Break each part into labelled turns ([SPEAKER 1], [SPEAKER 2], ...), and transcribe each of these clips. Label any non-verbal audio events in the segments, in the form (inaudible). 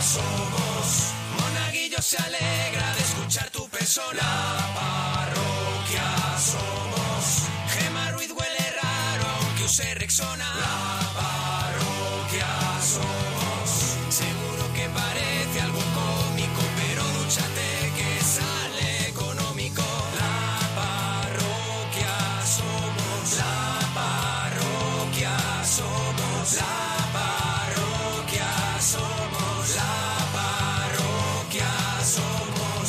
[SPEAKER 1] somos. Monaguillo se alegra de escuchar tu persona. parroquia somos. Gema Ruiz huele raro aunque use Rexona. La parroquia somos. Seguro que parece algo cómico, pero dúchate que sale económico. La parroquia somos. La parroquia somos. La parroquia somos. La parroquia somos.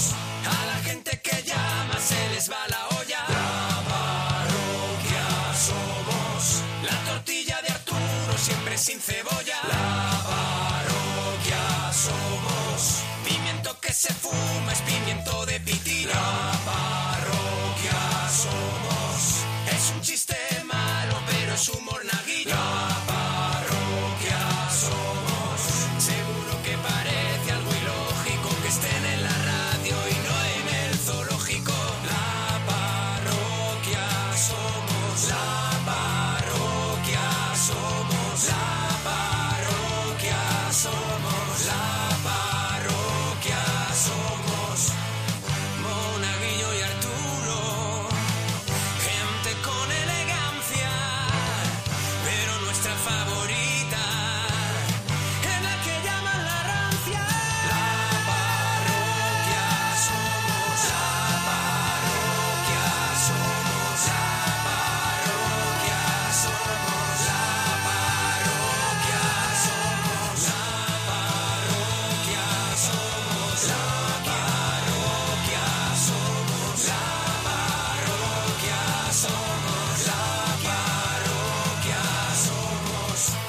[SPEAKER 1] A la gente que llama se les va la olla. La parroquia somos. La tortilla de Arturo siempre sin cebolla. La parroquia somos. Pimiento que se fuma es pimiento de pitilla. La parroquia somos. Es un chiste malo, pero es humor naguillo. La parroquia somos. Seguro que parece algo ilógico que estén en la radio y no en el zoológico. La parroquia somos. La parroquia somos. La parroquia somos. La parroquia somos. Monaguillo y Arturo. Gente con elegancia. Pero nuestra favorita. En la que llaman la rancia La parroquia somos La parroquia somos La parroquia somos La parroquia somos La parroquia somos La parroquia somos La parroquia somos La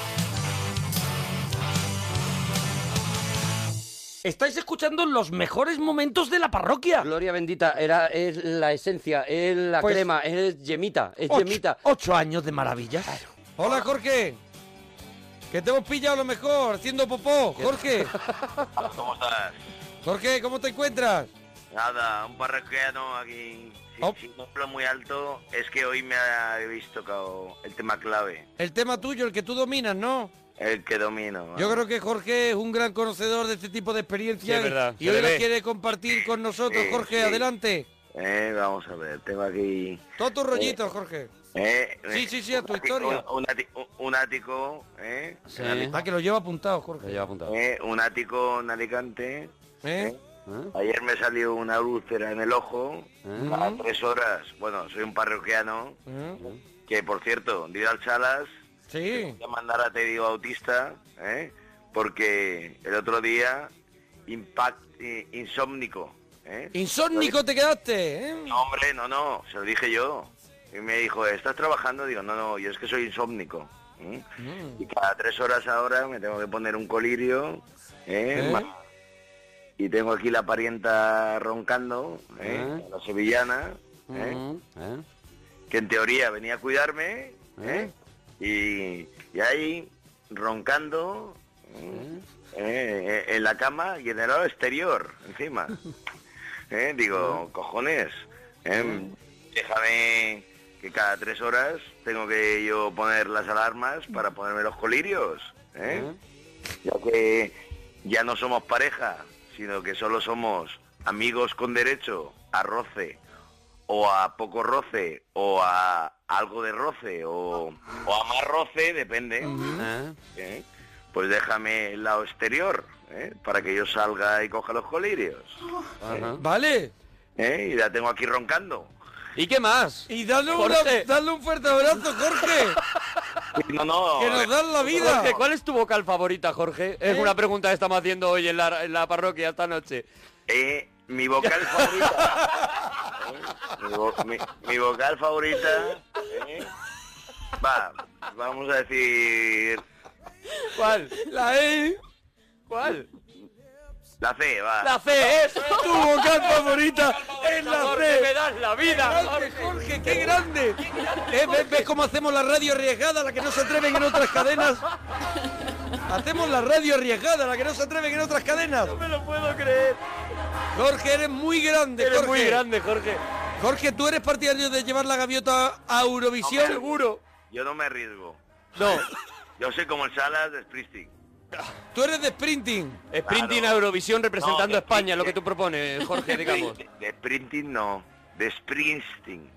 [SPEAKER 1] parroquia somos
[SPEAKER 2] Estáis escuchando los mejores momentos de la parroquia.
[SPEAKER 3] Gloria bendita, era, es la esencia, es la
[SPEAKER 2] Pues-
[SPEAKER 3] crema, es yemita, es
[SPEAKER 2] Ocho-
[SPEAKER 3] yemita.
[SPEAKER 2] Ocho años de maravillas.
[SPEAKER 4] Hola, Jorge. Que te hemos pillado a lo mejor haciendo popó, Jorge.
[SPEAKER 5] ¿Cómo estás?
[SPEAKER 4] Jorge, ¿cómo te encuentras?
[SPEAKER 5] Nada, un parroquiano aquí. Si,
[SPEAKER 4] Oh.
[SPEAKER 5] si no hablo muy alto, es que hoy me habéis tocado el tema clave,
[SPEAKER 4] El tema tuyo, el que tú dominas, ¿no?
[SPEAKER 5] el que domino.
[SPEAKER 4] Yo creo que Jorge es un gran conocedor de este tipo de experiencias
[SPEAKER 6] Sí, es verdad,
[SPEAKER 4] y
[SPEAKER 6] se
[SPEAKER 4] hoy
[SPEAKER 6] le
[SPEAKER 4] la
[SPEAKER 6] ve.
[SPEAKER 4] quiere compartir con nosotros,
[SPEAKER 5] Sí,
[SPEAKER 4] Jorge,
[SPEAKER 5] sí.
[SPEAKER 4] adelante.
[SPEAKER 5] Eh, vamos a ver, tengo aquí...
[SPEAKER 4] Todo tu rollito, Jorge.
[SPEAKER 5] eh,
[SPEAKER 4] Sí,
[SPEAKER 5] eh,
[SPEAKER 4] sí, sí, a tu
[SPEAKER 5] un ati-
[SPEAKER 4] historia.
[SPEAKER 5] Un, un ati- un- un ático, ¿eh?
[SPEAKER 3] Sí.
[SPEAKER 4] Ah, que lo lleva apuntado,
[SPEAKER 3] Lo
[SPEAKER 4] Jorge.
[SPEAKER 3] lleva apuntado.
[SPEAKER 5] Eh, Un ático en Alicante.
[SPEAKER 4] ¿Eh?
[SPEAKER 3] ¿Eh?
[SPEAKER 5] Ayer me salió una úlcera en el ojo.
[SPEAKER 3] ¿Eh?
[SPEAKER 4] Ah.
[SPEAKER 5] A tres horas. Bueno, soy un parroquiano.
[SPEAKER 4] ¿Eh?
[SPEAKER 5] Que, por cierto, Didal Salas
[SPEAKER 4] Sí.
[SPEAKER 5] Voy a mandar a Te digo Autista, ¿eh? porque el otro día, impact, eh, insómnico. ¿eh?
[SPEAKER 4] Insónico te quedaste, ¿eh?
[SPEAKER 5] No, hombre, no, no, se lo dije yo. Y me dijo, ¿estás trabajando? Digo, no, no, yo es que soy insómnico. ¿eh? Y cada tres horas ahora me tengo que poner un colirio. ¿eh?
[SPEAKER 4] ¿Eh?
[SPEAKER 5] Ma- Y tengo aquí la parienta roncando, ¿eh?
[SPEAKER 3] ¿Eh?
[SPEAKER 5] la sevillana, ¿eh?
[SPEAKER 3] ¿Eh?
[SPEAKER 5] que en teoría venía a cuidarme. ¿eh? Y, y ahí, roncando,
[SPEAKER 3] ¿Eh?
[SPEAKER 5] eh, eh, en la cama y en el lado exterior, encima. Eh, Digo, cojones, eh, déjame que cada tres horas tengo que yo poner las alarmas para ponerme los colirios. ¿eh?
[SPEAKER 3] ¿Eh?
[SPEAKER 5] Ya que ya no somos pareja, sino que solo somos amigos con derecho a roce o a poco roce o a algo de roce o, o a más roce, depende.
[SPEAKER 3] ¿Eh?
[SPEAKER 5] ¿eh? Pues déjame el lado exterior ¿eh? para que yo salga y coja los colirios.
[SPEAKER 3] Ajá.
[SPEAKER 4] ¿Vale?
[SPEAKER 5] ¿eh? Y la tengo aquí roncando.
[SPEAKER 3] ¿Y qué más?
[SPEAKER 4] Y dale, una-
[SPEAKER 3] Jorge.
[SPEAKER 4] dale un fuerte abrazo, Jorge,
[SPEAKER 5] No, no.
[SPEAKER 4] que nos dan la vida.
[SPEAKER 3] Jorge, ¿cuál es tu vocal favorita, Jorge? Es
[SPEAKER 4] ¿Eh?
[SPEAKER 3] una pregunta que estamos haciendo hoy en la, en la parroquia esta noche.
[SPEAKER 5] Eh,
[SPEAKER 3] (laughs)
[SPEAKER 5] mi vocal favorita. ¿eh? Mi, vo- mi- mi vocal favorita. ¿eh? Va, vamos a decir
[SPEAKER 3] ¿Cuál?
[SPEAKER 4] La E.
[SPEAKER 3] ¿Cuál?
[SPEAKER 5] la C, va.
[SPEAKER 3] La C, eso.
[SPEAKER 4] Tu vocal favorita es la
[SPEAKER 3] Jorge,
[SPEAKER 4] C.
[SPEAKER 3] me das la vida.
[SPEAKER 4] Grande, Jorge, qué grande. Eh, ¿ves, ves cómo hacemos la radio arriesgada, la que no se atreven en otras cadenas? Hacemos la radio arriesgada, la que no se atreven en otras cadenas.
[SPEAKER 3] No me lo puedo creer.
[SPEAKER 4] Jorge, eres muy grande,
[SPEAKER 3] Eres
[SPEAKER 4] Jorge.
[SPEAKER 3] muy grande, Jorge.
[SPEAKER 4] Jorge, ¿tú eres partidario de llevar la gaviota a Eurovisión?
[SPEAKER 3] Seguro.
[SPEAKER 5] Yo no me arriesgo.
[SPEAKER 3] No.
[SPEAKER 5] Yo soy como el Salas de Springsteen.
[SPEAKER 4] Tú eres de sprinting.
[SPEAKER 3] Sprinting a
[SPEAKER 5] Claro.
[SPEAKER 3] Eurovisión representando
[SPEAKER 5] No,
[SPEAKER 3] a España,
[SPEAKER 5] sprinting.
[SPEAKER 3] lo que tú propones, Eh, Jorge,
[SPEAKER 5] (laughs)
[SPEAKER 3] digamos.
[SPEAKER 5] De, de sprinting no, de sprinting.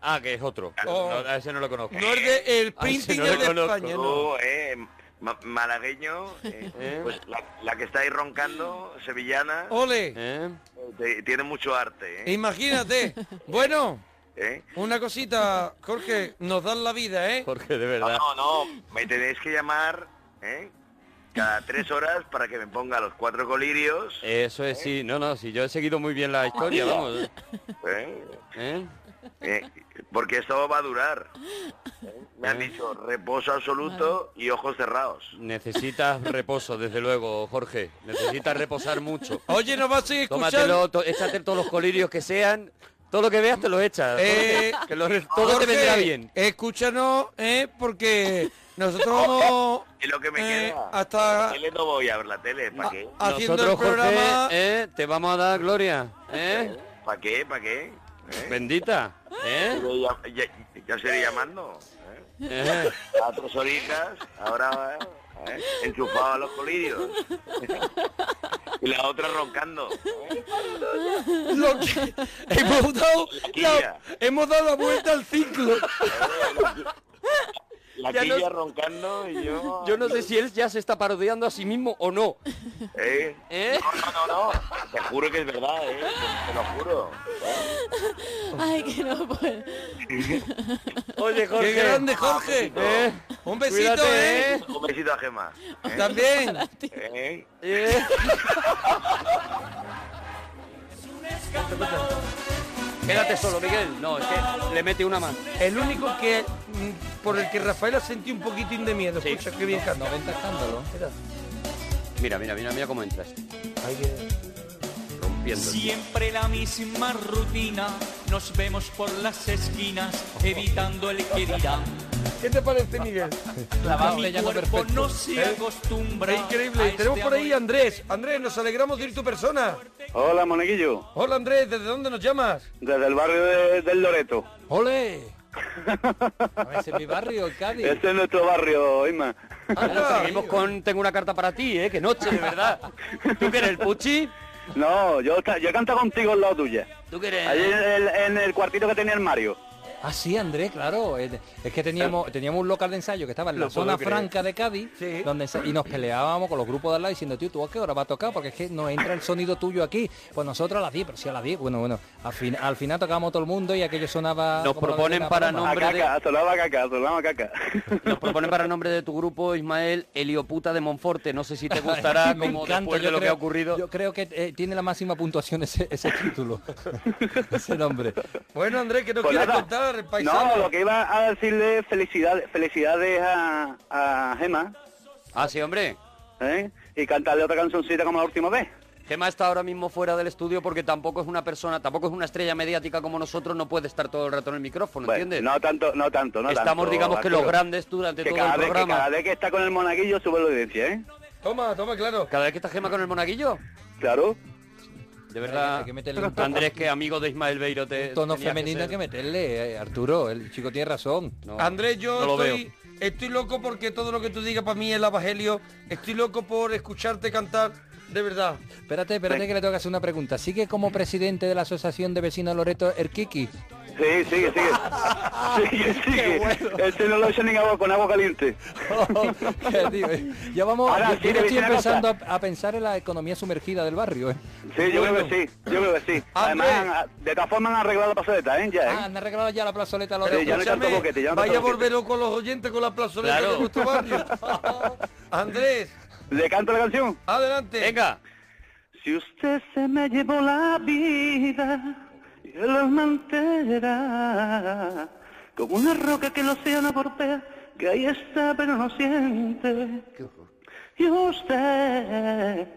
[SPEAKER 3] Ah, que es otro.
[SPEAKER 4] Oh.
[SPEAKER 3] No, a ese no lo conozco.
[SPEAKER 4] No es de el
[SPEAKER 3] Ay, si
[SPEAKER 4] sprinting
[SPEAKER 3] no
[SPEAKER 4] es
[SPEAKER 3] lo
[SPEAKER 4] de
[SPEAKER 3] conozco.
[SPEAKER 4] España, no.
[SPEAKER 5] Tú, eh, ma- malagueño,
[SPEAKER 4] (laughs)
[SPEAKER 5] eh,
[SPEAKER 3] ¿Eh?
[SPEAKER 5] pues la, la que está ahí roncando, sevillana,
[SPEAKER 4] Ole,
[SPEAKER 3] ¿Eh?
[SPEAKER 5] te- tiene mucho arte, ¿eh?
[SPEAKER 4] imagínate. Bueno,
[SPEAKER 5] (laughs) ¿Eh?
[SPEAKER 4] una cosita, Jorge, nos dan la vida, ¿eh?
[SPEAKER 3] Jorge, de
[SPEAKER 5] No,
[SPEAKER 3] verdad.
[SPEAKER 5] no, no, me tenéis que llamar, ¿eh? Cada tres horas para que me ponga los cuatro colirios,
[SPEAKER 3] Eso es, sí. No, no, sí, yo he seguido muy bien la historia, vamos.
[SPEAKER 5] ¿eh?
[SPEAKER 3] ¿Eh?
[SPEAKER 5] Eh, porque esto va a durar. Me han dicho reposo absoluto y ojos cerrados.
[SPEAKER 3] Necesitas reposo, desde luego, Jorge. Necesitas reposar mucho.
[SPEAKER 4] Oye, nos vas a seguir escuchando.
[SPEAKER 3] Tómatelo, to- échate todos los colirios que sean. Todo lo que veas te lo echas. Todo lo que-
[SPEAKER 4] Eh,
[SPEAKER 3] (laughs) que lo- todo
[SPEAKER 4] Jorge,
[SPEAKER 3] te vendrá bien.
[SPEAKER 4] Escúchanos, ¿eh? Porque
[SPEAKER 3] (laughs)
[SPEAKER 4] nosotros vamos
[SPEAKER 3] Oh,
[SPEAKER 4] (laughs)
[SPEAKER 5] Es lo que me
[SPEAKER 4] eh,
[SPEAKER 5] queda.
[SPEAKER 4] hasta
[SPEAKER 5] Tele no voy a ver la tele. ¿Para qué?
[SPEAKER 4] a- haciendo
[SPEAKER 3] Nosotros,
[SPEAKER 4] el programa.
[SPEAKER 3] Jorge, eh, te vamos a dar gloria. ¿eh?
[SPEAKER 5] ¿Para qué? ¿Para qué?
[SPEAKER 3] Bendita. ¿eh?
[SPEAKER 5] Ya, ya- ya os iré llamando. ¿eh?
[SPEAKER 3] Eh.
[SPEAKER 5] A tres horitas, ahora ¿eh? enchufado a los colirios. y la otra roncando. ¿eh?
[SPEAKER 4] lo que- (laughs) hemos, dado la,
[SPEAKER 5] Quilla.
[SPEAKER 4] hemos dado la vuelta al ciclo.
[SPEAKER 5] La
[SPEAKER 3] Ya no-
[SPEAKER 5] quilla roncando y yo...
[SPEAKER 3] Yo no sé si él ya se está parodiando a sí mismo o no.
[SPEAKER 5] ¿Eh?
[SPEAKER 3] ¿Eh?
[SPEAKER 5] No, no, no, no. Te juro que es verdad, ¿eh? Te lo juro.
[SPEAKER 6] Ay, que no puedo.
[SPEAKER 3] Oye, Jorge.
[SPEAKER 4] ¡Qué grande, Jorge!
[SPEAKER 3] Eh,
[SPEAKER 4] Un besito,
[SPEAKER 3] cuídate,
[SPEAKER 4] ¿eh?
[SPEAKER 5] Un besito a Gemma. ¿eh?
[SPEAKER 4] También. (laughs)
[SPEAKER 5] ¿Eh?
[SPEAKER 3] eh. Quédate solo, Miguel. No, es que le mete una más.
[SPEAKER 4] El único que mm, por el que Rafael ha sentido un poquitín de miedo. Escucha, qué bien canta.
[SPEAKER 3] Mira, mira, mira, mira cómo entras. Rompiendo.
[SPEAKER 7] Siempre la misma rutina, nos vemos por las esquinas, evitando el que dirán.
[SPEAKER 4] ¿Qué te parece, (laughs) Miguel?
[SPEAKER 7] Mi cuerpo no se acostumbra.
[SPEAKER 4] Eh, Es increíble. Y tenemos por ahí a este Andrés. Andrés, nos alegramos de ir tu persona.
[SPEAKER 8] Hola, Moneguillo.
[SPEAKER 4] Hola, Andrés, ¿desde dónde nos llamas?
[SPEAKER 8] Desde el barrio de- del Loreto.
[SPEAKER 2] ¡Ole! Es en mi barrio, en Cádiz.
[SPEAKER 8] Este es nuestro barrio, Isma.
[SPEAKER 3] Anda, seguimos con Tengo una carta para ti, ¿eh? Que noche, de verdad. ¿Tú quieres el Puchi?
[SPEAKER 8] No, yo, ta- yo canto contigo en lado tuya.
[SPEAKER 3] ¿Tú quieres...?
[SPEAKER 8] Allí en el, en el cuartito que tenía el Mario.
[SPEAKER 2] Ah, sí, Andrés, claro. Es es que teníamos, teníamos un local de ensayo que estaba en la
[SPEAKER 3] Lo puedo
[SPEAKER 2] zona
[SPEAKER 3] creer.
[SPEAKER 2] franca de Cádiz donde ensa- y nos peleábamos con los grupos de al lado diciendo, tío, ¿tú a qué hora va a tocar? Porque es que no entra el sonido tuyo aquí. Pues nosotros a las 10, pero sí a las 10. Bueno, bueno, al, fin- al final tocábamos todo el mundo y aquello sonaba...
[SPEAKER 3] Nos
[SPEAKER 2] como la
[SPEAKER 3] proponen
[SPEAKER 2] de la
[SPEAKER 3] para
[SPEAKER 2] paloma.
[SPEAKER 8] A
[SPEAKER 3] Hombre de-
[SPEAKER 8] caca, solaba caca, solaba caca.
[SPEAKER 3] Nos proponen para el nombre de tu grupo, Ismael, Helioputa de Monforte. No sé si
[SPEAKER 2] (laughs)
[SPEAKER 3] te gustará,
[SPEAKER 2] Me
[SPEAKER 3] como
[SPEAKER 2] encanta,
[SPEAKER 3] después de
[SPEAKER 2] yo
[SPEAKER 3] lo que
[SPEAKER 2] creo-
[SPEAKER 3] ha ocurrido.
[SPEAKER 2] Yo creo que eh, tiene la máxima puntuación ese, ese título, (laughs) ese nombre.
[SPEAKER 4] Bueno, Andrés, que nos
[SPEAKER 8] Pues
[SPEAKER 4] quieres
[SPEAKER 8] nada.
[SPEAKER 4] contar, paisano?
[SPEAKER 8] No, lo que iba a decirle felicidades, felicidades a, a Gema,
[SPEAKER 3] Ah, sí, hombre.
[SPEAKER 8] ¿eh? Y cantarle otra cancioncita como la última vez.
[SPEAKER 3] Gemma está ahora mismo fuera del estudio porque tampoco es una persona, tampoco es una estrella mediática como nosotros, no puede estar todo el rato en el micrófono,
[SPEAKER 8] Bueno,
[SPEAKER 3] ¿entiendes?
[SPEAKER 8] no tanto, no tanto, no
[SPEAKER 3] Estamos,
[SPEAKER 8] tanto,
[SPEAKER 3] digamos que
[SPEAKER 8] Arturo.
[SPEAKER 3] los grandes durante
[SPEAKER 8] Que
[SPEAKER 3] todo
[SPEAKER 8] cada,
[SPEAKER 3] el
[SPEAKER 8] vez, que
[SPEAKER 3] programa.
[SPEAKER 8] cada vez que está con el monaguillo sube la audiencia, ¿eh?
[SPEAKER 4] Toma, toma, claro.
[SPEAKER 3] Cada vez que está Gema con el monaguillo.
[SPEAKER 8] Claro.
[SPEAKER 3] De verdad,
[SPEAKER 2] Hay que meterle un tono-
[SPEAKER 3] Andrés, que amigo de Ismael Beiro te...
[SPEAKER 2] Tono
[SPEAKER 3] tenías
[SPEAKER 2] femenino
[SPEAKER 3] ser.
[SPEAKER 2] que meterle, eh, Arturo, el chico tiene razón.
[SPEAKER 3] No,
[SPEAKER 4] Andrés, yo
[SPEAKER 3] Oh, no lo
[SPEAKER 4] estoy,
[SPEAKER 3] veo.
[SPEAKER 4] estoy loco porque todo lo que tú digas para mí es el evangelio. Estoy loco por escucharte cantar, de verdad.
[SPEAKER 2] Espérate, espérate que le tengo que hacer una pregunta. ¿Sigue como presidente de la Asociación de Vecinos Loreto Erquiqui?
[SPEAKER 8] Sí, sigue,
[SPEAKER 4] (laughs)
[SPEAKER 8] sigue. sigue, sigue. Este no lo echa ni agua con agua caliente.
[SPEAKER 4] Oh,
[SPEAKER 2] Digo, eh, ya vamos,
[SPEAKER 8] Ahora,
[SPEAKER 2] yo-
[SPEAKER 8] sí,
[SPEAKER 2] yo, estoy
[SPEAKER 8] le voy a decir una
[SPEAKER 2] empezando a, a pensar en la economía sumergida del barrio. eh. (laughs)
[SPEAKER 8] Sí, yo creo que sí, yo creo que sí. Además,
[SPEAKER 4] Andrés.
[SPEAKER 8] han- de todas formas han arreglado la pasadeta, ¿eh? Ya, ¿eh?
[SPEAKER 2] Ah, han arreglado ya la plazoleta
[SPEAKER 8] Pero
[SPEAKER 2] Loreto.
[SPEAKER 8] ya no hay tanto
[SPEAKER 4] Escúchame,
[SPEAKER 8] boquete, ya no hay
[SPEAKER 4] vaya a
[SPEAKER 8] tanto
[SPEAKER 4] volver loco a los oyentes con la plazoleta
[SPEAKER 3] Claro.
[SPEAKER 4] de nuestro
[SPEAKER 3] (laughs)
[SPEAKER 4] barrio. Andrés,
[SPEAKER 8] ¿Le canto la canción?
[SPEAKER 4] adelante.
[SPEAKER 3] Venga.
[SPEAKER 8] Si usted Este se me llevó la vida, yo la mantendrá. Como una roca que el océano golpea, que ahí está pero no siente. Y usted,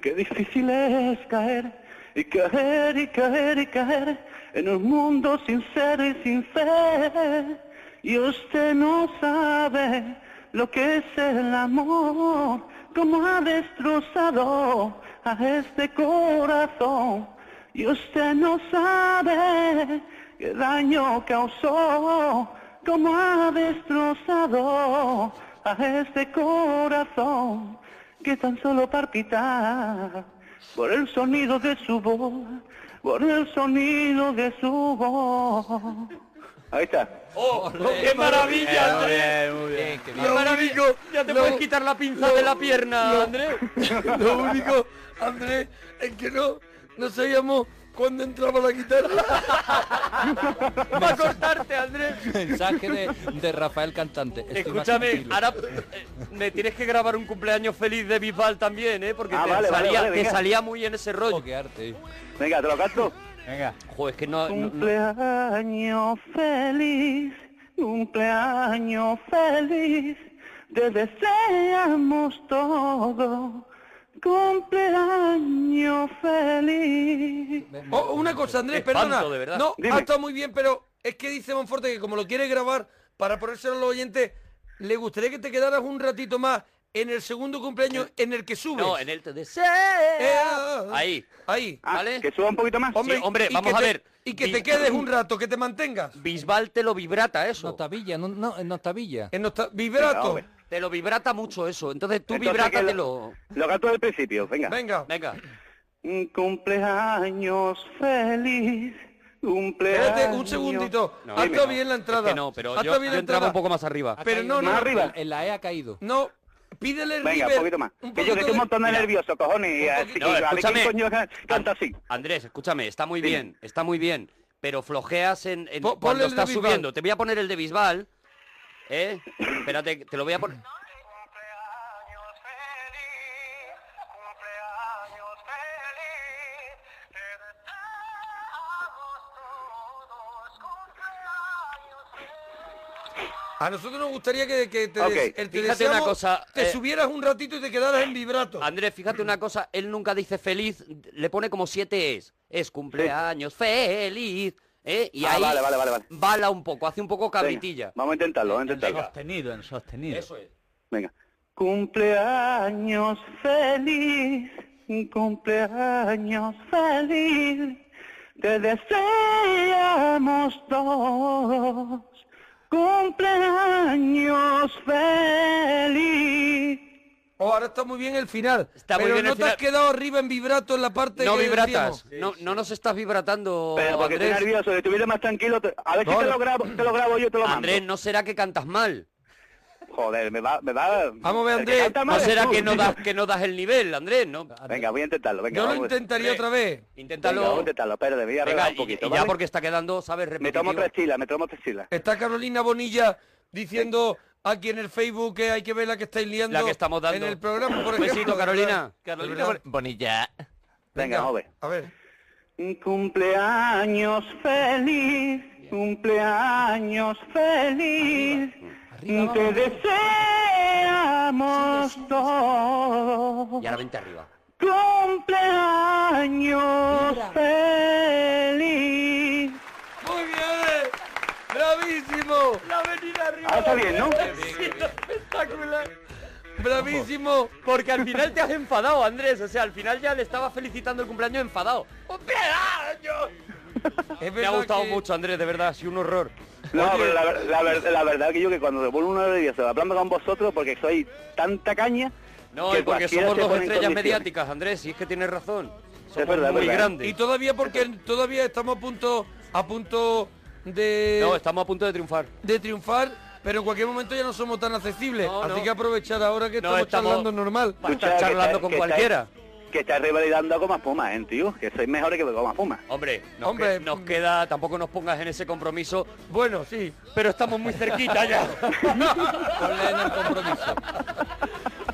[SPEAKER 8] qué difícil es caer, y caer, y caer, y caer, en un mundo sincero y sin fe. Y usted no sabe lo que es el amor, como ha destrozado a este corazón. Y usted no sabe qué daño causó, cómo ha destrozado a este corazón. que tan solo palpita por el sonido de su voz, por el sonido de su voz. Ahí está.
[SPEAKER 3] Oh,
[SPEAKER 4] ¡Qué maravilla,
[SPEAKER 3] eh,
[SPEAKER 4] Andrés!
[SPEAKER 3] ¡Qué maravilla! Ya te puedes quitar la pinza de la pierna, Andrés.
[SPEAKER 4] (laughs) Lo único, Andrés, es que no, no sabíamos cuándo entraba la
[SPEAKER 8] (laughs)
[SPEAKER 4] guitarra.
[SPEAKER 3] Va a cortarte, Andrés.
[SPEAKER 2] Mensaje de, de Rafael Cantante. Estoy más
[SPEAKER 3] Escúchame,
[SPEAKER 2] tranquilo.
[SPEAKER 3] ahora eh, me tienes que grabar un cumpleaños feliz de Bisbal también, ¿eh? Porque
[SPEAKER 8] Ah,
[SPEAKER 3] te,
[SPEAKER 8] vale, vale,
[SPEAKER 3] salía,
[SPEAKER 8] vale,
[SPEAKER 3] te
[SPEAKER 8] venga.
[SPEAKER 3] salía muy en ese rollo.
[SPEAKER 4] Oh,
[SPEAKER 2] Qué arte.
[SPEAKER 8] Venga, te lo canto.
[SPEAKER 2] Venga.
[SPEAKER 3] Joder, es que no... no- no-
[SPEAKER 8] Cumpleaños feliz, cumpleaños feliz, te deseamos todo. Cumpleaños feliz.
[SPEAKER 4] Oh, una cosa, Andrés,
[SPEAKER 3] Espanto,
[SPEAKER 4] perdona.
[SPEAKER 3] de verdad.
[SPEAKER 4] No,
[SPEAKER 8] Dime.
[SPEAKER 4] ha estado muy bien, pero es que dice Monforte que como lo quiere grabar para ponérselo a los oyentes, le gustaría que te quedaras un ratito más en el segundo cumpleaños en el que subes.
[SPEAKER 3] Eh,
[SPEAKER 4] Eh, ah,
[SPEAKER 3] No, en el te desea. Ahí.
[SPEAKER 4] Ahí.
[SPEAKER 8] Ah,
[SPEAKER 3] ¿Vale?
[SPEAKER 8] Que suba un poquito más.
[SPEAKER 3] Sí, hombre,
[SPEAKER 4] y
[SPEAKER 3] vamos
[SPEAKER 4] que
[SPEAKER 3] a
[SPEAKER 4] te-
[SPEAKER 3] ver.
[SPEAKER 4] Y que
[SPEAKER 3] Vi-
[SPEAKER 4] te quedes
[SPEAKER 3] (laughs)
[SPEAKER 4] un rato, que te mantengas.
[SPEAKER 3] Bisbal te lo vibrata eso.
[SPEAKER 2] Notavilla, no, no, eh. en Notavilla.
[SPEAKER 4] En nuestra vibrato.
[SPEAKER 8] Venga,
[SPEAKER 3] Te lo vibrata mucho eso. Entonces tú
[SPEAKER 8] Entonces, que
[SPEAKER 3] vibrátatelo.
[SPEAKER 8] lo, lo canto del principio, venga.
[SPEAKER 4] Venga.
[SPEAKER 3] Venga.
[SPEAKER 8] Mm, Cumpleaños feliz, cumpleaños.
[SPEAKER 4] Espérate un segundito.
[SPEAKER 3] No,
[SPEAKER 4] ha
[SPEAKER 3] dime,
[SPEAKER 4] estado
[SPEAKER 3] no.
[SPEAKER 4] bien la
[SPEAKER 3] Es
[SPEAKER 4] entrada.
[SPEAKER 3] que no, pero
[SPEAKER 4] Ha
[SPEAKER 3] yo,
[SPEAKER 4] estado bien
[SPEAKER 3] yo
[SPEAKER 4] la
[SPEAKER 3] entraba
[SPEAKER 4] entrada.
[SPEAKER 3] un poco más arriba.
[SPEAKER 2] Ha
[SPEAKER 4] pero
[SPEAKER 2] caído
[SPEAKER 4] no, no,
[SPEAKER 2] en-
[SPEAKER 8] arriba.
[SPEAKER 2] En la E ha caído.
[SPEAKER 4] No, pídele
[SPEAKER 8] Venga, un
[SPEAKER 4] River,
[SPEAKER 8] poquito más.
[SPEAKER 4] un
[SPEAKER 8] que yo que
[SPEAKER 4] poquito
[SPEAKER 8] estoy un
[SPEAKER 4] de-
[SPEAKER 8] montón de nervioso, cojones. y
[SPEAKER 4] poquito-
[SPEAKER 8] así,
[SPEAKER 3] No,
[SPEAKER 8] y a ver
[SPEAKER 3] escúchame.
[SPEAKER 8] quién coño ca- canta así.
[SPEAKER 3] Andrés, escúchame, está muy
[SPEAKER 8] Dime.
[SPEAKER 3] bien, está muy bien, pero flojeas en, en
[SPEAKER 4] Po- ponle
[SPEAKER 3] cuando
[SPEAKER 4] el de
[SPEAKER 3] estás
[SPEAKER 4] Bisbal.
[SPEAKER 3] subiendo. Te voy a poner el de Bisbal,
[SPEAKER 8] (laughs)
[SPEAKER 3] ¿eh? Espérate, te lo voy a poner.
[SPEAKER 8] Cumpleaños feliz, cumpleaños feliz, te deseamos todos, cumpleaños
[SPEAKER 4] A nosotros nos gustaría que, que te,
[SPEAKER 8] Ok,
[SPEAKER 4] des- el te
[SPEAKER 3] fíjate una
[SPEAKER 4] deseamos,
[SPEAKER 3] cosa,
[SPEAKER 4] te
[SPEAKER 3] eh,
[SPEAKER 4] subieras un ratito y te quedaras en vibrato.
[SPEAKER 3] Andrés, fíjate una cosa, él nunca dice feliz, le pone como siete es. Es cumpleaños, feliz, ¿eh? Y
[SPEAKER 8] Ah,
[SPEAKER 3] ahí
[SPEAKER 8] vale, vale, vale, vale.
[SPEAKER 3] bala un poco, hace un poco
[SPEAKER 8] Venga,
[SPEAKER 3] cabritilla.
[SPEAKER 8] Vamos a intentarlo, vamos a intentarlo.
[SPEAKER 9] Sostenido, en sostenido.
[SPEAKER 3] Eso es.
[SPEAKER 8] Venga. Cumpleaños feliz, cumpleaños feliz, te deseamos todos. Cumpleaños feliz.
[SPEAKER 4] Oh, ahora está muy bien el final.
[SPEAKER 3] Está muy
[SPEAKER 4] pero
[SPEAKER 3] bien
[SPEAKER 4] no
[SPEAKER 3] el
[SPEAKER 4] te has
[SPEAKER 3] final.
[SPEAKER 4] quedado arriba en vibrato en la parte
[SPEAKER 3] No
[SPEAKER 4] que
[SPEAKER 3] vibratas,
[SPEAKER 4] decíamos.
[SPEAKER 3] no, no nos estás vibratando,
[SPEAKER 8] Pero porque estoy
[SPEAKER 3] Andrés.
[SPEAKER 8] nervioso, si estuviera más tranquilo, te- a ver si
[SPEAKER 4] No,
[SPEAKER 8] te
[SPEAKER 4] no.
[SPEAKER 8] lo grabo, te lo grabo yo, te lo mando.
[SPEAKER 3] Andrés, ¿no será que cantas mal?
[SPEAKER 8] Joder, me va, me va.
[SPEAKER 4] Vamos a ver,
[SPEAKER 8] el que
[SPEAKER 4] Andrés,
[SPEAKER 8] canta
[SPEAKER 4] no
[SPEAKER 3] ¿No
[SPEAKER 8] mal es
[SPEAKER 3] será
[SPEAKER 8] tú,
[SPEAKER 3] que no
[SPEAKER 8] tío.
[SPEAKER 3] das, que no das el nivel, Andrés? ¿no?
[SPEAKER 8] Venga, voy a intentarlo, venga.
[SPEAKER 4] Yo lo
[SPEAKER 3] pues,
[SPEAKER 8] vamos.
[SPEAKER 4] intentaría
[SPEAKER 3] Hombre.
[SPEAKER 4] otra vez.
[SPEAKER 3] Inténtalo.
[SPEAKER 8] Venga, voy a intentarlo, espérate, me voy a arreglar
[SPEAKER 3] Venga,
[SPEAKER 8] un
[SPEAKER 3] y-
[SPEAKER 8] poquito,
[SPEAKER 3] y ya
[SPEAKER 8] ¿vale?
[SPEAKER 3] porque está quedando, ¿sabes?
[SPEAKER 8] Me tomo
[SPEAKER 3] repetitivo.
[SPEAKER 8] tres chilas, me tomo tres chilas.
[SPEAKER 4] Está Carolina Bonilla diciendo aquí en el Facebook que hay que ver la que estáis liando.
[SPEAKER 3] La que estamos dando.
[SPEAKER 4] En el programa, por
[SPEAKER 3] (laughs) Un besito,
[SPEAKER 4] ejemplo.
[SPEAKER 3] Carolina.
[SPEAKER 4] Carolina.
[SPEAKER 9] Bonilla.
[SPEAKER 8] Venga, vamos a ver.
[SPEAKER 4] A ver.
[SPEAKER 8] Cumpleaños feliz, cumpleaños feliz,
[SPEAKER 3] mm.
[SPEAKER 8] te deseamos todos.
[SPEAKER 3] Y ahora vente arriba.
[SPEAKER 8] Cumpleaños
[SPEAKER 6] Vibra.
[SPEAKER 8] feliz.
[SPEAKER 4] Muy bien, Andrés. Bravísimo.
[SPEAKER 8] Ahora Ah, está bien, ¿no?
[SPEAKER 4] Bravísimo.
[SPEAKER 3] Porque al final te has (laughs) enfadado, Andrés. O sea, al final ya le estaba felicitando el cumpleaños enfadado. ¡Cumpleaños!
[SPEAKER 4] Es
[SPEAKER 3] Me ha
[SPEAKER 4] verdad
[SPEAKER 3] gustado
[SPEAKER 4] que-
[SPEAKER 3] mucho, Andrés, de verdad. Ha sido un horror.
[SPEAKER 8] No, pero la, ver- la ver- la verdad que yo que cuando se pone uno nervioso, la planta con vosotros porque soy tanta caña.
[SPEAKER 3] No,
[SPEAKER 8] que
[SPEAKER 3] y porque
[SPEAKER 8] cualquiera
[SPEAKER 3] somos
[SPEAKER 8] se
[SPEAKER 3] dos
[SPEAKER 8] pone en
[SPEAKER 3] estrellas
[SPEAKER 8] condiciones.
[SPEAKER 3] mediáticas, Andrés. Si es que tienes razón. Somos
[SPEAKER 8] verdad, ¿eh? es
[SPEAKER 3] muy
[SPEAKER 8] verdad.
[SPEAKER 4] Y
[SPEAKER 3] grandes.
[SPEAKER 4] todavía porque todavía estamos a punto a punto de,
[SPEAKER 3] No, estamos a punto de triunfar.
[SPEAKER 4] de triunfar, pero en cualquier momento ya no somos tan accesibles.
[SPEAKER 3] No,
[SPEAKER 4] así
[SPEAKER 3] no.
[SPEAKER 4] que aprovechar ahora que
[SPEAKER 3] No,
[SPEAKER 4] estamos,
[SPEAKER 3] estamos-
[SPEAKER 4] charlando normal.
[SPEAKER 3] Va a estar
[SPEAKER 8] Escucha, que
[SPEAKER 3] charlando
[SPEAKER 8] está-
[SPEAKER 3] con
[SPEAKER 8] que está-
[SPEAKER 3] cualquiera.
[SPEAKER 8] Que está revalidando a Comas Puma, ¿eh, tío? Que sois mejores que Comas Puma.
[SPEAKER 3] Hombre, nos,
[SPEAKER 4] Hombre,
[SPEAKER 3] que- nos
[SPEAKER 4] mm.
[SPEAKER 3] queda, tampoco nos pongas en ese compromiso,
[SPEAKER 4] Bueno, sí.
[SPEAKER 3] pero estamos muy cerquita (laughs) ya.
[SPEAKER 2] Ponle en el compromiso.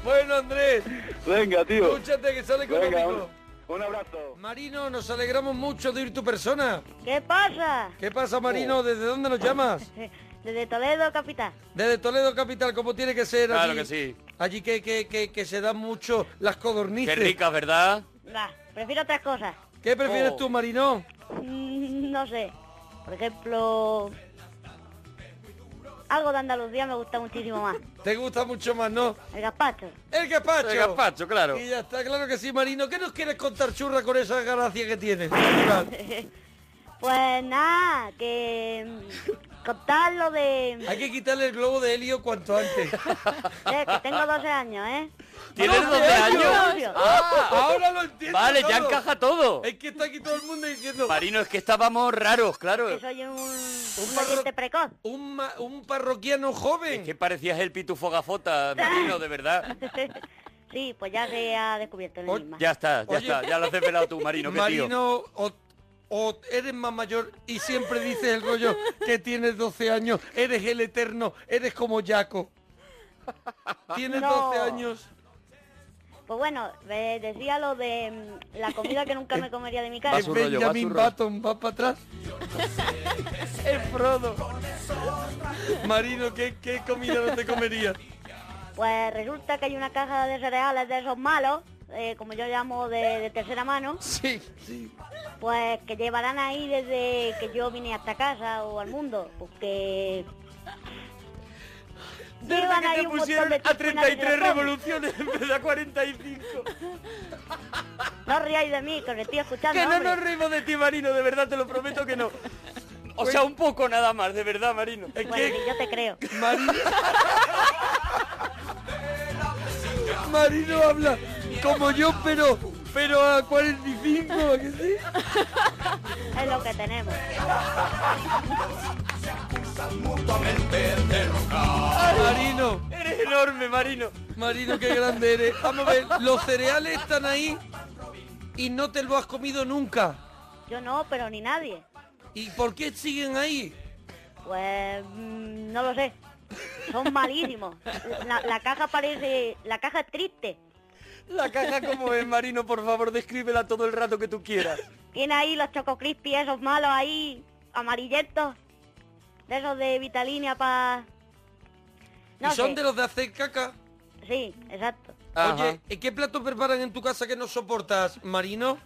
[SPEAKER 4] Bueno, Andrés,
[SPEAKER 8] Venga, tío.
[SPEAKER 4] escúchate que sale
[SPEAKER 8] Venga,
[SPEAKER 4] económico.
[SPEAKER 8] un, un abrazo.
[SPEAKER 4] Marino, nos alegramos mucho de ir tu persona.
[SPEAKER 10] ¿Qué pasa?
[SPEAKER 4] ¿Qué pasa,
[SPEAKER 8] Oh.
[SPEAKER 4] Marino? ¿Desde dónde nos llamas?
[SPEAKER 10] (laughs) Desde Toledo, capital.
[SPEAKER 4] Desde Toledo Capital, como tiene que ser
[SPEAKER 3] Claro
[SPEAKER 4] allí.
[SPEAKER 3] que sí.
[SPEAKER 4] Allí que, que, que, que se dan mucho las
[SPEAKER 3] Qué
[SPEAKER 4] codornices.
[SPEAKER 3] ricas, ¿verdad?
[SPEAKER 10] Nah, prefiero otras cosas. (laughs)
[SPEAKER 4] ¿Qué prefieres
[SPEAKER 3] Oh.
[SPEAKER 4] tú, Marino?
[SPEAKER 10] Mm, No sé. Por ejemplo... Algo de Andalucía me gusta muchísimo más.
[SPEAKER 4] Te gusta mucho más, ¿no?
[SPEAKER 10] El gazpacho. (laughs)
[SPEAKER 4] El gazpacho.
[SPEAKER 3] El gazpacho, claro.
[SPEAKER 4] Y ya está, claro que sí, Marino. ¿Qué nos quieres contar, churra, con esa gracia que tienes?
[SPEAKER 10] Pues nada, que mm, contar lo
[SPEAKER 4] (laughs)
[SPEAKER 10] de...
[SPEAKER 4] Hay que quitarle el globo de helio cuanto antes.
[SPEAKER 10] (laughs) eh, que tengo 12 años, ¿eh?
[SPEAKER 4] ¿Tienes 12
[SPEAKER 10] años?
[SPEAKER 3] Ah,
[SPEAKER 4] ahora lo entiendo.
[SPEAKER 3] Vale, ya
[SPEAKER 4] todo.
[SPEAKER 3] encaja todo.
[SPEAKER 4] Es que está aquí todo el mundo diciendo...
[SPEAKER 3] Marino, es que estábamos raros, claro.
[SPEAKER 10] Que soy un... Un
[SPEAKER 4] parro-
[SPEAKER 10] oyente precoz.
[SPEAKER 4] Un, ma- un parroquiano joven.
[SPEAKER 3] Es que parecías el pitufo gafota, Marino, de verdad.
[SPEAKER 10] Sí, pues ya se ha descubierto el enigma.
[SPEAKER 3] Oh, Ya está, ya
[SPEAKER 4] Oye.
[SPEAKER 3] está, ya lo has desvelado tú, Marino, qué tío.
[SPEAKER 4] Marino, o, o eres más mayor y siempre dices el rollo que tienes 12 años, eres el eterno, eres como
[SPEAKER 10] (laughs)
[SPEAKER 4] Jaco. Tienes
[SPEAKER 10] No.
[SPEAKER 4] 12 años.
[SPEAKER 10] Pues bueno, eh, decía lo de mm, la comida que nunca me comería de mi casa.
[SPEAKER 4] es Benjamin Button, va para atrás.
[SPEAKER 10] el Frodo.
[SPEAKER 4] Marino, ¿qué, qué comida no te
[SPEAKER 3] (laughs)
[SPEAKER 4] comerías?
[SPEAKER 10] Pues resulta que hay una caja de cereales de esos malos, eh, como yo llamo de, de tercera mano,
[SPEAKER 4] Sí, sí.
[SPEAKER 10] pues que llevarán ahí desde que yo vine hasta casa o al mundo, porque... Llevan ahí un montón de
[SPEAKER 3] a
[SPEAKER 10] chupinas de
[SPEAKER 3] 33
[SPEAKER 10] silicona.
[SPEAKER 3] revoluciones en vez de a 45.
[SPEAKER 10] No ríais de mí, que os estoy escuchando.
[SPEAKER 3] Que no
[SPEAKER 10] hombre.
[SPEAKER 3] nos reímos de ti, Marino, de verdad, te lo prometo que no. O sea, un poco nada más, de verdad, Marino.
[SPEAKER 4] Es
[SPEAKER 10] Bueno, sí,
[SPEAKER 4] que
[SPEAKER 10] yo te creo.
[SPEAKER 4] Marino... Marino habla como yo, pero pero a 45, ¿a que sí?
[SPEAKER 10] (laughs) Es lo que tenemos.
[SPEAKER 4] (laughs) Marino...
[SPEAKER 3] Eres enorme, Marino.
[SPEAKER 4] Marino, qué grande eres. Vamos a ver, los cereales están ahí y no te lo has comido nunca.
[SPEAKER 10] Yo no, pero ni nadie.
[SPEAKER 4] ¿Y por qué siguen ahí?
[SPEAKER 10] Pues mm, no lo sé. Son malísimos. La, la caja parece... La caja es triste.
[SPEAKER 3] La caja como es, Marino, por favor, descríbela todo el rato que tú quieras.
[SPEAKER 10] Tiene ahí los Choco Crispy, esos malos ahí, amarillentos. De esos de Vitalinia para... No
[SPEAKER 4] y son
[SPEAKER 10] sé.
[SPEAKER 4] de los de hacer caca.
[SPEAKER 10] Sí, exacto.
[SPEAKER 3] Ajá.
[SPEAKER 4] Oye, ¿y qué plato preparan en tu casa que no soportas, Marino?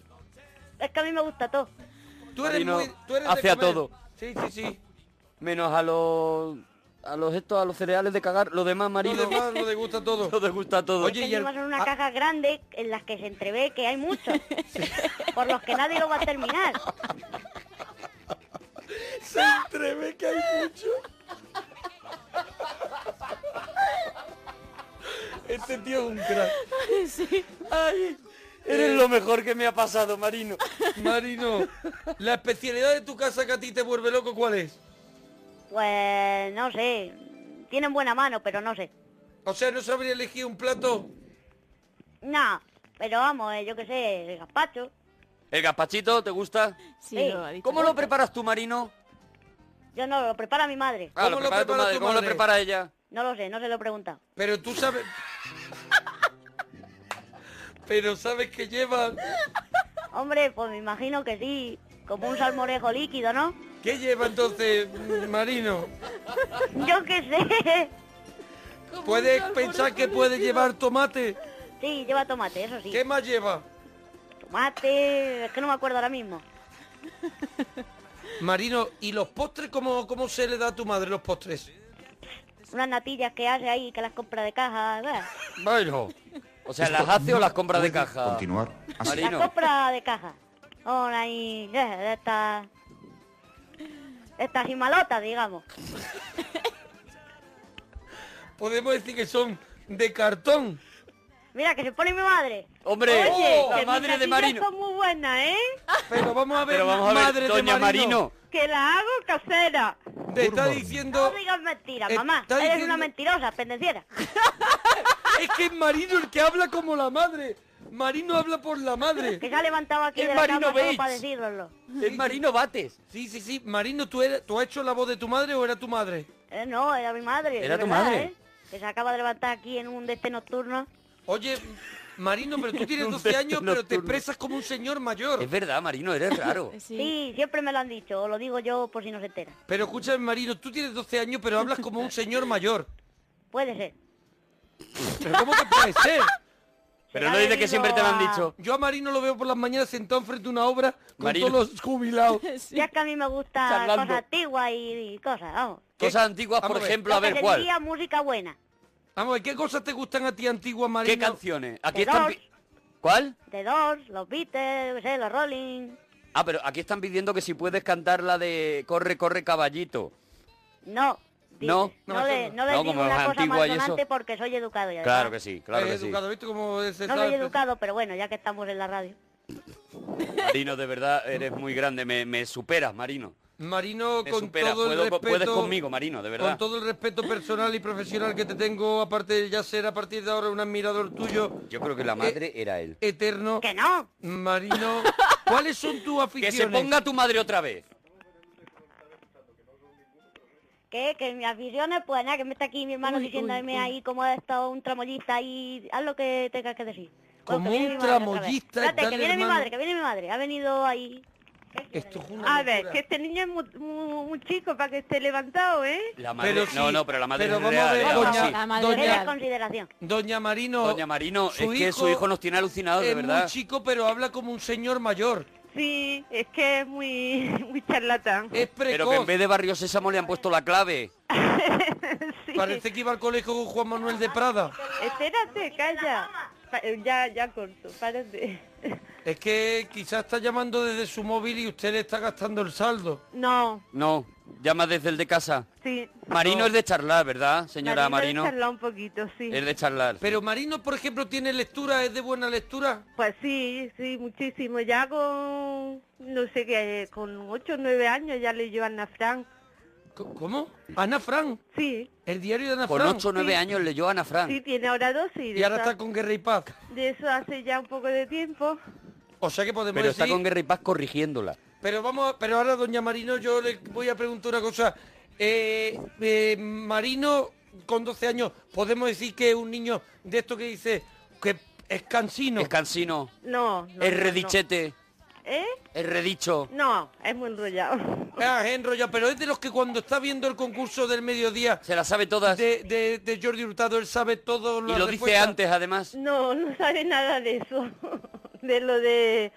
[SPEAKER 10] Es que a mí me gusta todo.
[SPEAKER 4] Tú eres
[SPEAKER 3] Marino
[SPEAKER 4] muy... Tú eres
[SPEAKER 3] hace
[SPEAKER 4] de
[SPEAKER 3] a
[SPEAKER 4] comer.
[SPEAKER 3] todo.
[SPEAKER 4] Sí, sí, sí.
[SPEAKER 3] Menos a los... A los estos, a los cereales de cagar. Lo demás,
[SPEAKER 4] Lo
[SPEAKER 3] Marino,
[SPEAKER 4] demás lo degusta todo.
[SPEAKER 3] no te gusta (laughs) todo.
[SPEAKER 4] Oye,
[SPEAKER 10] Que
[SPEAKER 4] y el-
[SPEAKER 10] encima son una
[SPEAKER 4] ah.
[SPEAKER 10] caja grande en las que se entrevé que
[SPEAKER 4] (laughs)
[SPEAKER 10] hay muchos. Por los que nadie lo va a terminar.
[SPEAKER 4] Se entreve que hay mucho. Este tío es un crack.
[SPEAKER 6] Sí.
[SPEAKER 3] Ay, eres lo mejor que me ha pasado, Marino.
[SPEAKER 4] Marino, la especialidad de tu casa que a ti te vuelve loco, ¿cuál es?
[SPEAKER 10] Pues no sé. Tienen buena mano, pero no sé.
[SPEAKER 4] O sea, no sabría elegir un plato.
[SPEAKER 10] No, pero vamos, eh, yo qué sé, el gazpacho.
[SPEAKER 3] ¿El gazpachito te gusta?
[SPEAKER 6] Sí,
[SPEAKER 10] Ey,
[SPEAKER 6] lo ha dicho.
[SPEAKER 3] ¿Cómo lo preparas tú, Marino?
[SPEAKER 10] Yo no, lo prepara mi madre.
[SPEAKER 3] Ah, lo
[SPEAKER 4] ¿Cómo lo
[SPEAKER 3] prepara tu
[SPEAKER 4] prepara
[SPEAKER 3] madre.
[SPEAKER 4] tu
[SPEAKER 3] ¿Cómo lo
[SPEAKER 4] madre?
[SPEAKER 3] prepara ella?
[SPEAKER 10] No lo sé, no se lo he preguntado.
[SPEAKER 4] Pero tú sabes. Pero sabes que llevan.
[SPEAKER 10] Hombre, pues me imagino que sí. Como un salmorejo líquido, ¿no?
[SPEAKER 4] ¿Qué lleva entonces, Marino?
[SPEAKER 10] Yo qué sé.
[SPEAKER 4] ¿Puedes pensar que puede llevar tomate?
[SPEAKER 10] Sí, lleva tomate, eso sí.
[SPEAKER 4] ¿Qué más lleva?
[SPEAKER 10] Tomate, es que no me acuerdo ahora mismo.
[SPEAKER 4] Marino, ¿y los postres cómo, cómo se le da a tu madre los postres?
[SPEAKER 10] Unas natillas que hace ahí, que las compra de caja, ¿verdad?
[SPEAKER 3] Bueno. O sea, ¿las hace o las compra de caja?
[SPEAKER 11] Continuar. Así. (laughs)
[SPEAKER 10] Las
[SPEAKER 3] Marino.
[SPEAKER 10] compra de caja. Una ahí, eh, de estas... Estas himalotas, digamos.
[SPEAKER 4] Podemos decir que son de cartón.
[SPEAKER 10] Mira, que se pone mi madre.
[SPEAKER 3] Hombre,
[SPEAKER 10] Oye,
[SPEAKER 3] la
[SPEAKER 10] que
[SPEAKER 3] madre
[SPEAKER 10] mis
[SPEAKER 3] de
[SPEAKER 10] natillas
[SPEAKER 3] Marino.
[SPEAKER 10] son muy buenas, ¿eh?
[SPEAKER 4] Pero vamos a ver,
[SPEAKER 3] Pero vamos a ver,
[SPEAKER 4] madre de
[SPEAKER 3] doña
[SPEAKER 4] Marino.
[SPEAKER 3] Marino.
[SPEAKER 10] Que la hago casera.
[SPEAKER 4] Te está
[SPEAKER 10] No
[SPEAKER 4] diciendo.
[SPEAKER 10] digas mentiras,
[SPEAKER 4] Está
[SPEAKER 10] mamá. Eres
[SPEAKER 4] diciendo-
[SPEAKER 10] una mentirosa, pendenciera.
[SPEAKER 4] (laughs) Es que es Marino el que habla como la madre. Marino habla por la madre.
[SPEAKER 10] Que se ha levantado aquí
[SPEAKER 3] Es
[SPEAKER 10] de la
[SPEAKER 3] Marino
[SPEAKER 10] cama solo
[SPEAKER 3] Bates.
[SPEAKER 10] para decírnoslo.
[SPEAKER 3] Es Marino Bates.
[SPEAKER 4] Sí, sí, sí. Marino, ¿tú, eres- ¿tú has hecho la voz de tu madre o era tu madre?
[SPEAKER 10] Eh, no, era mi madre.
[SPEAKER 3] Era
[SPEAKER 10] de
[SPEAKER 3] tu
[SPEAKER 10] verdad,
[SPEAKER 3] madre.
[SPEAKER 10] ¿eh? Que se acaba de levantar aquí en un de este nocturno.
[SPEAKER 4] Oye, Marino, pero tú
[SPEAKER 3] (laughs)
[SPEAKER 4] tienes 12 años, pero te expresas como un señor mayor.
[SPEAKER 3] Es verdad, Marino, eres raro.
[SPEAKER 10] Sí.
[SPEAKER 6] Sí.
[SPEAKER 10] siempre me lo han dicho, o lo digo yo por si no se entera.
[SPEAKER 4] Pero escúchame, Marino, tú tienes 12 años, pero hablas como un señor mayor.
[SPEAKER 10] Puede ser.
[SPEAKER 4] ¿Pero cómo que puede ser?
[SPEAKER 3] Pero
[SPEAKER 10] Será
[SPEAKER 3] no dice que
[SPEAKER 10] debido
[SPEAKER 3] siempre te lo han
[SPEAKER 10] a-
[SPEAKER 3] dicho.
[SPEAKER 4] Yo a Marino lo veo por las mañanas sentado enfrente de una obra con
[SPEAKER 3] Marino.
[SPEAKER 4] todos los (laughs) jubilados.
[SPEAKER 6] Sí.
[SPEAKER 10] Ya es que a mí me gusta
[SPEAKER 3] Charlando.
[SPEAKER 10] cosas antiguas y, y cosas, vamos.
[SPEAKER 4] ¿Qué?
[SPEAKER 3] (laughs) Cosas antiguas,
[SPEAKER 4] Vamos
[SPEAKER 3] por
[SPEAKER 4] a ver.
[SPEAKER 3] ejemplo, a
[SPEAKER 10] Lo que
[SPEAKER 3] ver
[SPEAKER 10] se
[SPEAKER 3] cuál.
[SPEAKER 10] diría música buena.
[SPEAKER 4] Vamos a ver, ¿qué cosas te gustan a ti, antigua Marino?
[SPEAKER 3] ¿Qué canciones? Aquí
[SPEAKER 10] The
[SPEAKER 3] están...
[SPEAKER 10] Doors.
[SPEAKER 3] pi- ¿Cuál?
[SPEAKER 10] The Doors, los Beatles, yo qué sé, los Rolling.
[SPEAKER 3] Ah, pero aquí están pidiendo que si puedes cantar la de Corre, corre, caballito.
[SPEAKER 10] No.
[SPEAKER 3] No,
[SPEAKER 10] No, le, no les
[SPEAKER 3] No,
[SPEAKER 10] digo
[SPEAKER 3] como
[SPEAKER 10] una
[SPEAKER 3] es
[SPEAKER 10] cosa
[SPEAKER 3] antigua y eso.
[SPEAKER 10] malsonante porque soy educado. ya
[SPEAKER 3] Claro que sí, claro que
[SPEAKER 4] Es Eh, educado, ¿viste cómo es
[SPEAKER 10] No soy educado, pero bueno, ya que estamos en la radio.
[SPEAKER 3] sí. Marino, de verdad, eres muy grande. Me, me superas, Marino.
[SPEAKER 4] Marino,
[SPEAKER 3] Me
[SPEAKER 4] con
[SPEAKER 3] superas.
[SPEAKER 4] todo el
[SPEAKER 3] Puedo-
[SPEAKER 4] respeto...
[SPEAKER 3] puedes conmigo, Marino, de verdad.
[SPEAKER 4] Con todo el respeto personal y profesional que te tengo, aparte de ya ser a partir de ahora un admirador tuyo...
[SPEAKER 3] Yo creo
[SPEAKER 4] Eh,
[SPEAKER 3] que la madre era él.
[SPEAKER 4] Eterno.
[SPEAKER 10] Que no.
[SPEAKER 4] Marino, ¿cuáles son tus
[SPEAKER 3] Que
[SPEAKER 4] aficiones?
[SPEAKER 3] se ponga tu madre otra vez.
[SPEAKER 10] ¿Qué? Que mis aficiones, pues nada, que me está aquí mi hermano diciéndome ahí como ha estado un tramoyista y haz lo que tengas que decir.
[SPEAKER 4] Como
[SPEAKER 10] que
[SPEAKER 4] un
[SPEAKER 10] viene mi madre otra vez.
[SPEAKER 4] tramoyista,
[SPEAKER 10] Espérate, que
[SPEAKER 4] dale,
[SPEAKER 10] viene mi
[SPEAKER 4] hermano.
[SPEAKER 10] madre, que viene mi madre. Ha venido ahí.
[SPEAKER 4] Esto es una
[SPEAKER 11] A ver,
[SPEAKER 4] locura.
[SPEAKER 11] que este niño es muy, muy- muy chico para que esté levantado, ¿eh?
[SPEAKER 3] La madre,
[SPEAKER 4] Pero sí,
[SPEAKER 3] no, no, pero la madre
[SPEAKER 4] pero
[SPEAKER 3] es
[SPEAKER 4] vamos a
[SPEAKER 3] real. ¿eh?
[SPEAKER 4] ver,
[SPEAKER 3] era
[SPEAKER 4] doña-
[SPEAKER 3] así.
[SPEAKER 4] La madre doña- real.
[SPEAKER 10] consideración.
[SPEAKER 4] Doña Marino...
[SPEAKER 3] Doña Marino,
[SPEAKER 4] su
[SPEAKER 3] es que su hijo nos tiene alucinados, de
[SPEAKER 4] es
[SPEAKER 3] verdad.
[SPEAKER 4] muy chico, pero habla como un señor mayor.
[SPEAKER 11] Sí, es que es muy, (laughs) muy charlatán.
[SPEAKER 4] Es
[SPEAKER 3] Pero que en vez de Barrio Sésamo le han puesto la clave.
[SPEAKER 4] Parece que iba al colegio con Juan Manuel de Prada.
[SPEAKER 11] Espérate, calla. Pa- eh, ya, ya corto, párate.
[SPEAKER 4] Es que quizás está llamando desde su móvil y usted le está gastando el saldo.
[SPEAKER 11] No,
[SPEAKER 3] No, llama desde el de casa.
[SPEAKER 11] sí.
[SPEAKER 3] Marino es de charlar, ¿verdad, señora
[SPEAKER 11] Marino.
[SPEAKER 3] Marino?
[SPEAKER 11] de charlar un poquito, sí.
[SPEAKER 3] Es de charlar.
[SPEAKER 4] Pero Marino, por ejemplo, tiene lectura, es de buena lectura.
[SPEAKER 11] Pues sí, sí, muchísimo. Ya con, no sé qué, con 8 o 9 años ya leyó Ana Frank.
[SPEAKER 4] Co- ¿Cómo? Ana Fran.
[SPEAKER 11] Sí.
[SPEAKER 4] El diario de Ana
[SPEAKER 3] Con
[SPEAKER 4] Fran.
[SPEAKER 3] 8 o 9 años leyó Ana Frank.
[SPEAKER 11] Sí, tiene ahora 12 y, de,
[SPEAKER 4] Y ahora
[SPEAKER 11] eso,
[SPEAKER 4] está con Guerra y Paz.
[SPEAKER 11] de eso hace ya un poco de tiempo.
[SPEAKER 4] O sea que podemos
[SPEAKER 3] Pero está
[SPEAKER 4] decir-
[SPEAKER 3] con Guerra y Paz corrigiéndola.
[SPEAKER 4] Pero vamos, a- pero ahora doña Marino, yo le voy a preguntar una cosa. Eh, eh, Marino, con 12 años, podemos decir que es un niño de esto que dice que es cansino.
[SPEAKER 3] Es cansino.
[SPEAKER 11] No, no,
[SPEAKER 3] Es
[SPEAKER 11] no, no.
[SPEAKER 3] redichete.
[SPEAKER 11] ¿Eh?
[SPEAKER 3] Es redicho.
[SPEAKER 11] No, es muy enrollado.
[SPEAKER 4] Ah, es enrollado, pero es de los que cuando está viendo el concurso del mediodía...
[SPEAKER 3] Se la sabe todas.
[SPEAKER 4] De, de- de Jordi Hurtado, él sabe todo.
[SPEAKER 3] Y lo dice antes, además.
[SPEAKER 11] No, no sabe nada de eso. (laughs) De lo de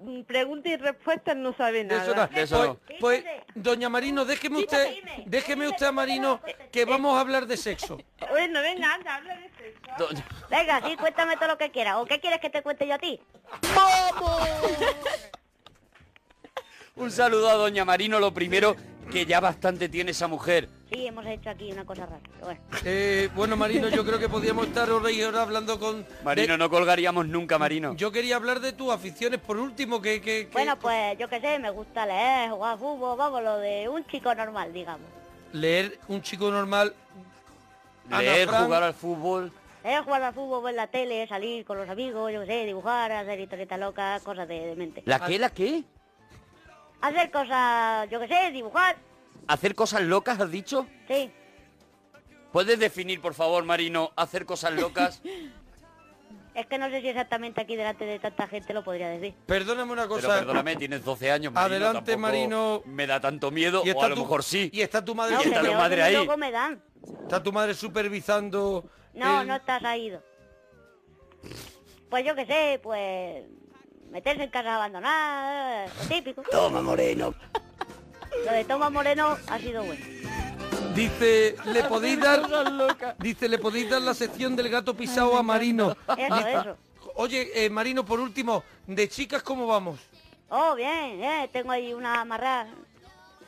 [SPEAKER 11] mm, preguntas y respuestas no sabe nada.
[SPEAKER 4] De eso no. Pues, doña Marino, déjeme usted, déjeme usted a Marino, que vamos a hablar de sexo.
[SPEAKER 11] Bueno, venga, anda, habla de sexo.
[SPEAKER 10] Venga, sí, cuéntame todo lo que quieras. ¿O qué quieres que te cuente yo a ti?
[SPEAKER 3] Un saludo a Doña Marino, lo primero que ya bastante tiene esa mujer.
[SPEAKER 10] Sí, hemos hecho aquí una cosa rara. pero bueno.
[SPEAKER 4] Eh, bueno, Marino, yo creo que podíamos estar hora y hora hablando con...
[SPEAKER 3] Marino, no colgaríamos nunca, Marino.
[SPEAKER 4] Yo quería hablar de tus aficiones, por último, que... que- que-
[SPEAKER 10] Bueno, pues yo qué sé, me gusta leer, jugar a fútbol, vamos, lo de un chico normal, digamos.
[SPEAKER 4] Leer un chico normal... Ana
[SPEAKER 3] Leer,
[SPEAKER 4] Frank,
[SPEAKER 3] jugar al fútbol.
[SPEAKER 10] Eh, jugar al fútbol, ver la tele, salir con los amigos, yo qué sé, dibujar, hacer historietas locas, cosas de, de mente.
[SPEAKER 3] ¿La qué, la qué?
[SPEAKER 10] Hacer cosas, yo qué sé, dibujar,
[SPEAKER 3] ¿Hacer cosas locas, has dicho?
[SPEAKER 10] sí.
[SPEAKER 3] ¿Puedes definir, por favor, Marino, hacer cosas locas?
[SPEAKER 10] Es que no sé si exactamente aquí delante de tanta gente lo podría decir.
[SPEAKER 4] (laughs) Perdóname una cosa.
[SPEAKER 3] Pero perdóname, tienes 12 años, Marino.
[SPEAKER 4] Adelante,
[SPEAKER 3] tampoco
[SPEAKER 4] Marino.
[SPEAKER 3] Me da tanto miedo,
[SPEAKER 4] Y
[SPEAKER 3] o
[SPEAKER 4] está
[SPEAKER 3] a lo
[SPEAKER 4] tu-
[SPEAKER 3] mejor sí.
[SPEAKER 4] Y está tu madre...
[SPEAKER 10] No,
[SPEAKER 3] Y está
[SPEAKER 10] que
[SPEAKER 3] tu
[SPEAKER 10] peor
[SPEAKER 3] madre
[SPEAKER 10] que
[SPEAKER 3] ahí.
[SPEAKER 10] Luego me dan.
[SPEAKER 4] Está tu madre supervisando...
[SPEAKER 10] No,
[SPEAKER 4] el-
[SPEAKER 10] no estás ido. Pues yo qué sé, pues meterse en casa abandonada, eh, lo típico. Toma Moreno. Lo de Toma Moreno ha sido bueno.
[SPEAKER 4] Dice, le podéis dar... Dice, le podéis dar la sección del gato pisado a Marino.
[SPEAKER 10] Eso, eso.
[SPEAKER 4] Oye, eh, Marino, por último, de chicas, ¿cómo vamos?
[SPEAKER 10] Oh, bien, eh, tengo ahí una amarrada.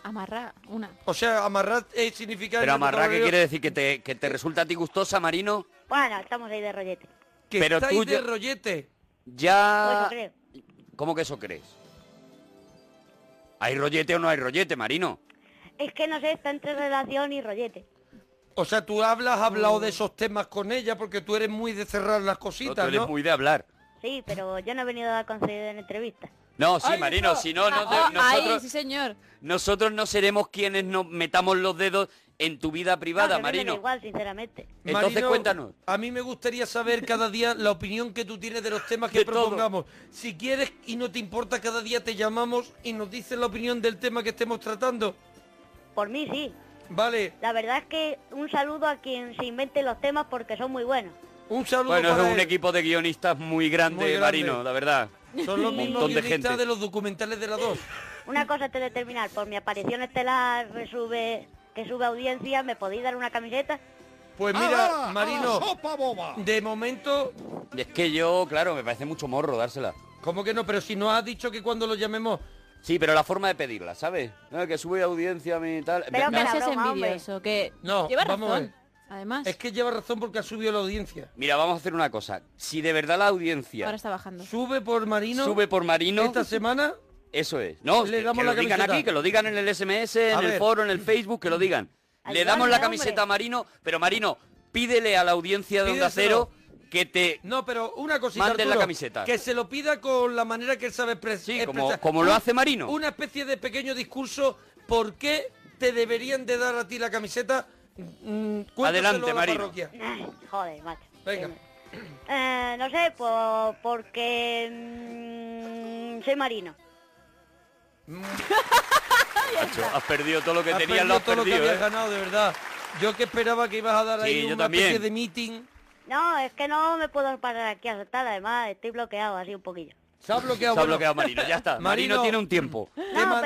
[SPEAKER 10] Amarrada, una.
[SPEAKER 4] O sea, amarrar eh, significa...
[SPEAKER 3] Pero amarrar, ¿qué
[SPEAKER 4] que
[SPEAKER 3] quiere decir? ¿Que te, que te resulta a ti gustosa, Marino?
[SPEAKER 10] Bueno, estamos ahí de rollete.
[SPEAKER 4] Que
[SPEAKER 3] Pero
[SPEAKER 4] estáis
[SPEAKER 3] tú
[SPEAKER 4] de
[SPEAKER 3] ya-
[SPEAKER 4] rollete.
[SPEAKER 6] Ah.
[SPEAKER 10] Pues
[SPEAKER 3] Ya...
[SPEAKER 10] yo creo.
[SPEAKER 3] ¿Cómo que eso crees? ¿Hay rollete o no hay rollete, Marino?
[SPEAKER 10] Es que no sé, está entre relación y rollete.
[SPEAKER 4] O sea, tú hablas, has hablado de esos temas con ella porque tú eres muy de cerrar las
[SPEAKER 3] No,
[SPEAKER 4] cositas,
[SPEAKER 3] tú
[SPEAKER 4] ¿no?
[SPEAKER 3] eres muy de hablar.
[SPEAKER 10] Sí, pero yo no he venido a conceder entrevistas.
[SPEAKER 3] No, sí, Marino, si no, no te-
[SPEAKER 6] Ah, oh, Ahí,
[SPEAKER 3] nosotros,
[SPEAKER 6] sí, señor.
[SPEAKER 3] nosotros no seremos quienes nos metamos los dedos en tu vida privada,
[SPEAKER 10] No, que a mí me da
[SPEAKER 3] Marino.
[SPEAKER 10] igual, sinceramente.
[SPEAKER 3] Entonces
[SPEAKER 4] Marino,
[SPEAKER 3] cuéntanos.
[SPEAKER 4] A mí me gustaría saber cada día la opinión que tú tienes de los temas que
[SPEAKER 3] De todo.
[SPEAKER 4] propongamos. Si quieres y no te importa, cada día te llamamos y nos dices la opinión del tema que estemos tratando.
[SPEAKER 10] Por mí sí.
[SPEAKER 4] Vale,
[SPEAKER 10] La verdad es que un saludo a quien se invente los temas porque son muy buenos.
[SPEAKER 4] un saludo
[SPEAKER 3] Bueno,
[SPEAKER 4] para
[SPEAKER 3] es un
[SPEAKER 4] él.
[SPEAKER 3] equipo de guionistas muy grande,
[SPEAKER 4] Muy grande.
[SPEAKER 3] Marino, la verdad.
[SPEAKER 4] Son los
[SPEAKER 3] Un
[SPEAKER 4] mismos
[SPEAKER 3] montón de
[SPEAKER 4] guionistas
[SPEAKER 3] gente.
[SPEAKER 4] de, los documentales de la 2.
[SPEAKER 10] Una cosa antes de terminar, por mi aparición estelar que sube, que sube audiencia, ¿me podéis dar una camiseta?
[SPEAKER 4] Pues mira, Marino, de momento
[SPEAKER 3] Y es que yo, claro, me parece mucho morro dársela.
[SPEAKER 4] ¿Cómo que no? Pero si no has dicho que cuando lo llamemos...
[SPEAKER 3] Sí, pero la forma de pedirla, ¿sabes? Ah, que sube audiencia mi tal.
[SPEAKER 6] Pero
[SPEAKER 3] Me-
[SPEAKER 6] que no seas envidioso, que
[SPEAKER 3] No,
[SPEAKER 6] lleva
[SPEAKER 3] vamos a
[SPEAKER 6] razón.
[SPEAKER 3] ver.
[SPEAKER 6] Además,
[SPEAKER 4] Es que lleva razón porque ha subido la audiencia.
[SPEAKER 3] Mira, vamos a hacer una cosa. Si de verdad la audiencia
[SPEAKER 6] ahora está bajando.
[SPEAKER 4] Sube por Marino.
[SPEAKER 3] Sube por Marino.
[SPEAKER 4] Esta semana.
[SPEAKER 3] Eso es. No,
[SPEAKER 4] Le
[SPEAKER 3] que-
[SPEAKER 4] damos
[SPEAKER 3] que
[SPEAKER 4] la
[SPEAKER 3] lo digan
[SPEAKER 4] camiseta.
[SPEAKER 3] aquí, que lo digan en el SMS,
[SPEAKER 4] A
[SPEAKER 3] en el
[SPEAKER 4] ver.
[SPEAKER 3] foro, en el Facebook, que lo digan. Le
[SPEAKER 4] Ayúdame,
[SPEAKER 3] damos la
[SPEAKER 4] hombre.
[SPEAKER 3] camiseta a Marino, pero Marino, pídele a la audiencia de Onda
[SPEAKER 4] Pídeselo.
[SPEAKER 3] Cero que te...
[SPEAKER 4] No, pero una cosita,
[SPEAKER 3] Manden la
[SPEAKER 4] Arturo,
[SPEAKER 3] camiseta.
[SPEAKER 4] Que se lo pida con la manera que él sabe expres- expresar.
[SPEAKER 3] como- como lo hace Marino.
[SPEAKER 4] Una especie de pequeño discurso. ¿Por qué te deberían de dar a ti la camiseta? Mm, cuéntaselo
[SPEAKER 3] Adelante,
[SPEAKER 4] a la
[SPEAKER 3] Marino. Mm.
[SPEAKER 4] parroquia.
[SPEAKER 10] Joder, macho.
[SPEAKER 4] Venga.
[SPEAKER 10] Eh, no sé, por, porque mm, soy marino.
[SPEAKER 3] Macho, has perdido todo lo que
[SPEAKER 4] Has
[SPEAKER 3] tenías, lo has
[SPEAKER 4] todo lo
[SPEAKER 3] perdido.
[SPEAKER 4] que habías
[SPEAKER 3] ¿eh?
[SPEAKER 4] ganado, de verdad. Yo que esperaba que ibas a dar
[SPEAKER 3] Sí,
[SPEAKER 4] ahí
[SPEAKER 3] yo
[SPEAKER 4] una
[SPEAKER 3] también.
[SPEAKER 4] especie de meeting.
[SPEAKER 10] No, es que no me puedo parar aquí a soltar, además estoy bloqueado así un poquillo.
[SPEAKER 4] Se ha bloqueado,
[SPEAKER 3] Se ha
[SPEAKER 4] bueno.
[SPEAKER 3] bloqueado Marino,
[SPEAKER 4] (laughs)
[SPEAKER 3] ya está. Marino,
[SPEAKER 4] Marino.
[SPEAKER 3] tiene
[SPEAKER 4] (laughs)
[SPEAKER 3] un tiempo.
[SPEAKER 10] no,
[SPEAKER 4] mandamos.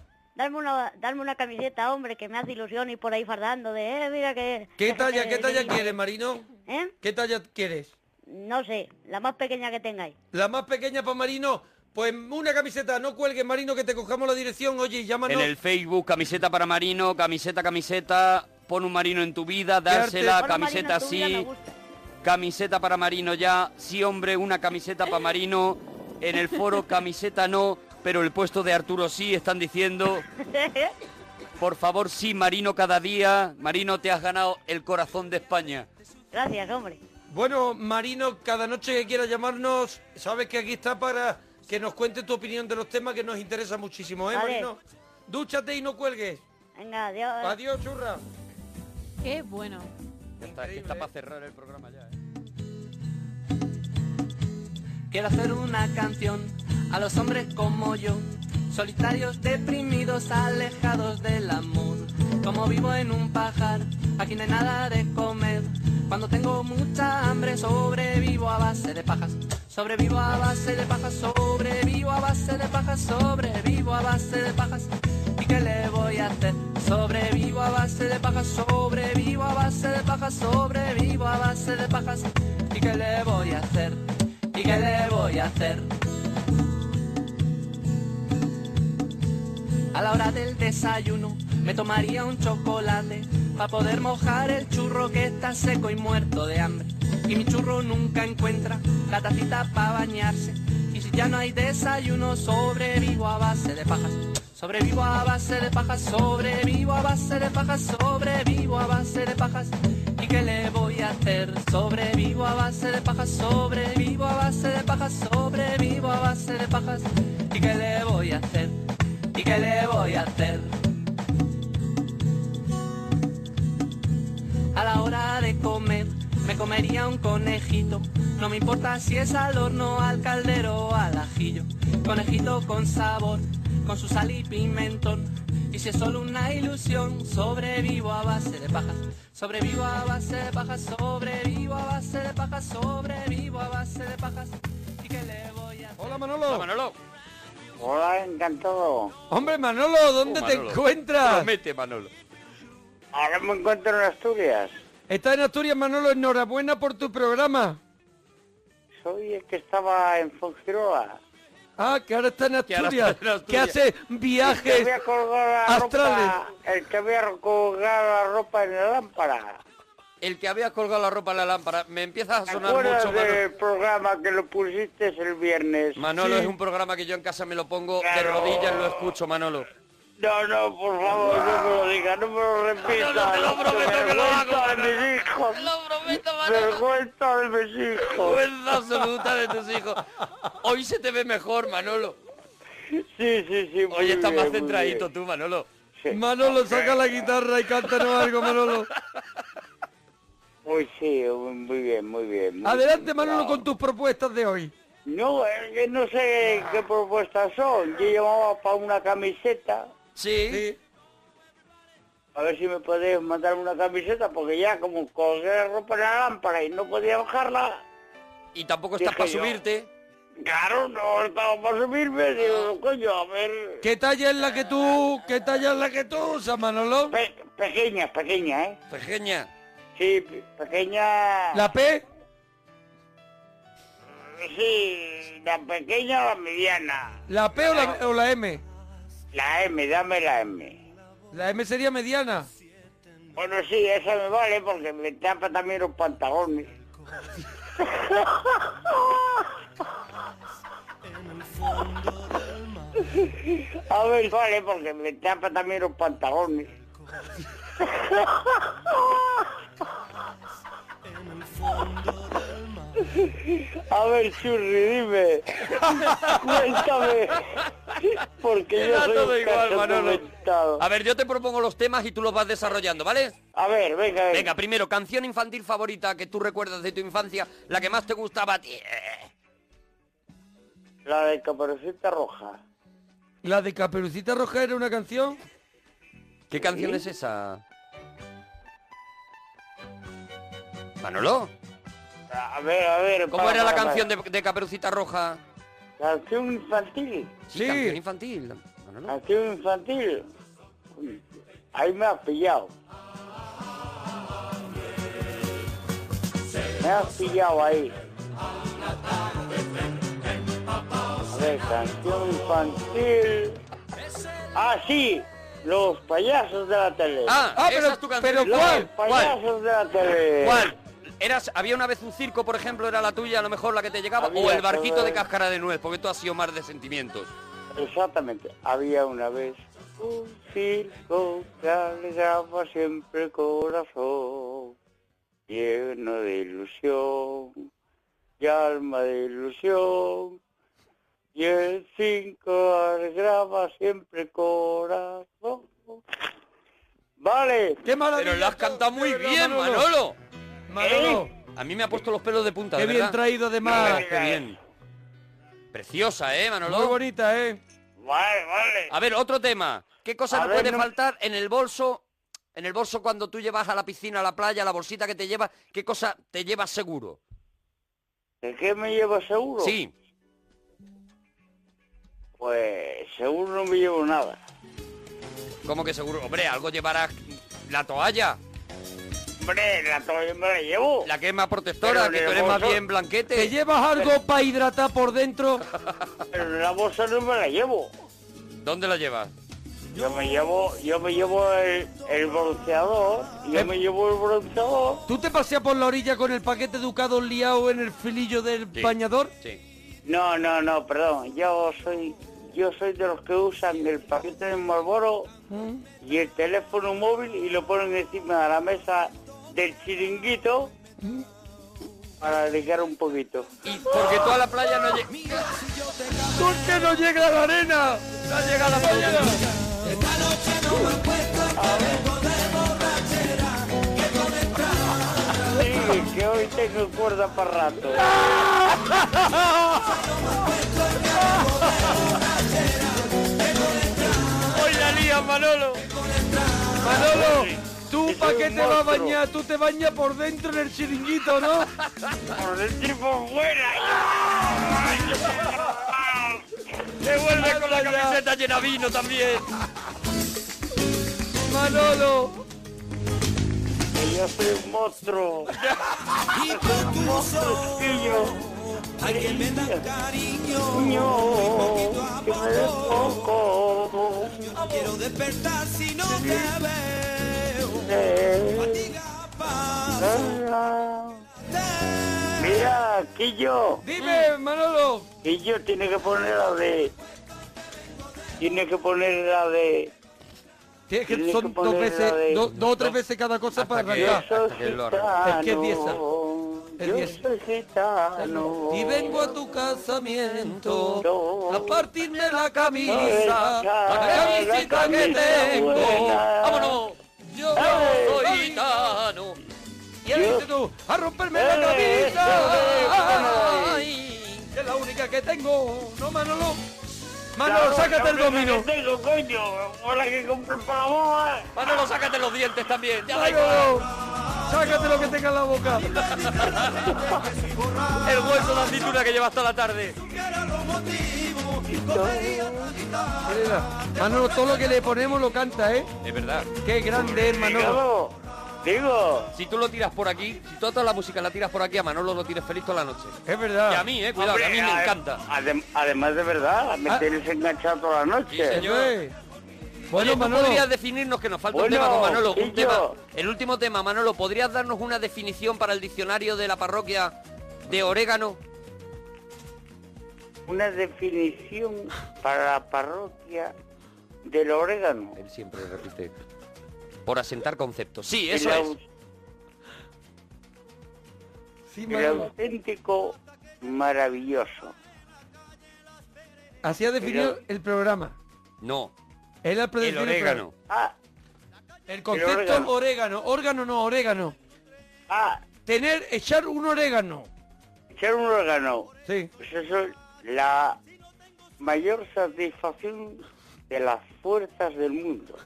[SPEAKER 10] pero darme una, darme una camiseta, hombre, que me hace ilusión y por ahí fardando de, eh, mira que...
[SPEAKER 4] ¿Qué
[SPEAKER 10] que
[SPEAKER 4] talla,
[SPEAKER 10] se-
[SPEAKER 4] qué talla quieres, Marino?
[SPEAKER 10] ¿Eh?
[SPEAKER 4] ¿Qué talla quieres?
[SPEAKER 10] No sé, la más pequeña que tengáis.
[SPEAKER 4] La más pequeña para Marino. Pues una camiseta, no cuelgues, Marino, que te cojamos la dirección. Oye, y llámanos.
[SPEAKER 3] En el Facebook, camiseta para Marino, camiseta, camiseta, pon un Marino en tu vida, dársela,
[SPEAKER 10] Pon un marino
[SPEAKER 3] camiseta
[SPEAKER 10] en tu vida, me
[SPEAKER 3] así,
[SPEAKER 10] gusta.
[SPEAKER 3] camiseta para Marino ya, sí hombre, una camiseta para Marino, en el foro camiseta no, pero el puesto de Arturo sí, están diciendo, por favor sí, Marino cada día, Marino te has ganado el corazón de España.
[SPEAKER 10] Gracias, hombre.
[SPEAKER 4] Bueno, Marino, cada noche que quieras llamarnos, sabes que aquí está para que nos cuente tu opinión de los temas que nos interesa muchísimo, ¿eh,
[SPEAKER 10] Vale.
[SPEAKER 4] Marino? Dúchate y no cuelgues.
[SPEAKER 10] Venga, adiós.
[SPEAKER 4] Adiós, churra.
[SPEAKER 6] Qué bueno.
[SPEAKER 3] Ya está, que está para cerrar el programa ya. ¿eh?
[SPEAKER 12] Quiero hacer una canción a los hombres como yo, solitarios, deprimidos, alejados del amor. Como vivo en un pajar, aquí no hay nada de comer. Cuando tengo mucha hambre, sobrevivo a base de pajas. Sobrevivo a base de pajas, sobrevivo a base de pajas, sobrevivo a base de pajas. ¿Y qué le voy a hacer? Sobrevivo a base de pajas, sobrevivo a base de pajas, sobrevivo a base de pajas. ¿Y qué le voy a hacer? ¿Y qué le voy a hacer? A la hora del desayuno me tomaría un chocolate para poder mojar el churro que está seco y muerto de hambre. Y mi churro nunca encuentra la tacita para bañarse. Y si ya no hay desayuno, sobrevivo a base de pajas. Sobrevivo a base de pajas, sobrevivo a base de pajas, sobrevivo a base de pajas. ¿Y qué le voy a hacer? Sobrevivo a base de pajas, sobrevivo a base de pajas, sobrevivo a base de pajas. ¿Y qué le voy a hacer? ¿Y qué le voy a hacer? A la hora de comer me comería un conejito. No me importa si es al horno, al caldero o al ajillo. Conejito con sabor, con su sal y pimentón. Y si es solo una ilusión, sobrevivo a base de pajas. Sobrevivo a base de pajas, sobrevivo a base de pajas, sobrevivo a base de pajas. ¿Y qué le voy a hacer?
[SPEAKER 4] Hola, Manolo. Hola,
[SPEAKER 3] Manolo.
[SPEAKER 13] Hola, encantado.
[SPEAKER 4] Hombre, Manolo, ¿dónde
[SPEAKER 3] Oh,
[SPEAKER 4] te
[SPEAKER 3] Manolo.
[SPEAKER 4] encuentras?
[SPEAKER 3] Promete, Manolo.
[SPEAKER 13] Ahora me encuentro en Asturias.
[SPEAKER 4] Estás en Asturias, Manolo. Enhorabuena por tu programa.
[SPEAKER 13] Soy el que estaba en Fongiroa.
[SPEAKER 4] Ah, que ahora está en
[SPEAKER 13] ahora
[SPEAKER 4] Asturias.
[SPEAKER 13] está en Asturias.
[SPEAKER 4] Que hace
[SPEAKER 13] El que
[SPEAKER 4] viajes
[SPEAKER 13] voy a colgar la
[SPEAKER 4] astrales.
[SPEAKER 13] ropa, el que voy a colgar la ropa en la lámpara.
[SPEAKER 3] El que había colgado la ropa en la lámpara, me empieza a
[SPEAKER 13] ¿Te
[SPEAKER 3] sonar mucho,
[SPEAKER 13] acuerdas
[SPEAKER 3] Manolo.
[SPEAKER 13] del programa que lo pusiste el viernes?
[SPEAKER 3] Manolo es un programa que yo en casa me lo pongo de rodillas, lo escucho, Manolo.
[SPEAKER 13] No, no, por favor, no me lo digas, no me lo repitas. No, te lo prometo que lo hago. de mis hijos. Te lo prometo, Vergüenza de mis hijos.
[SPEAKER 3] (laughs) Vergüenza absoluta de tus hijos. Hoy se te ve mejor, Manolo.
[SPEAKER 13] Sí, sí, sí.
[SPEAKER 3] Hoy estás más centradito
[SPEAKER 13] centradito
[SPEAKER 3] tú, Manolo.
[SPEAKER 4] Manolo, saca la guitarra y cántanos algo, Manolo.
[SPEAKER 13] Uy, sí, muy bien, muy bien. (laughs) muy
[SPEAKER 4] Adelante,
[SPEAKER 13] bien,
[SPEAKER 4] Manolo,
[SPEAKER 13] bravo.
[SPEAKER 4] con tus propuestas de hoy.
[SPEAKER 13] No, es que no sé qué propuestas son. Yo llamaba para una camiseta.
[SPEAKER 3] Sí.
[SPEAKER 13] A ver si me podéis mandar una camiseta, porque ya como colgué la ropa en la lámpara y no podía bajarla.
[SPEAKER 3] Y tampoco estás para subirte.
[SPEAKER 13] Claro, no estaba para subirme. Digo, coño, a ver.
[SPEAKER 4] ¿Qué talla es la que tú, qué talla es la que tú usas, Manolo?
[SPEAKER 13] Pequeña, pequeña, ¿eh?
[SPEAKER 3] Pequeña.
[SPEAKER 13] Sí, pe- pequeña.
[SPEAKER 4] ¿La P?
[SPEAKER 13] sí, la pequeña o la mediana.
[SPEAKER 4] ¿La P o la, o la M?
[SPEAKER 13] La M, dame la M.
[SPEAKER 4] ¿La M sería mediana?
[SPEAKER 13] Bueno, sí, esa me vale porque me tapa también los pantalones. A ver, vale porque me tapa también los pantalones. A ver, Churri, dime. Cuéntame. Porque yo
[SPEAKER 3] Queda
[SPEAKER 13] soy
[SPEAKER 3] todo
[SPEAKER 13] un
[SPEAKER 3] igual,
[SPEAKER 13] caso
[SPEAKER 3] Manolo.
[SPEAKER 13] comentado.
[SPEAKER 3] A ver, yo te propongo los temas y tú los vas desarrollando, ¿vale?
[SPEAKER 13] A ver, venga.
[SPEAKER 3] Venga, primero, canción infantil favorita que tú recuerdas de tu infancia, la que más te gustaba a ti.
[SPEAKER 13] La de Caperucita Roja.
[SPEAKER 4] ¿La de Caperucita Roja era una canción?
[SPEAKER 3] ¿Qué canción es esa? Manolo.
[SPEAKER 13] A ver, a ver.
[SPEAKER 3] ¿Cómo
[SPEAKER 13] para,
[SPEAKER 3] era la
[SPEAKER 13] para,
[SPEAKER 3] canción de, de Caperucita Roja?
[SPEAKER 13] Canción infantil.
[SPEAKER 3] Sí, canción infantil.
[SPEAKER 13] Canción infantil. Uy, Ahí me has pillado. Me has pillado ahí. A ver, canción infantil. Ah, sí. Los payasos de la tele.
[SPEAKER 3] Ah, esa es tu canción.
[SPEAKER 13] Los payasos de la tele.
[SPEAKER 3] ¿Cuál? Eras, había una vez un circo, por ejemplo, era la tuya, a lo mejor la que te llegaba, o
[SPEAKER 13] Había,
[SPEAKER 3] el barquito de
[SPEAKER 13] joder.
[SPEAKER 3] cáscara de nuez, porque tú has sido más de sentimientos.
[SPEAKER 13] Exactamente. Había una vez un circo que alegraba siempre el corazón, lleno de ilusión y alma de ilusión. Y el cinco alegraba siempre el corazón. Vale.
[SPEAKER 4] ¡Qué maravilla!
[SPEAKER 3] Pero la has cantado muy
[SPEAKER 13] verdad,
[SPEAKER 3] bien, Manolo.
[SPEAKER 13] Manolo.
[SPEAKER 4] Manolo.
[SPEAKER 3] A mí me ha puesto los pelos de punta,
[SPEAKER 4] Qué
[SPEAKER 3] de
[SPEAKER 4] bien
[SPEAKER 3] verdad.
[SPEAKER 4] traído, además.
[SPEAKER 3] No, qué bien. Preciosa, ¿eh, Manolo?
[SPEAKER 4] Muy bonita, ¿eh?
[SPEAKER 13] Vale, vale.
[SPEAKER 3] A ver, otro tema. ¿Qué cosa
[SPEAKER 4] A
[SPEAKER 3] no
[SPEAKER 4] ver,
[SPEAKER 3] puede
[SPEAKER 4] no-
[SPEAKER 3] faltar en el bolso? En el bolso cuando tú llevas a la piscina, a la playa, la bolsita que te llevas, ¿qué cosa te llevas seguro?
[SPEAKER 13] ¿De qué me llevo seguro?
[SPEAKER 3] Sí.
[SPEAKER 13] Pues seguro no me llevo nada.
[SPEAKER 3] ¿Cómo que seguro? Hombre, algo llevarás la toalla.
[SPEAKER 13] Hombre, la toalla me la llevo.
[SPEAKER 3] La quema protectora,
[SPEAKER 13] Pero
[SPEAKER 3] que
[SPEAKER 13] en
[SPEAKER 3] tú
[SPEAKER 13] el
[SPEAKER 3] eres más
[SPEAKER 13] bolso-
[SPEAKER 3] bien blanquete.
[SPEAKER 4] ¿Te llevas algo para hidratar por dentro?
[SPEAKER 13] Pero la bolsa no me la llevo.
[SPEAKER 3] ¿Dónde la llevas?
[SPEAKER 13] Yo me llevo, yo me llevo el, el bronceador,
[SPEAKER 3] ¿Eh?
[SPEAKER 13] yo me llevo el bronceador.
[SPEAKER 4] ¿Tú te paseas por la orilla con el paquete educado liado en el filillo del bañador?
[SPEAKER 3] Sí.
[SPEAKER 13] No, no, no, perdón. Yo soy, yo soy de los que usan el paquete de Marlboro y el teléfono móvil y lo ponen encima de la mesa del chiringuito
[SPEAKER 3] ¿Mm?
[SPEAKER 13] para ligar un poquito.
[SPEAKER 3] Porque tú a la playa no llegas.
[SPEAKER 4] ¿Por qué no llega a la arena?
[SPEAKER 3] No llega a la playa.
[SPEAKER 13] Sí, que hoy tengo cuerda para rato.
[SPEAKER 4] Hoy la lía, Manolo. Manolo, ¿tú para qué te vas a bañar? Tú te bañas por dentro en el chiringuito, ¿no?
[SPEAKER 13] Por dentro y por fuera.
[SPEAKER 3] (laughs) Se vuelve con la camiseta llena de vino también.
[SPEAKER 4] Manolo.
[SPEAKER 13] Que yo soy un monstruo.
[SPEAKER 1] Y con tu uso hay que me da cariño.
[SPEAKER 13] Que me des poco.
[SPEAKER 1] No quiero despertar si no te
[SPEAKER 13] Eh.
[SPEAKER 1] veo. Fatiga
[SPEAKER 13] Hola. Mira, Quillo.
[SPEAKER 4] Dime, Manolo.
[SPEAKER 13] Quillo tiene que poner la de... Tiene que poner la de...
[SPEAKER 4] Tienes que-
[SPEAKER 13] Tienes
[SPEAKER 4] son
[SPEAKER 13] que
[SPEAKER 4] dos
[SPEAKER 13] poner
[SPEAKER 4] veces,
[SPEAKER 13] la de-
[SPEAKER 4] do- dos o tres veces cada cosa para
[SPEAKER 13] que-
[SPEAKER 4] arrancar.
[SPEAKER 13] hasta que lo arranque.
[SPEAKER 4] Es que es diez. Es
[SPEAKER 13] Yo
[SPEAKER 4] diez.
[SPEAKER 13] soy gitano.
[SPEAKER 4] Y vengo a tu casamiento a partirme la camisa, la camisita que tengo. ¡Vámonos! Yo soy
[SPEAKER 3] gitano.
[SPEAKER 4] Y él dice tú, a romperme la eh, camisa. Ay, Es la única que tengo, ¿no, Manolo? Manolo,
[SPEAKER 13] Claro,
[SPEAKER 4] sácate el
[SPEAKER 13] la única
[SPEAKER 4] domino.
[SPEAKER 13] que Tengo, coño. Hola, que compré para vos. eh.
[SPEAKER 3] Manolo, sácate los dientes también. Ya da igual.
[SPEAKER 4] Manolo, sácate lo que tenga en la (laughs) boca.
[SPEAKER 3] El hueso de aceituna que llevas toda la tarde.
[SPEAKER 4] Manolo, todo lo ¿eh? que le ponemos lo canta, ¿eh?
[SPEAKER 3] Es verdad.
[SPEAKER 4] Qué grande es Manolo.
[SPEAKER 13] Claro, Digo.
[SPEAKER 3] Si tú lo tiras por aquí, si tú a toda la música la tiras por aquí, a Manolo lo tires feliz toda la noche.
[SPEAKER 4] Es verdad.
[SPEAKER 3] Y a mí, eh, cuidado,
[SPEAKER 13] Hombre,
[SPEAKER 3] que a mí me
[SPEAKER 13] adem-
[SPEAKER 3] encanta.
[SPEAKER 13] adem- además de verdad, me
[SPEAKER 3] Ah.
[SPEAKER 13] tienes enganchado toda la noche.
[SPEAKER 3] Sí, señor. Bueno,
[SPEAKER 13] Bueno,
[SPEAKER 3] Oye, ¿tú
[SPEAKER 13] Manolo.
[SPEAKER 3] podrías definirnos que nos falta
[SPEAKER 13] Bueno,
[SPEAKER 3] un tema con Manolo, un
[SPEAKER 13] Quillo.
[SPEAKER 3] tema, el último tema, Manolo, ¿podrías darnos una definición para el diccionario de la parroquia de orégano?
[SPEAKER 13] Una definición para la parroquia del orégano.
[SPEAKER 3] Él siempre repite. Por asentar conceptos. Sí, eso
[SPEAKER 13] el
[SPEAKER 3] es.
[SPEAKER 13] au- el auténtico maravilloso.
[SPEAKER 4] Así ha definido
[SPEAKER 13] Pero-
[SPEAKER 4] el programa.
[SPEAKER 3] No.
[SPEAKER 4] Él ha predefinido el
[SPEAKER 3] orégano.
[SPEAKER 13] Ah,
[SPEAKER 4] El concepto
[SPEAKER 13] orégano.
[SPEAKER 4] orégano. órgano no, orégano.
[SPEAKER 13] Ah.
[SPEAKER 4] Tener, echar un orégano.
[SPEAKER 13] Echar un órgano.
[SPEAKER 4] Sí.
[SPEAKER 13] Pues eso es la mayor satisfacción de las fuerzas del mundo.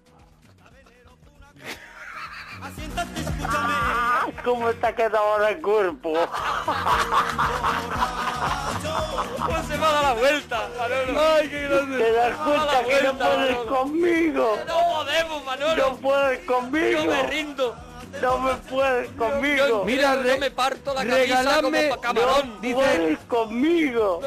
[SPEAKER 13] Ah, ¿Cómo está quedado ahora el cuerpo?
[SPEAKER 1] Pues se va a dar la vuelta, Manolo. Ay, qué grande.
[SPEAKER 13] ¿Te das
[SPEAKER 1] Se va a
[SPEAKER 13] cuenta
[SPEAKER 1] dar
[SPEAKER 13] que no
[SPEAKER 1] vuelta,
[SPEAKER 13] puedes
[SPEAKER 1] Manolo.
[SPEAKER 13] conmigo?
[SPEAKER 1] No podemos, Manolo.
[SPEAKER 13] No puedes conmigo.
[SPEAKER 1] Yo me rindo.
[SPEAKER 13] No me puedes conmigo.
[SPEAKER 4] Mira, re- regaladme-
[SPEAKER 13] No
[SPEAKER 4] dice-
[SPEAKER 13] puedes conmigo.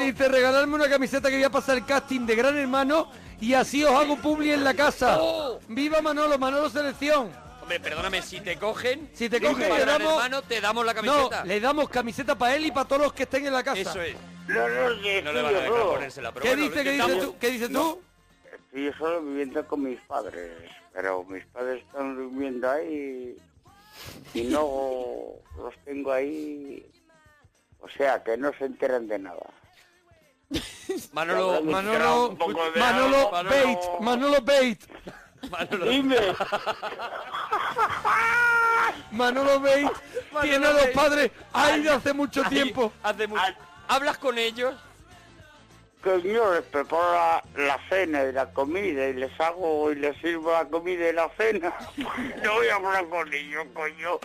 [SPEAKER 4] Dice, regalarme una camiseta que voy a pasar el casting de Gran Hermano y así os hago publi en la casa.
[SPEAKER 3] No.
[SPEAKER 4] ¡Viva Manolo, Manolo Selección!
[SPEAKER 3] Hombre, perdóname, si te cogen,
[SPEAKER 4] Si te
[SPEAKER 3] dime,
[SPEAKER 4] cogen,
[SPEAKER 3] para
[SPEAKER 4] le
[SPEAKER 3] el
[SPEAKER 4] damos-
[SPEAKER 3] hermano, te damos la camiseta.
[SPEAKER 4] No, le damos camiseta para él y para todos los que estén en la casa.
[SPEAKER 3] Eso es.
[SPEAKER 13] No, no, sí,
[SPEAKER 3] No le van a dejar ponérsela, pero
[SPEAKER 4] ¿Qué
[SPEAKER 3] bueno, lo
[SPEAKER 4] dice, qué dice
[SPEAKER 3] intentamos.
[SPEAKER 4] tú? ¿Qué dices tú?
[SPEAKER 13] Estoy yo solo viviendo con mis padres, pero mis padres están durmiendo ahí y no
[SPEAKER 4] (laughs)
[SPEAKER 13] los tengo ahí. O sea, que no se enteran de nada.
[SPEAKER 3] Manolo,
[SPEAKER 4] Manolo, Manolo Bait, Manolo Bait,
[SPEAKER 3] Manolo.
[SPEAKER 13] Dime.
[SPEAKER 4] (laughs) Manolo Bait tiene a los padres ahí de hace mucho tiempo.
[SPEAKER 3] Hace mucho. ¿Hablas con ellos?
[SPEAKER 13] Que yo les preparo la, la cena y la comida y les hago y les sirvo la comida y la cena. (laughs) No voy a hablar con ellos, coño.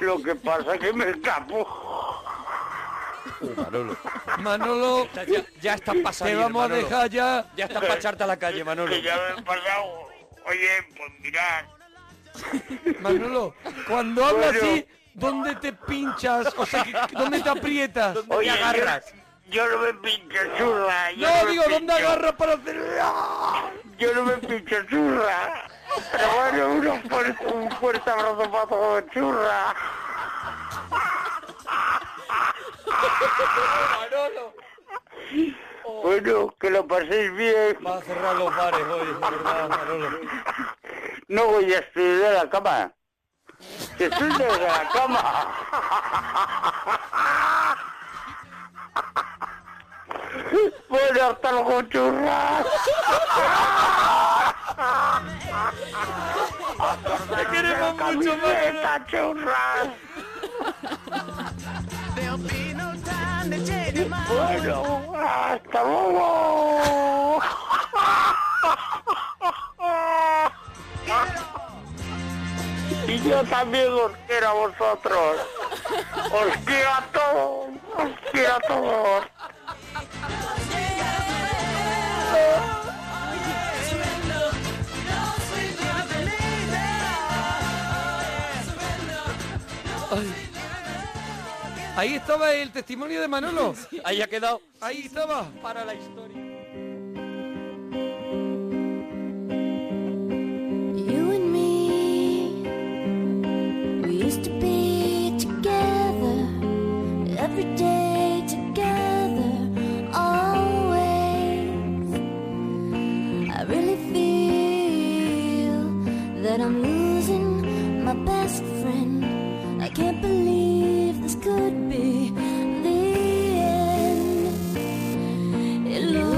[SPEAKER 13] Lo que pasa es que me escapo.
[SPEAKER 3] Manolo.
[SPEAKER 4] Manolo,
[SPEAKER 3] ya, ya estás pasando.
[SPEAKER 4] te vamos a dejar ya.
[SPEAKER 3] Ya estás para echarte a la calle, Manolo.
[SPEAKER 13] Que ya me he pasado. Oye, pues mirad.
[SPEAKER 4] Manolo, cuando hablas así, ¿dónde te pinchas? O sea, que- ¿dónde te aprietas?
[SPEAKER 13] Oye, Yo, yo no me pincho churra. yo
[SPEAKER 4] No,
[SPEAKER 13] me
[SPEAKER 4] digo, ¿dónde
[SPEAKER 13] pincho.
[SPEAKER 4] agarras para hacer?
[SPEAKER 13] Yo no me pincho churra. Pero bueno, uno fuer- un fuerte abrazo para todo churra.
[SPEAKER 1] Manolo.
[SPEAKER 13] Bueno, que lo paséis bien.
[SPEAKER 3] Va a cerrar los bares hoy, de verdad, Manolo.
[SPEAKER 13] No voy a estudiar de la cama. Que estoy desde la cama. Bueno, hasta luego, churra. Te queremos mucho, Manolo. churra. Bueno, hasta luego. Y yo también os quiero a vosotros. Os quiero a todos. Os quiero a todos.
[SPEAKER 4] Ahí estaba el testimonio de Manolo.
[SPEAKER 3] Ahí ha quedado.
[SPEAKER 4] Ahí estaba.
[SPEAKER 3] Para la historia.
[SPEAKER 1] You and me, we used to be together every day, together always. I really feel that I'm losing my best friend. I can't believe this could be the end. It looks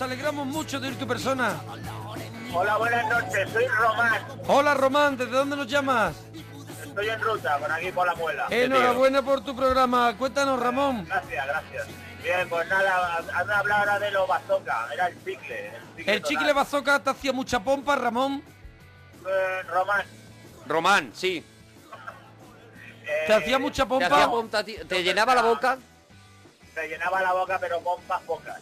[SPEAKER 4] alegramos mucho de oír tu persona.
[SPEAKER 14] Hola, buenas noches, soy Román.
[SPEAKER 4] Hola Román, ¿desde dónde nos llamas?
[SPEAKER 14] Estoy en ruta, por aquí por la muela.
[SPEAKER 4] Enhorabuena por tu programa. Cuéntanos, Ramón.
[SPEAKER 14] Gracias, gracias. Bien, pues nada, han hablado ahora de los bazooka, era el chicle. El chicle,
[SPEAKER 4] El chicle bazooka te hacía mucha pompa, Ramón.
[SPEAKER 14] total. Eh, Román,
[SPEAKER 3] Román, sí.
[SPEAKER 4] Te hacía mucha pompa.
[SPEAKER 3] Te, hacía pompa, ti- te llenaba la boca.
[SPEAKER 14] se llenaba la boca, pero pompas pocas.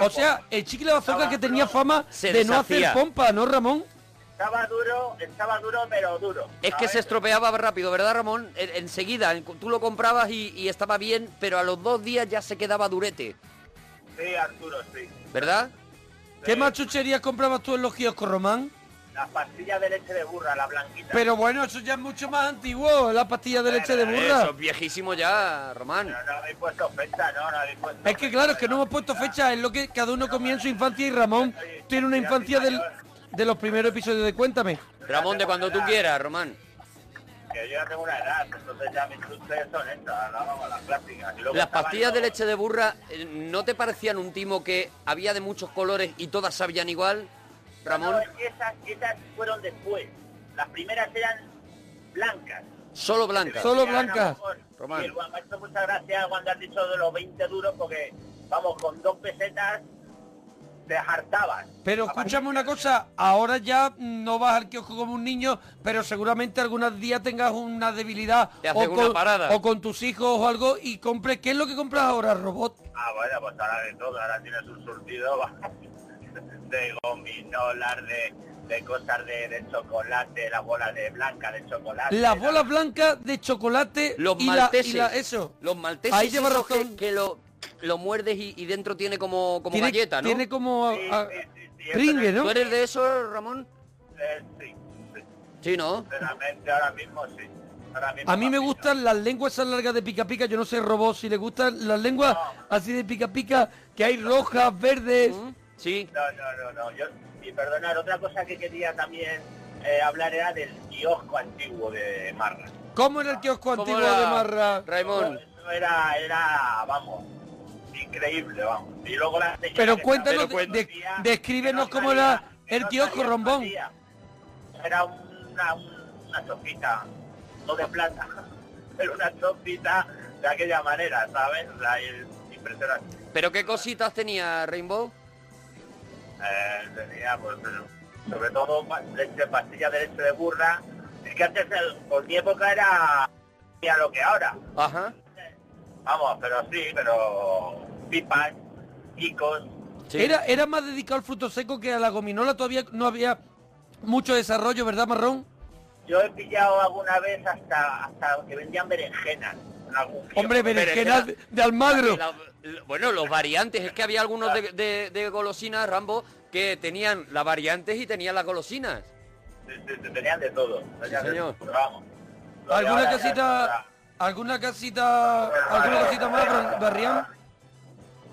[SPEAKER 4] O sea, el chicle bazooka que tenía fama
[SPEAKER 3] Se
[SPEAKER 4] de no
[SPEAKER 3] deshacía.
[SPEAKER 4] hacer pompa, ¿no, Ramón?
[SPEAKER 14] Estaba duro, estaba duro, pero duro.
[SPEAKER 3] Es que se estropeaba rápido, ¿verdad, Ramón? En- enseguida, en- tú lo comprabas y, y estaba bien, pero a los dos días ya se quedaba durete,
[SPEAKER 14] Sí, Arturo, sí.
[SPEAKER 3] ¿verdad?
[SPEAKER 4] ¿Qué más chucherías comprabas tú en los kioscos, Román?
[SPEAKER 14] Las pastillas de leche de burra, la blanquita.
[SPEAKER 4] Pero bueno, eso ya es mucho más antiguo, la pastilla de leche de burra.
[SPEAKER 3] Eso es viejísimo ya, Román.
[SPEAKER 14] No habéis puesto fecha, no, no habéis puesto...
[SPEAKER 4] Es que claro, es que no hemos puesto fecha, es lo que cada uno comía en su infancia y Ramón tiene una infancia del- de los primeros episodios de Cuéntame.
[SPEAKER 3] Ramón, de cuando tú quieras, Román.
[SPEAKER 14] Que yo ya tengo una edad, entonces ya mis luces son estas, la vamos, las plásticas. Y luego
[SPEAKER 3] Las
[SPEAKER 14] estaban
[SPEAKER 3] pastillas de
[SPEAKER 14] los-
[SPEAKER 3] leche de burra, eh, ¿no te parecían un timo que había de muchos colores y todas sabían igual, Ramón?
[SPEAKER 14] No, no, esas, esas fueron después. Las primeras eran blancas.
[SPEAKER 3] Solo blancas.
[SPEAKER 14] Eran a lo mejor-
[SPEAKER 3] Román.
[SPEAKER 14] Sí, Juan, macho, muchas gracias cuando has dicho de los 20 duros porque, vamos, con dos pesetas te hartabas.
[SPEAKER 4] Pero escúchame una cosa, ahora ya no vas al kiosco como un niño, pero seguramente algún día tengas una debilidad
[SPEAKER 14] Te haces una
[SPEAKER 4] con,
[SPEAKER 14] parada.
[SPEAKER 4] o con tus hijos o algo y compres. ¿Qué es lo que compras ahora, robot?
[SPEAKER 14] Ah, bueno, pues ahora de todo, ahora tienes un surtido (laughs) de gominolas, de, de cosas de, de chocolate, las bolas de blanca de chocolate.
[SPEAKER 4] Las bolas blancas de chocolate
[SPEAKER 3] Los
[SPEAKER 4] y, la,
[SPEAKER 3] malteses.
[SPEAKER 4] y la- eso.
[SPEAKER 3] Los malteses.
[SPEAKER 4] Ahí lleva
[SPEAKER 3] esos que-
[SPEAKER 4] razón.
[SPEAKER 3] Que, lo, lo muerdes y, y dentro tiene como, como
[SPEAKER 4] tiene,
[SPEAKER 3] galleta, ¿no?
[SPEAKER 4] tiene como a- a-
[SPEAKER 14] sí,
[SPEAKER 4] pringue, ¿no?
[SPEAKER 3] ¿Tú eres de eso, Ramón?
[SPEAKER 14] Eh, sí,
[SPEAKER 3] Sí, ¿no?
[SPEAKER 14] sinceramente, ahora mismo sí. Ahora mismo
[SPEAKER 4] A mí me gustan las lenguas esas largas de pica pica, yo no sé robot si le gustan las lenguas así de pica pica, que hay rojas, verdes.
[SPEAKER 3] ¿Mm? Sí.
[SPEAKER 14] No, no, no, no. Yo, y perdonar, otra cosa que quería también eh, hablar era del kiosco antiguo de Marra.
[SPEAKER 4] ¿Cómo era el kiosco
[SPEAKER 14] ¿Cómo
[SPEAKER 4] antiguo
[SPEAKER 14] era,
[SPEAKER 4] de Marra?
[SPEAKER 14] Eso era, era, vamos, increíble, vamos. Y luego la señora
[SPEAKER 4] Pero
[SPEAKER 14] que
[SPEAKER 4] cuéntanos,
[SPEAKER 14] estaba- pero
[SPEAKER 4] de-
[SPEAKER 14] cuéntanos,
[SPEAKER 4] descríbenos cómo era el
[SPEAKER 14] no
[SPEAKER 4] kiosco
[SPEAKER 14] salía,
[SPEAKER 4] rombón.
[SPEAKER 14] salía. Era una, una sopita, no de plata, (laughs) pero una sopita de aquella manera, ¿sabes? O sea, es impresionante.
[SPEAKER 3] ¿Pero qué cositas tenía Rainbow?
[SPEAKER 14] Eh, tenía, pues, sobre todo pa- leche, pastilla de leche de burra. Es que antes, el- por mi época, era era lo que ahora.
[SPEAKER 3] Ajá.
[SPEAKER 14] Vamos, pero sí, pero pipas, chicos.
[SPEAKER 4] Era, era más dedicado al fruto seco que a la gominola, todavía no había mucho desarrollo, ¿verdad, Marrón?
[SPEAKER 14] Yo he pillado alguna vez hasta hasta que vendían berenjenas. en algún kiosco.
[SPEAKER 4] Hombre, berenjenas de, de Almagro.
[SPEAKER 3] La- la- bueno, los variantes, es que había algunos de, de- de golosinas, Rambo, que tenían las variantes y tenían las golosinas.
[SPEAKER 14] Te- te Tenían de todo. Tenían de
[SPEAKER 3] señor.
[SPEAKER 14] todo, vamos. Lo de
[SPEAKER 4] ¿Alguna
[SPEAKER 14] ahora ya
[SPEAKER 4] casita, alguna casita, alguna casita más, Bar- Barrián?
[SPEAKER 14] es ah,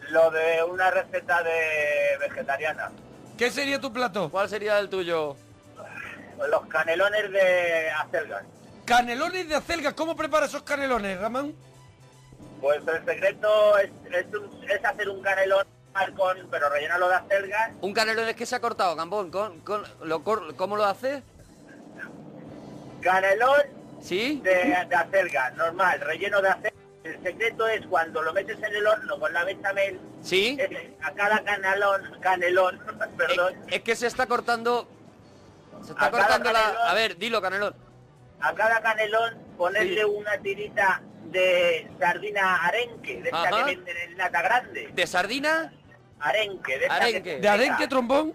[SPEAKER 14] Lo de una receta de vegetariana.
[SPEAKER 4] ¿Qué sería tu plato?
[SPEAKER 3] ¿Cuál sería el tuyo?
[SPEAKER 14] Los canelones de acelgas.
[SPEAKER 4] Canelones de acelgas, ¿cómo prepara esos canelones, Ramón?
[SPEAKER 14] Pues el secreto es, es un- es hacer un canelón con, pero rellenarlo de acelgas
[SPEAKER 3] Un canelón es que se ha cortado, Gambón. Con, con- lo cor- ¿Cómo lo haces?
[SPEAKER 14] Canelón
[SPEAKER 3] ¿Sí?
[SPEAKER 14] de, de acelga, normal, relleno de acelga. El secreto es cuando lo metes en el horno con la bechamel,
[SPEAKER 3] ¿Sí?
[SPEAKER 14] es- a cada canelón, canelón, (laughs) perdón,
[SPEAKER 3] Eh, Es que se está cortando... Se está
[SPEAKER 14] Acá,
[SPEAKER 3] cortando la...
[SPEAKER 14] canelón.
[SPEAKER 3] A ver, dilo, canelón.
[SPEAKER 14] a cada canelón ponerle una tirita de sardina arenque, de esta
[SPEAKER 3] Ajá.
[SPEAKER 14] que venden en lata grande.
[SPEAKER 3] ¿De sardina?
[SPEAKER 14] Arenque, de esta que se
[SPEAKER 4] ¿De arenque trombón?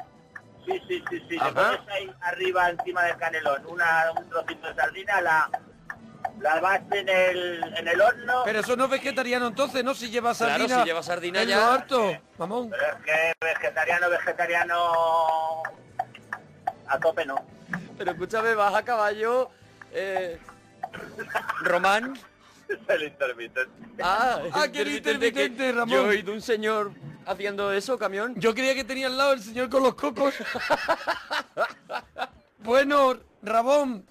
[SPEAKER 14] Sí, sí, sí, sí.
[SPEAKER 4] Ajá.
[SPEAKER 14] Le pones ahí arriba encima del canelón una, un trocito de sardina, la, la vas en el, en el horno.
[SPEAKER 4] Pero eso no es vegetariano entonces, ¿no? Si lleva
[SPEAKER 14] Claro,
[SPEAKER 4] sardina.
[SPEAKER 14] si lleva sardina
[SPEAKER 4] es
[SPEAKER 14] ya.
[SPEAKER 4] lo harto, mamón.
[SPEAKER 14] Pero es que vegetariano, vegetariano a tope no.
[SPEAKER 3] Pero escúchame, vas a caballo... eh, Román.
[SPEAKER 14] (laughs) El intermitente.
[SPEAKER 3] Ah,
[SPEAKER 4] Ah, que era intermitente, Ramón.
[SPEAKER 3] Yo he oído un señor haciendo eso, camión.
[SPEAKER 4] Yo creía que tenía al lado el señor con los cocos. bueno, Ramón,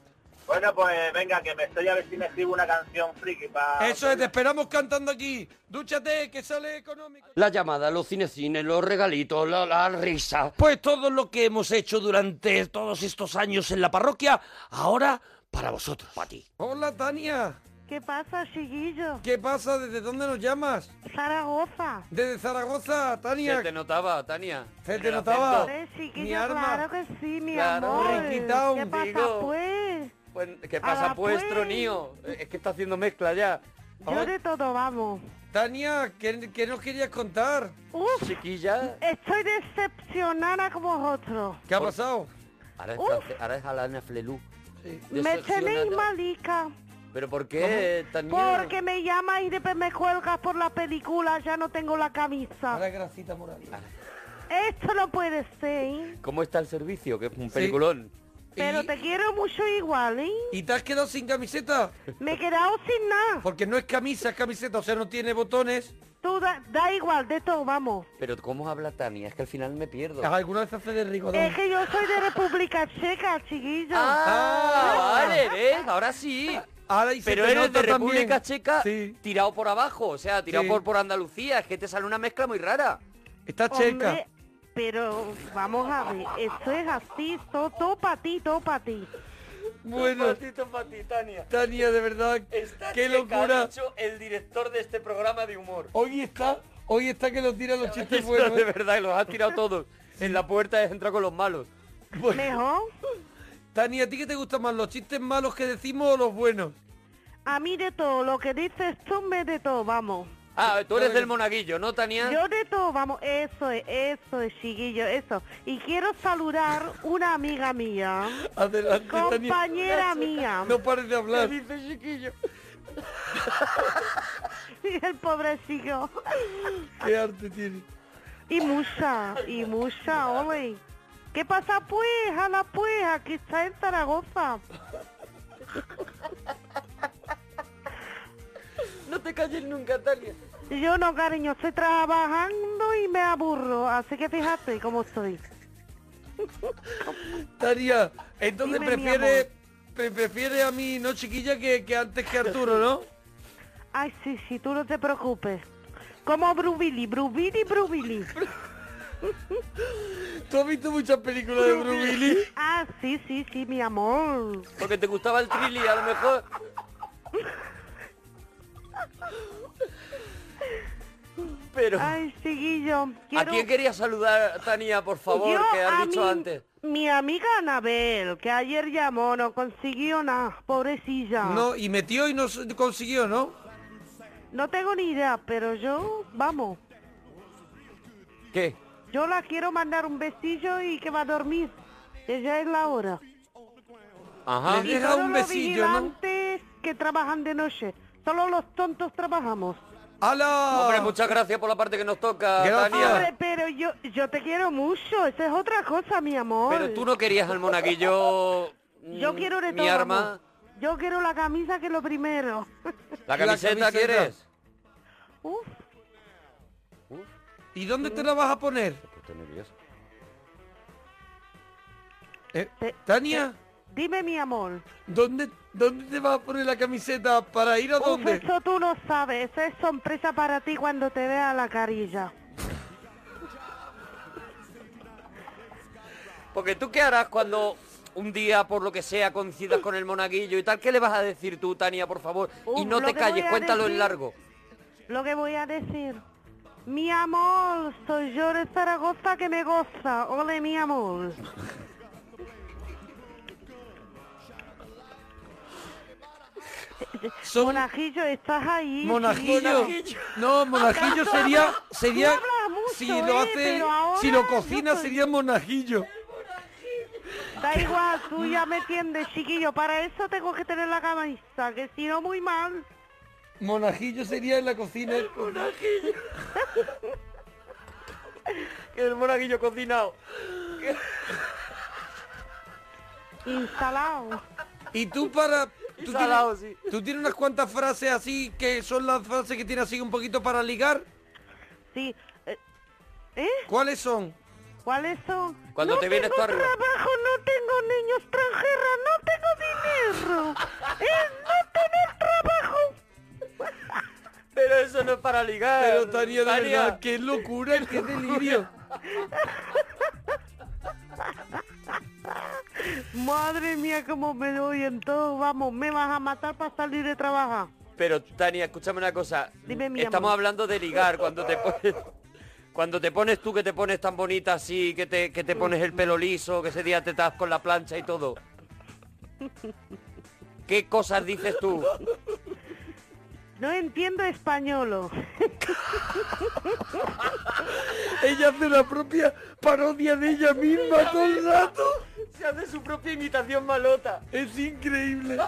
[SPEAKER 14] Bueno, pues venga, que me estoy a ver si me escribo una canción friki
[SPEAKER 3] Ah,
[SPEAKER 14] para...
[SPEAKER 4] Eso es, te esperamos cantando aquí. Dúchate, que sale económico.
[SPEAKER 3] La llamada, los cinecines, los regalitos, la, la risa.
[SPEAKER 4] Pues todo lo que hemos hecho durante todos estos años en la parroquia, ahora para vosotros. Para ti. Hola, Tania.
[SPEAKER 11] ¿Qué pasa, chiquillo?
[SPEAKER 4] ¿Qué pasa? ¿Desde dónde nos llamas?
[SPEAKER 11] Zaragoza.
[SPEAKER 4] Desde Zaragoza, Tania.
[SPEAKER 3] Se te notaba, Tania.
[SPEAKER 4] Se
[SPEAKER 3] En
[SPEAKER 4] te
[SPEAKER 3] el
[SPEAKER 4] notaba.
[SPEAKER 3] acento.
[SPEAKER 11] Eh,
[SPEAKER 4] Mi
[SPEAKER 11] chiquillo,
[SPEAKER 4] arma.
[SPEAKER 11] claro que sí, mi
[SPEAKER 3] Claro,
[SPEAKER 11] amor.
[SPEAKER 3] Riquita,
[SPEAKER 11] ¿Qué
[SPEAKER 3] un
[SPEAKER 11] pasa,
[SPEAKER 3] digo.
[SPEAKER 11] pues?
[SPEAKER 3] Pues, ¿Qué
[SPEAKER 11] A
[SPEAKER 3] pasa,
[SPEAKER 11] la
[SPEAKER 3] pues,
[SPEAKER 11] pues.
[SPEAKER 3] Tronío? Es que está haciendo mezcla ya.
[SPEAKER 11] Yo de todo, vamos.
[SPEAKER 4] Tania, ¿qué, qué nos querías contar?
[SPEAKER 11] Uf,
[SPEAKER 3] Chiquilla.
[SPEAKER 11] estoy decepcionada con vosotros.
[SPEAKER 4] ¿Qué ha pasado?
[SPEAKER 3] Ahora es,
[SPEAKER 11] Uf.
[SPEAKER 3] France- ahora es Alana Flelu.
[SPEAKER 11] Me tenéis
[SPEAKER 3] Decepcionada.
[SPEAKER 11] malica.
[SPEAKER 3] ¿Pero por qué, Tania?
[SPEAKER 11] Porque me llamas y después me cuelgas por la película, ya no tengo la camisa.
[SPEAKER 4] grasita moral.
[SPEAKER 11] Esto no puede ser,
[SPEAKER 3] ¿Cómo está el servicio? Que es un peliculón.
[SPEAKER 11] pero te quiero mucho igual, ¿eh?
[SPEAKER 4] ¿Y te has quedado sin camiseta?
[SPEAKER 11] Me he quedado sin nada.
[SPEAKER 4] Porque no es camisa, es camiseta, o sea, no tiene botones.
[SPEAKER 11] Tú da, da igual, de todo, vamos.
[SPEAKER 3] Pero ¿cómo habla Tania? Es que al final me pierdo.
[SPEAKER 4] ¿Alguna vez hace de rigodón?
[SPEAKER 11] Es que yo soy de República Checa, chiquillo.
[SPEAKER 3] Ah, vale, ¿ves? Ahora sí.
[SPEAKER 4] Ahora y se
[SPEAKER 3] Pero
[SPEAKER 4] te
[SPEAKER 3] eres de
[SPEAKER 4] nota también.
[SPEAKER 3] República Checa
[SPEAKER 4] Sí.
[SPEAKER 3] tirado por abajo, o sea, tirado
[SPEAKER 4] Sí.
[SPEAKER 3] por, por Andalucía. Es que te sale una mezcla muy rara.
[SPEAKER 4] Está
[SPEAKER 11] Hombre, pero vamos a ver, esto es así, todo, todo para ti, todo para ti.
[SPEAKER 4] Bueno.
[SPEAKER 3] Patito para ti, Tania.
[SPEAKER 4] Tania, de verdad,
[SPEAKER 3] Está
[SPEAKER 4] qué
[SPEAKER 3] checa, ha
[SPEAKER 4] locura.
[SPEAKER 3] dicho el director de este programa de humor.
[SPEAKER 4] Hoy está, hoy está que lo tiran los chistes
[SPEAKER 3] (laughs) Eso
[SPEAKER 4] buenos. ¿eh?
[SPEAKER 3] de verdad, y los has tirado todos. En la puerta has entrado con los malos.
[SPEAKER 11] Mejor.
[SPEAKER 4] Tania, ¿a ti qué te gustan más, los chistes malos que decimos o los
[SPEAKER 11] (laughs)
[SPEAKER 4] buenos?
[SPEAKER 11] A mí de todo, lo que dices tú me de todo, vamos.
[SPEAKER 3] Ah, tú eres del monaguillo, ¿no, Tania?
[SPEAKER 11] Yo de todo, vamos, eso es, eso es, chiquillo, eso. Y quiero saludar una amiga mía,
[SPEAKER 4] Adelante, Tania.
[SPEAKER 11] compañera mía.
[SPEAKER 4] No pares de hablar.
[SPEAKER 3] chiquillo?
[SPEAKER 11] Y el pobre chico.
[SPEAKER 4] Qué arte tiene.
[SPEAKER 11] Y mucha, y mucha, ole. ¿Qué pasa pues, Ana pues? Aquí está en Zaragoza.
[SPEAKER 3] No te calles nunca, Tania.
[SPEAKER 11] Yo no, cariño, estoy trabajando y me aburro, así que fíjate cómo estoy.
[SPEAKER 4] Tania, entonces
[SPEAKER 11] Dime, mi
[SPEAKER 4] prefiere, pre- prefiere a mí, no chiquilla, que, que antes que Arturo, ¿no?
[SPEAKER 11] Ay, sí, sí, tú no te preocupes. Como Brubili, Brubili, Brubili.
[SPEAKER 4] ¿Tú has visto muchas películas de Brubili?
[SPEAKER 11] Ah, sí, sí, sí, mi amor.
[SPEAKER 3] (laughs) Porque te gustaba el trilli, a lo mejor. Pero...
[SPEAKER 11] Ay, chiquillo.
[SPEAKER 3] ¿A
[SPEAKER 11] quiero-
[SPEAKER 3] quién querías saludar, Tania, por favor,
[SPEAKER 11] Yo
[SPEAKER 3] que
[SPEAKER 11] a
[SPEAKER 3] has dicho
[SPEAKER 11] mi-
[SPEAKER 3] antes?
[SPEAKER 11] Mi amiga Anabel, que ayer llamó, no consiguió nada, pobrecilla.
[SPEAKER 4] No, y metió y no s- consiguió, ¿no?
[SPEAKER 11] No tengo ni idea, pero yo, vamos,
[SPEAKER 3] ¿Qué?
[SPEAKER 11] yo la quiero mandar un besillo y que va a dormir. Que ya es la hora.
[SPEAKER 3] Ajá.
[SPEAKER 11] Y todos los vigilantes que trabajan de noche. Solo los tontos trabajamos.
[SPEAKER 4] ¡Hala!
[SPEAKER 3] Hombre, muchas gracias por la parte que nos toca,
[SPEAKER 11] Hombre,
[SPEAKER 3] Ah, Tania.
[SPEAKER 11] pero yo, yo te quiero mucho. Esa es otra cosa, mi amor.
[SPEAKER 3] Pero tú no querías al monaguillo.
[SPEAKER 11] Yo
[SPEAKER 3] mm,
[SPEAKER 11] quiero de
[SPEAKER 3] Mi
[SPEAKER 11] todo,
[SPEAKER 3] arma.
[SPEAKER 11] amor. Yo quiero la camisa, que es lo primero.
[SPEAKER 3] ¿La camiseta,
[SPEAKER 4] camiseta.
[SPEAKER 3] quieres?
[SPEAKER 11] Uf,
[SPEAKER 4] ¿Y dónde te la vas a poner? Eh, Tania,
[SPEAKER 11] dime, mi amor.
[SPEAKER 4] ¿dónde, ¿dónde te vas a poner la camiseta? ¿Para ir a
[SPEAKER 11] Uf,
[SPEAKER 4] dónde?
[SPEAKER 11] eso tú no sabes. Esa es sorpresa para ti cuando te vea la carilla.
[SPEAKER 3] Porque tú qué harás cuando un día, por lo que sea, coincidas con el monaguillo y tal. ¿Qué le vas a decir tú, Tania, por favor? y
[SPEAKER 11] Uf,
[SPEAKER 3] no
[SPEAKER 11] lo
[SPEAKER 3] te
[SPEAKER 11] que
[SPEAKER 3] calles,
[SPEAKER 11] voy a
[SPEAKER 3] cuéntalo en
[SPEAKER 11] decir-
[SPEAKER 3] largo.
[SPEAKER 11] Lo que voy a decir. Mi amor, soy yo de Zaragoza que me goza. Ole, mi amor. Monajillo, estás ahí.
[SPEAKER 4] Monajillo.
[SPEAKER 11] chiquillo?
[SPEAKER 4] No, monajillo
[SPEAKER 11] Acaso
[SPEAKER 4] sería
[SPEAKER 11] habla-
[SPEAKER 4] sería
[SPEAKER 11] tú hablas mucho,
[SPEAKER 4] si lo
[SPEAKER 11] eh,
[SPEAKER 4] hace
[SPEAKER 11] pero ahora
[SPEAKER 4] si lo
[SPEAKER 11] yo
[SPEAKER 4] cocina
[SPEAKER 11] soy-
[SPEAKER 4] sería monajillo.
[SPEAKER 11] Da igual, tú ya me entiendes, chiquillo. Para eso tengo que tener la camisa, que si no, muy mal.
[SPEAKER 4] Monajillo sería en la cocina.
[SPEAKER 3] (laughs) El monaguillo cocinado.
[SPEAKER 11] Instalado.
[SPEAKER 4] Y tú para tú
[SPEAKER 3] salado,
[SPEAKER 4] tienes, tú tienes unas cuantas frases así que son las frases que tiene así un poquito para ligar.
[SPEAKER 11] Sí. ¿Eh?
[SPEAKER 4] ¿Cuáles son?
[SPEAKER 11] ¿Cuáles son?
[SPEAKER 3] Cuando
[SPEAKER 11] no
[SPEAKER 3] te vienes tú
[SPEAKER 11] tengo
[SPEAKER 3] arriba.
[SPEAKER 11] trabajo, no tengo niños extranjera, no tengo dinero. burro (laughs) es no tener trabajo.
[SPEAKER 3] Pero eso no es para ligar.
[SPEAKER 4] Pero Tania, de
[SPEAKER 3] Tania.
[SPEAKER 4] verdad, qué locura, qué delirio.
[SPEAKER 11] Madre mía, cómo me doy en todo. Vamos, me vas a matar para salir de trabajar.
[SPEAKER 3] Pero Tania, escúchame una cosa.
[SPEAKER 11] Dime, mi
[SPEAKER 3] Estamos
[SPEAKER 11] amor.
[SPEAKER 3] hablando de ligar cuando te pones cuando te pones tú que te pones tan bonita así, que te que te pones el pelo liso, que ese día te estás con la plancha y todo. ¿Qué cosas dices tú?
[SPEAKER 11] No entiendo españolo.
[SPEAKER 4] Ella hace la propia parodia de ella misma todo el rato.
[SPEAKER 3] Se hace su propia imitación malota.
[SPEAKER 4] Es
[SPEAKER 3] (laughs)
[SPEAKER 4] increíble.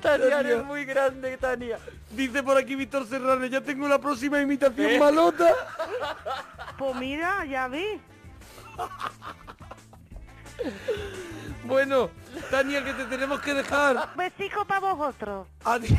[SPEAKER 3] Tania, eres muy grande, Tania.
[SPEAKER 4] Dice por aquí Víctor Serrano, ya tengo la próxima imitación malota.
[SPEAKER 11] Pues mira, ya vi.
[SPEAKER 4] (laughs) Bueno, Tania, que te tenemos que dejar.
[SPEAKER 11] Besico para vosotros.
[SPEAKER 4] Adiós.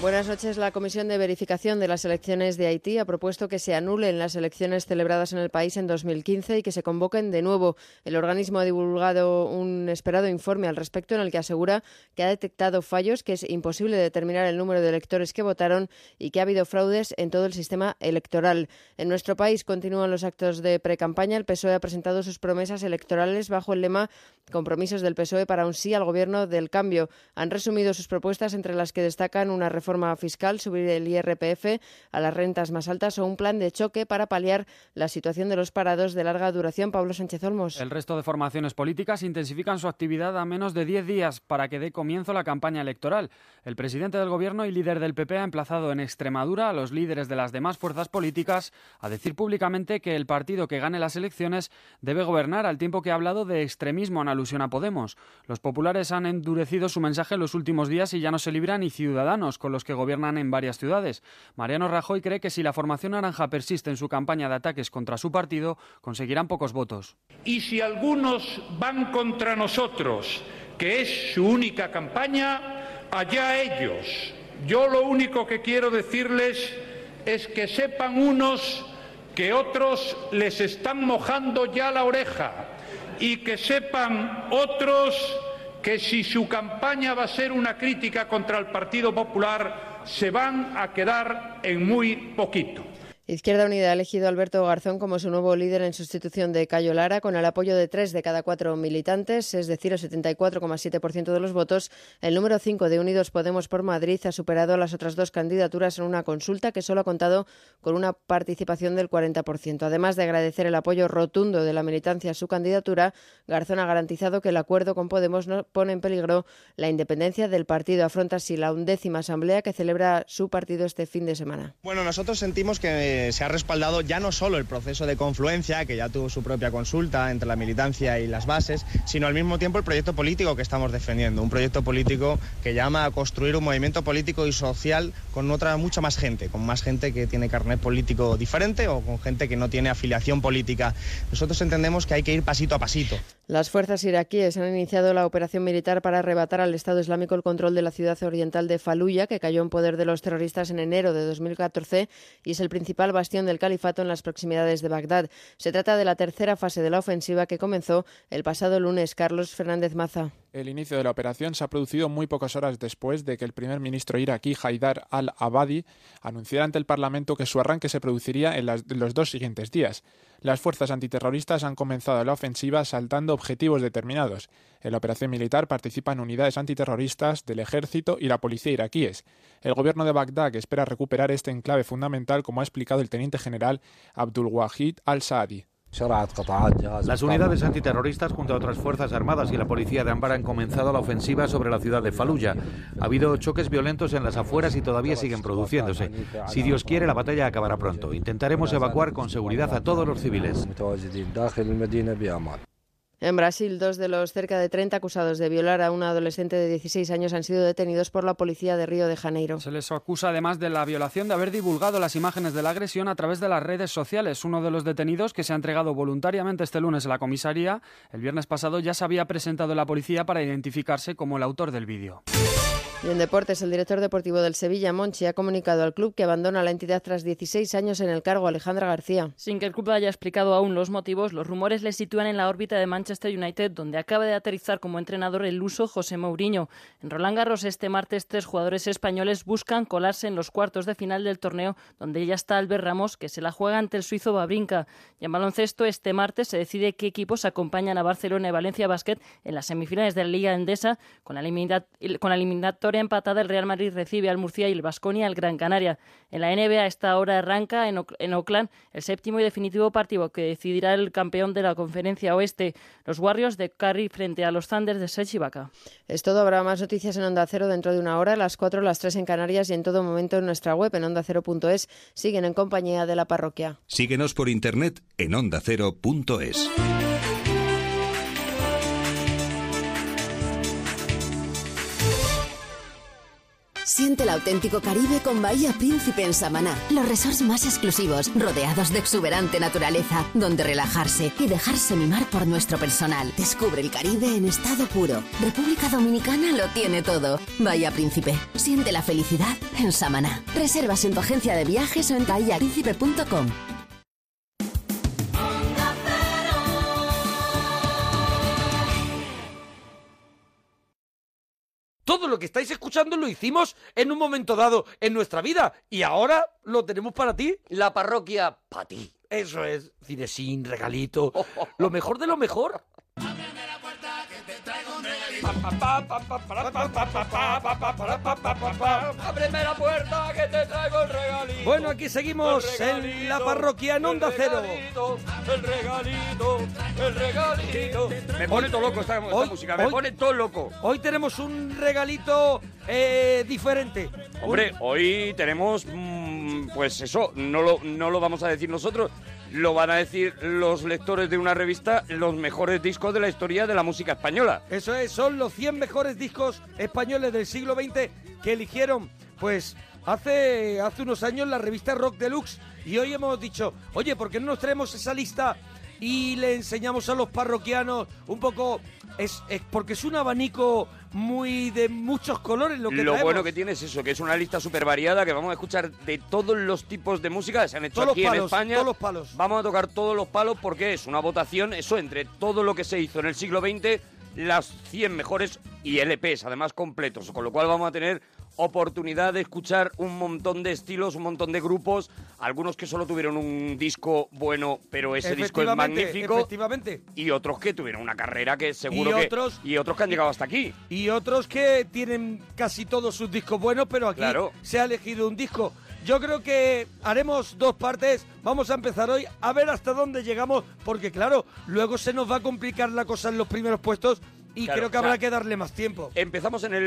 [SPEAKER 15] Buenas noches. La Comisión de Verificación de las Elecciones de Haití ha propuesto que se anulen las elecciones celebradas en el país en 2015 y que se convoquen de nuevo. El organismo ha divulgado un esperado informe al respecto en el que asegura que ha detectado fallos, que es imposible determinar el número de electores que votaron y que ha habido fraudes en todo el sistema electoral. En nuestro país continúan los actos de precampaña. El PSOE E ha presentado sus promesas electorales bajo el lema Compromisos del PSOE E para un sí al gobierno del cambio. Han resumido sus propuestas entre las que destacan una reforma fiscal, subir el IRPF a las rentas más altas o un plan de choque para paliar la situación de los parados de larga duración. Pablo Sánchez Olmos.
[SPEAKER 16] El resto de formaciones políticas intensifican su actividad a menos de 10 días para que dé comienzo la campaña electoral. El presidente del Gobierno y líder del PP ha emplazado en Extremadura a los líderes de las demás fuerzas políticas a decir públicamente que el partido que gane las elecciones debe gobernar, al tiempo que ha hablado de extremismo en alusión a Podemos. Los populares han endurecido su mensaje en los últimos días y ya no se libran ni ciudadanos con los que gobiernan en varias ciudades. Mariano Rajoy cree que si la formación naranja persiste en su campaña de ataques contra su partido, conseguirán pocos votos.
[SPEAKER 17] Y si algunos van contra nosotros, que es su única campaña, allá ellos. Yo lo único que quiero decirles es que sepan unos que otros les están mojando ya la oreja y que sepan otros que si su campaña va a ser una crítica contra el Partido Popular, se van a quedar en muy poquito.
[SPEAKER 15] Izquierda Unida ha elegido a Alberto Garzón como su nuevo líder en sustitución de Cayo Lara, con el apoyo de tres de cada cuatro militantes, es decir, el 74,7% de los votos. El número 5 de Unidos Podemos por Madrid ha superado a las otras dos candidaturas en una consulta que solo ha contado con una participación del 40%. Además de agradecer el apoyo rotundo de la militancia a su candidatura, Garzón ha garantizado que el acuerdo con Podemos no pone en peligro la independencia del partido. Afronta así la undécima asamblea que celebra su partido este fin de semana.
[SPEAKER 18] Bueno, nosotros sentimos que eh, se ha respaldado ya no solo el proceso de confluencia, que ya tuvo su propia consulta entre la militancia y las bases, sino al mismo tiempo el proyecto político que estamos defendiendo, un proyecto político que llama a construir un movimiento político y social con otra mucha más gente, con más gente que tiene carnet político diferente o con gente que no tiene afiliación política. Nosotros entendemos que hay que ir pasito a pasito.
[SPEAKER 15] Las fuerzas iraquíes han iniciado la operación militar para arrebatar al Estado Islámico el control de la ciudad oriental de Faluya, que cayó en poder de los terroristas en enero de 2014 y es el principal bastión del califato en las proximidades de Bagdad. Se trata de la tercera fase de la ofensiva que comenzó el pasado lunes Carlos Fernández Maza.
[SPEAKER 19] El inicio de la operación se ha producido muy pocas horas después de que el primer ministro iraquí Haidar al-Abadi anunciara ante el Parlamento que su arranque se produciría en, las- en los dos siguientes días. Las fuerzas antiterroristas han comenzado la ofensiva saltando objetivos determinados. En la operación militar participan unidades antiterroristas del ejército y la policía iraquíes. El gobierno de Bagdad espera recuperar este enclave fundamental, como ha explicado el teniente general Abdulwahid al-Saadi.
[SPEAKER 20] Las unidades antiterroristas junto a otras fuerzas armadas y la policía de Ámbar han comenzado la ofensiva sobre la ciudad de Faluya. Ha habido choques violentos en las afueras y todavía siguen produciéndose. Si Dios quiere, la batalla acabará pronto. Intentaremos evacuar con seguridad a todos los civiles.
[SPEAKER 15] En Brasil, dos de los cerca de 30 acusados de violar a una adolescente de 16 años han sido detenidos por la policía de Río de Janeiro.
[SPEAKER 16] Se les acusa además de la violación de haber divulgado las imágenes de la agresión a través de las redes sociales. Uno de los detenidos, que se ha entregado voluntariamente este lunes a la comisaría, el viernes pasado ya se había presentado en la policía para identificarse como el autor del vídeo.
[SPEAKER 15] Y en deportes, el director deportivo del Sevilla, Monchi, ha comunicado al club que abandona la entidad tras 16 años en el cargo, Alejandra García.
[SPEAKER 21] Sin que el club haya explicado aún los motivos, los rumores le sitúan en la órbita de Manchester United, donde acaba de aterrizar como entrenador el luso José Mourinho. En Roland Garros este martes tres jugadores españoles buscan colarse en los cuartos de final del torneo, donde ya está Albert Ramos, que se la juega ante el suizo Babrinka. Y en baloncesto este martes se decide qué equipos acompañan a Barcelona y Valencia Basket en las semifinales de la Liga Endesa, con la, elimina- con la eliminatoria empatada el Real Madrid recibe al Murcia y el Vasconia al Gran Canaria. En la NBA a esta hora arranca en, Oc- en Oakland el séptimo y definitivo partido que decidirá el campeón de la conferencia oeste, los Warriors de Curry frente a los Thunder de Serge Ibaka.
[SPEAKER 15] Es todo, habrá más noticias en Onda Cero dentro de una hora, a las 4, las 3 en Canarias y en todo momento en nuestra web en ondacero.es. Siguen en compañía de la parroquia.
[SPEAKER 22] Síguenos por internet en ondacero.es.
[SPEAKER 23] Siente el auténtico Caribe con Bahía Príncipe en Samaná. Los resorts más exclusivos, rodeados de exuberante naturaleza, donde relajarse y dejarse mimar por nuestro personal. Descubre el Caribe en estado puro. República Dominicana lo tiene todo. Bahía Príncipe. Siente la felicidad en Samaná. Reservas en tu agencia de viajes o en bahíapríncipe.com.
[SPEAKER 4] Todo lo que estáis escuchando lo hicimos en un momento dado en nuestra vida y ahora lo tenemos para ti. La parroquia para ti. Eso es, cine sin regalito, lo mejor de lo mejor.
[SPEAKER 1] Ábreme la puerta que te traigo el regalito.
[SPEAKER 4] Bueno, aquí seguimos en la parroquia en Onda Cero.
[SPEAKER 1] El regalito, el regalito.
[SPEAKER 4] Me pone todo loco esta, música, me pone todo loco. Hoy tenemos un regalito eh, diferente.
[SPEAKER 3] Hombre, hoy tenemos, mm, pues eso, no lo, no lo vamos a decir nosotros, lo van a decir los lectores de una revista, los mejores discos de la historia de la música española.
[SPEAKER 4] Eso es, son los 100 mejores discos españoles del siglo XX que eligieron, pues, hace, hace unos años la revista Rock Deluxe. Y hoy hemos dicho, oye, ¿por qué no nos traemos esa lista y le enseñamos a los parroquianos un poco? Es, es porque es un abanico muy de muchos colores lo que traemos.
[SPEAKER 3] bueno que tiene es eso, que es una lista súper variada, que vamos a escuchar de todos los tipos de música que se han hecho
[SPEAKER 4] Todos los
[SPEAKER 3] Pues aquí en
[SPEAKER 4] palos,
[SPEAKER 3] España.
[SPEAKER 4] todos los palos.
[SPEAKER 3] Vamos a tocar todos los palos porque es una votación, eso, entre todo lo que se hizo en el siglo XX, las 100 mejores y LPs, además completos, con lo cual vamos a tener oportunidad de escuchar un montón de estilos, un montón de grupos, algunos que solo tuvieron un disco bueno, pero pues ese disco es
[SPEAKER 4] Efectivamente,
[SPEAKER 3] magnífico,
[SPEAKER 4] Efectivamente.
[SPEAKER 3] y otros que tuvieron una carrera que seguro
[SPEAKER 4] Y
[SPEAKER 3] que...
[SPEAKER 4] otros-
[SPEAKER 3] y otros que han llegado hasta aquí.
[SPEAKER 4] Y otros que tienen casi todos sus discos buenos, pero aquí
[SPEAKER 3] Claro.
[SPEAKER 4] se ha elegido un disco. Yo creo que haremos dos partes. Vamos a empezar hoy a ver hasta dónde llegamos, porque claro, luego se nos va a complicar la cosa en los primeros puestos y
[SPEAKER 3] Claro,
[SPEAKER 4] creo que
[SPEAKER 3] o sea,
[SPEAKER 4] habrá que darle más tiempo.
[SPEAKER 3] Empezamos en el...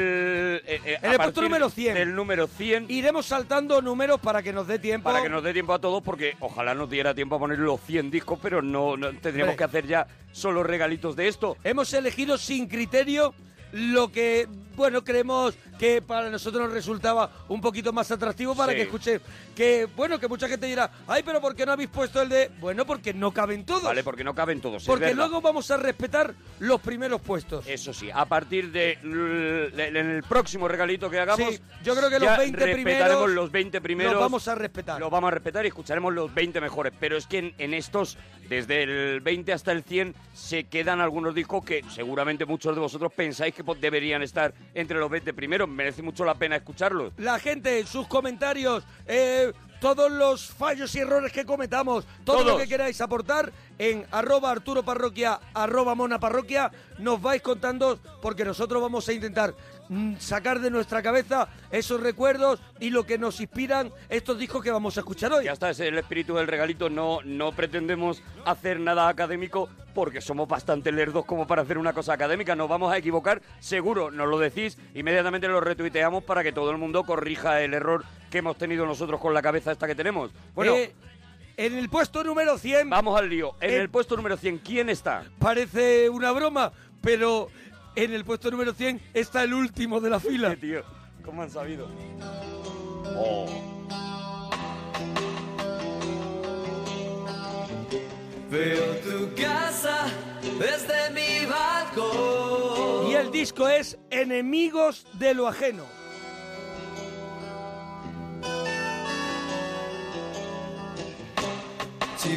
[SPEAKER 3] eh, eh,
[SPEAKER 4] En
[SPEAKER 3] a
[SPEAKER 4] el puesto
[SPEAKER 3] partir
[SPEAKER 4] número 100.
[SPEAKER 3] del número 100.
[SPEAKER 4] Iremos saltando números para que nos dé tiempo.
[SPEAKER 3] Para que nos dé tiempo a todos, porque ojalá nos diera tiempo a poner los 100 discos, pero no, no tendríamos
[SPEAKER 4] Hombre.
[SPEAKER 3] que hacer ya solo regalitos de esto.
[SPEAKER 4] Hemos elegido sin criterio lo que, bueno, creemos que para nosotros nos resultaba un poquito más atractivo para
[SPEAKER 3] Sí.
[SPEAKER 4] que escuche que, bueno, que mucha gente dirá, ay, pero ¿por qué no habéis puesto el de...? Bueno, porque no caben todos.
[SPEAKER 3] Vale, porque no caben todos. es
[SPEAKER 4] porque
[SPEAKER 3] verdad.
[SPEAKER 4] luego vamos a respetar los primeros puestos.
[SPEAKER 3] Eso sí, a partir de l- l- en el próximo regalito que hagamos,
[SPEAKER 4] Sí, yo creo que los
[SPEAKER 3] ya
[SPEAKER 4] 20
[SPEAKER 3] respetaremos
[SPEAKER 4] primeros
[SPEAKER 3] los 20 primeros.
[SPEAKER 4] los vamos a respetar.
[SPEAKER 3] Los vamos a respetar y escucharemos los 20 mejores. Pero es que en, en estos, desde el 20 hasta el 100, se quedan algunos discos que seguramente muchos de vosotros pensáis que pues, deberían estar entre los 20 primeros. Merece mucho la pena escucharlos.
[SPEAKER 4] La gente, sus comentarios, eh, todos los fallos y errores que cometamos, todo lo
[SPEAKER 3] Todos.
[SPEAKER 4] que queráis aportar en arroba Arturo Parroquia, arroba Mona Parroquia, nos vais contando porque nosotros vamos a intentar mm, sacar de nuestra cabeza esos recuerdos y lo que nos inspiran estos discos que vamos a escuchar hoy.
[SPEAKER 3] Ya está, ese es el espíritu del regalito. No, no pretendemos hacer nada académico porque somos bastante lerdos como para hacer una cosa académica. Nos vamos a equivocar, seguro, nos lo decís. Inmediatamente lo retuiteamos para que todo el mundo corrija el error que hemos tenido nosotros con la cabeza esta que tenemos. Bueno,
[SPEAKER 4] Eh, en el puesto número 100...
[SPEAKER 3] Vamos al lío. En
[SPEAKER 4] Eh,
[SPEAKER 3] el puesto número 100, ¿quién está?
[SPEAKER 4] Parece una broma, pero en el puesto número 100 está el último de la fila.
[SPEAKER 3] (laughs) Este tío, ¿cómo han sabido? Oh.
[SPEAKER 1] Veo
[SPEAKER 4] tu
[SPEAKER 1] casa desde mi balcón.
[SPEAKER 4] Y el disco es Enemigos de lo Ajeno.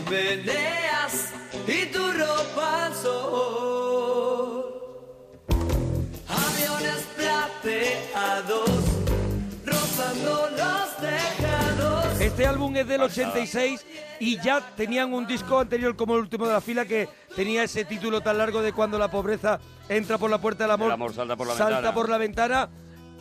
[SPEAKER 1] chimeneas y tu ropa al sol. Aviones plateados rozando los tejados.
[SPEAKER 4] Este álbum es del 86 y ya tenían un disco anterior como el último de la fila que tenía ese título tan largo de cuando la pobreza entra por la puerta del amor,
[SPEAKER 3] El amor salta por la ventana.
[SPEAKER 4] por la ventana.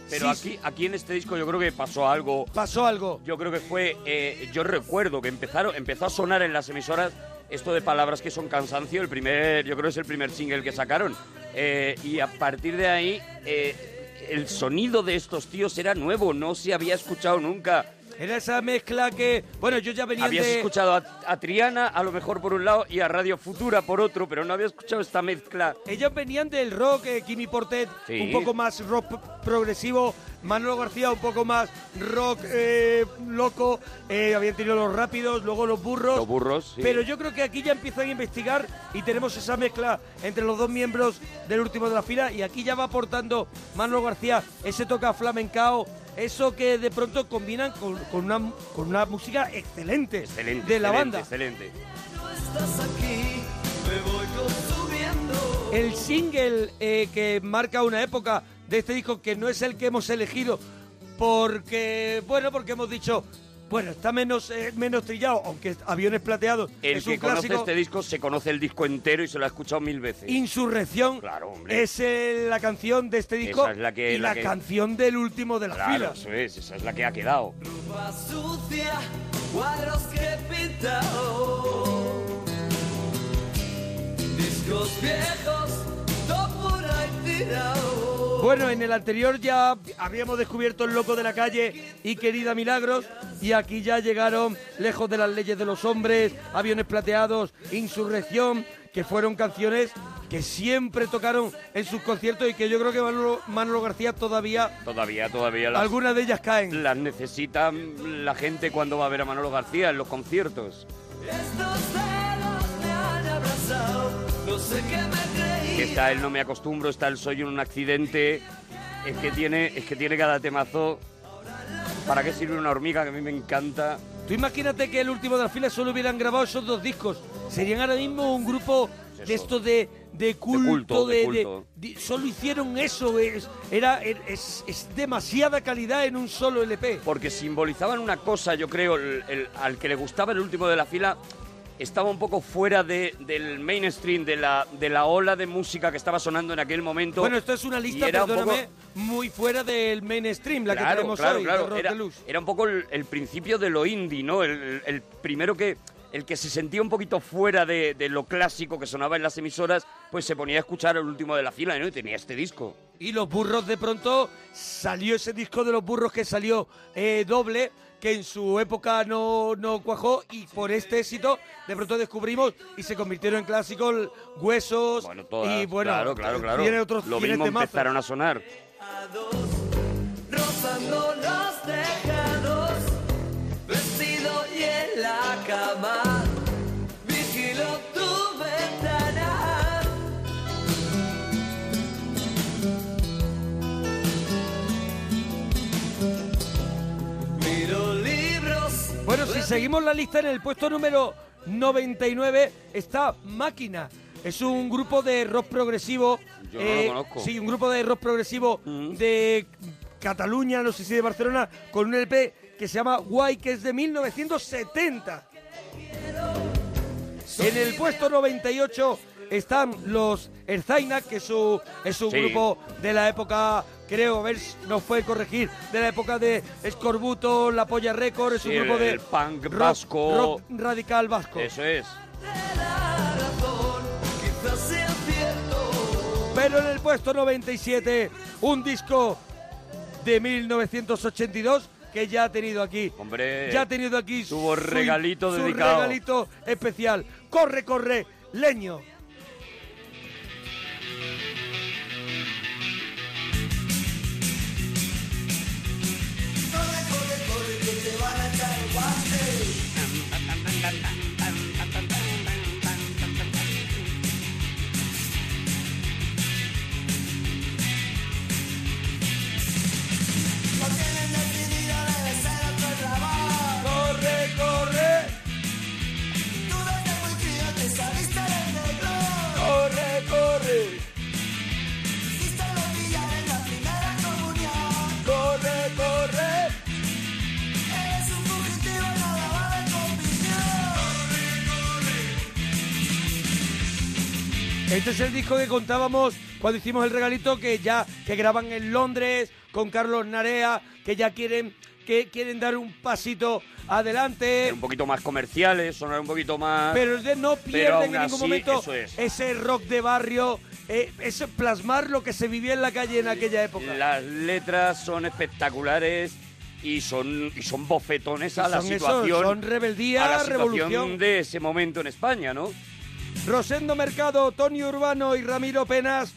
[SPEAKER 3] Pero
[SPEAKER 4] Sí,
[SPEAKER 3] aquí, aquí en este disco yo creo que pasó algo.
[SPEAKER 4] Pasó algo.
[SPEAKER 3] Yo creo que fue. eh, yo recuerdo que empezaron, empezó a sonar en las emisoras esto de palabras que son cansancio. El primer, yo creo que es el primer single que sacaron. Eh, y a partir de ahí, eh, el sonido de estos tíos era nuevo, no se había escuchado nunca.
[SPEAKER 4] Era esa mezcla que, bueno, yo ya venía
[SPEAKER 3] Habías
[SPEAKER 4] de-
[SPEAKER 3] escuchado a, a Triana, a lo mejor por un lado, y a Radio Futura por otro, pero no había escuchado esta mezcla.
[SPEAKER 4] Ellos venían del rock, eh, Kimi Portet,
[SPEAKER 3] Sí.
[SPEAKER 4] un poco más rock p- progresivo, Manolo García un poco más rock eh, loco, eh, habían tenido los rápidos, luego los burros.
[SPEAKER 3] Los burros, sí.
[SPEAKER 4] Pero yo creo que aquí ya empiezan a investigar y tenemos esa mezcla entre los dos miembros del último de la fila y aquí ya va aportando Manolo García ese toca flamencao, eso que de pronto combinan con, con una, con una música excelente,
[SPEAKER 3] Excelente,
[SPEAKER 4] de la
[SPEAKER 3] excelente,
[SPEAKER 4] banda.
[SPEAKER 3] Excelente.
[SPEAKER 1] Estás aquí, me voy consumiendo.
[SPEAKER 4] El single eh, que marca una época de este disco que no es el que hemos elegido porque, bueno, porque hemos dicho, bueno, está menos, eh, menos trillado, aunque Aviones Plateados
[SPEAKER 3] El
[SPEAKER 4] es un
[SPEAKER 3] que conoce
[SPEAKER 4] clásico.
[SPEAKER 3] este disco se conoce el disco entero y se lo ha escuchado mil veces.
[SPEAKER 4] Insurrección
[SPEAKER 3] Claro, hombre.
[SPEAKER 4] es eh, la canción de este disco
[SPEAKER 3] Esa es la que-
[SPEAKER 4] y
[SPEAKER 3] la
[SPEAKER 4] la,
[SPEAKER 3] que-
[SPEAKER 4] canción del último de las
[SPEAKER 3] Claro,
[SPEAKER 4] filas.
[SPEAKER 3] eso es, esa es la que ha quedado.
[SPEAKER 1] Ropa sucia, cuadros que he pintado. Discos viejos, todo por ahí tirado.
[SPEAKER 4] Bueno, en el anterior ya habíamos descubierto el loco de la calle y querida Milagros, y aquí ya llegaron lejos de las leyes de los hombres, aviones plateados, insurrección, que fueron canciones que siempre tocaron en sus conciertos y que yo creo que Manolo, Manolo García todavía
[SPEAKER 3] Todavía, todavía. Las,
[SPEAKER 4] algunas de ellas caen.
[SPEAKER 3] las necesita la gente cuando va a ver a Manolo García en los conciertos.
[SPEAKER 1] Estos dedos me han abrazado, no sé qué me creí.
[SPEAKER 3] Que Está el No me acostumbro, está el Soy un accidente. Es que tiene, es que tiene cada temazo. ¿Para qué sirve una hormiga? Que a mí me encanta.
[SPEAKER 4] Tú imagínate que el último de la fila solo hubieran grabado esos dos discos. Serían ahora mismo un grupo de estos de, de culto,
[SPEAKER 3] culto,
[SPEAKER 4] de,
[SPEAKER 3] de
[SPEAKER 4] de-
[SPEAKER 3] culto.
[SPEAKER 4] de- solo hicieron eso. Es, era, er, es, es demasiada calidad en un solo LP.
[SPEAKER 3] Porque simbolizaban una cosa, yo creo, el- el- al que le gustaba el último de la fila estaba un poco fuera de- del mainstream, de la, de la ola de música que estaba sonando en aquel momento.
[SPEAKER 4] Bueno, esto es una lista,
[SPEAKER 3] Y era un poco-
[SPEAKER 4] perdóname, muy fuera del mainstream, la que
[SPEAKER 3] claro,
[SPEAKER 4] tenemos
[SPEAKER 3] claro,
[SPEAKER 4] hoy.
[SPEAKER 3] claro.
[SPEAKER 4] de rock
[SPEAKER 3] Era,
[SPEAKER 4] deluxe.
[SPEAKER 3] era un poco el, el principio de lo indie, ¿no? El, el- el primero que. El que se sentía un poquito fuera de, de lo clásico que sonaba en las emisoras, pues se ponía a escuchar el último de la fila, ¿no? Y tenía este disco.
[SPEAKER 4] Y los burros de pronto salió ese disco de los burros que salió eh, doble, que en su época no, no cuajó y por este éxito de pronto descubrimos y se convirtieron en clásicos l- huesos
[SPEAKER 3] Todas-
[SPEAKER 4] y bueno,
[SPEAKER 3] claro, claro, claro.
[SPEAKER 4] tiene otros
[SPEAKER 3] lo
[SPEAKER 4] tiene
[SPEAKER 3] mismo
[SPEAKER 4] temazos.
[SPEAKER 3] empezaron a sonar.
[SPEAKER 1] rozando los tejados, vestido y en la cama. Vigilo tu ventana. Miro libros.
[SPEAKER 4] Bueno, si seguimos la lista, en el puesto número 99 está Máquina. Es un grupo de rock progresivo. eh,
[SPEAKER 3] Yo no lo conozco. Mm.
[SPEAKER 4] Sí, un grupo de rock progresivo de Cataluña, no sé si de Barcelona, con un LP que se llama Guay, que es de 1970. En el puesto 98 están los Erzaina, que es, su- es un
[SPEAKER 3] Sí.
[SPEAKER 4] grupo de la época, creo, a ver, si nos puede corregir, de la época de Escorbuto, La Polla Record, es un
[SPEAKER 3] Sí,
[SPEAKER 4] grupo de
[SPEAKER 3] el punk
[SPEAKER 4] rock-
[SPEAKER 3] vasco.
[SPEAKER 4] rock radical vasco.
[SPEAKER 3] Eso es.
[SPEAKER 1] Quizás sea cierto.
[SPEAKER 4] Pero en el puesto 97, un disco de 1982 que ya ha tenido aquí.
[SPEAKER 3] Hombre,
[SPEAKER 4] ya ha tenido aquí
[SPEAKER 3] tuvo
[SPEAKER 4] su-
[SPEAKER 3] regalito
[SPEAKER 4] su
[SPEAKER 3] dedicado.
[SPEAKER 4] regalito especial. Corre, corre, leño.
[SPEAKER 1] Corre, corre. Tú desde muy frío te saliste del negro. Corre, corre. Hiciste los billar en la primera comunión. Corre, corre. Eres un fugitivo en la lavada de convicción.
[SPEAKER 4] Este es el disco que contábamos cuando hicimos el regalito que ya que graban en Londres con Carlos Narea, que ya quieren que quieren dar un pasito adelante.
[SPEAKER 3] Un poquito más comerciales, sonar un poquito más.
[SPEAKER 4] Pero de- no
[SPEAKER 3] Pero
[SPEAKER 4] pierden
[SPEAKER 3] aún
[SPEAKER 4] en ningún
[SPEAKER 3] así,
[SPEAKER 4] momento
[SPEAKER 3] eso es.
[SPEAKER 4] ese rock de barrio, eh, ese plasmar lo que se vivía en la calle en aquella época.
[SPEAKER 3] Las letras son espectaculares y son, y son bofetones a
[SPEAKER 4] Y
[SPEAKER 3] la
[SPEAKER 4] son eso,
[SPEAKER 3] situación.
[SPEAKER 4] son rebeldía,
[SPEAKER 3] a la situación
[SPEAKER 4] revolución.
[SPEAKER 3] de ese momento en España, ¿no?
[SPEAKER 4] Rosendo Mercado, Tony Urbano y Ramiro Penas.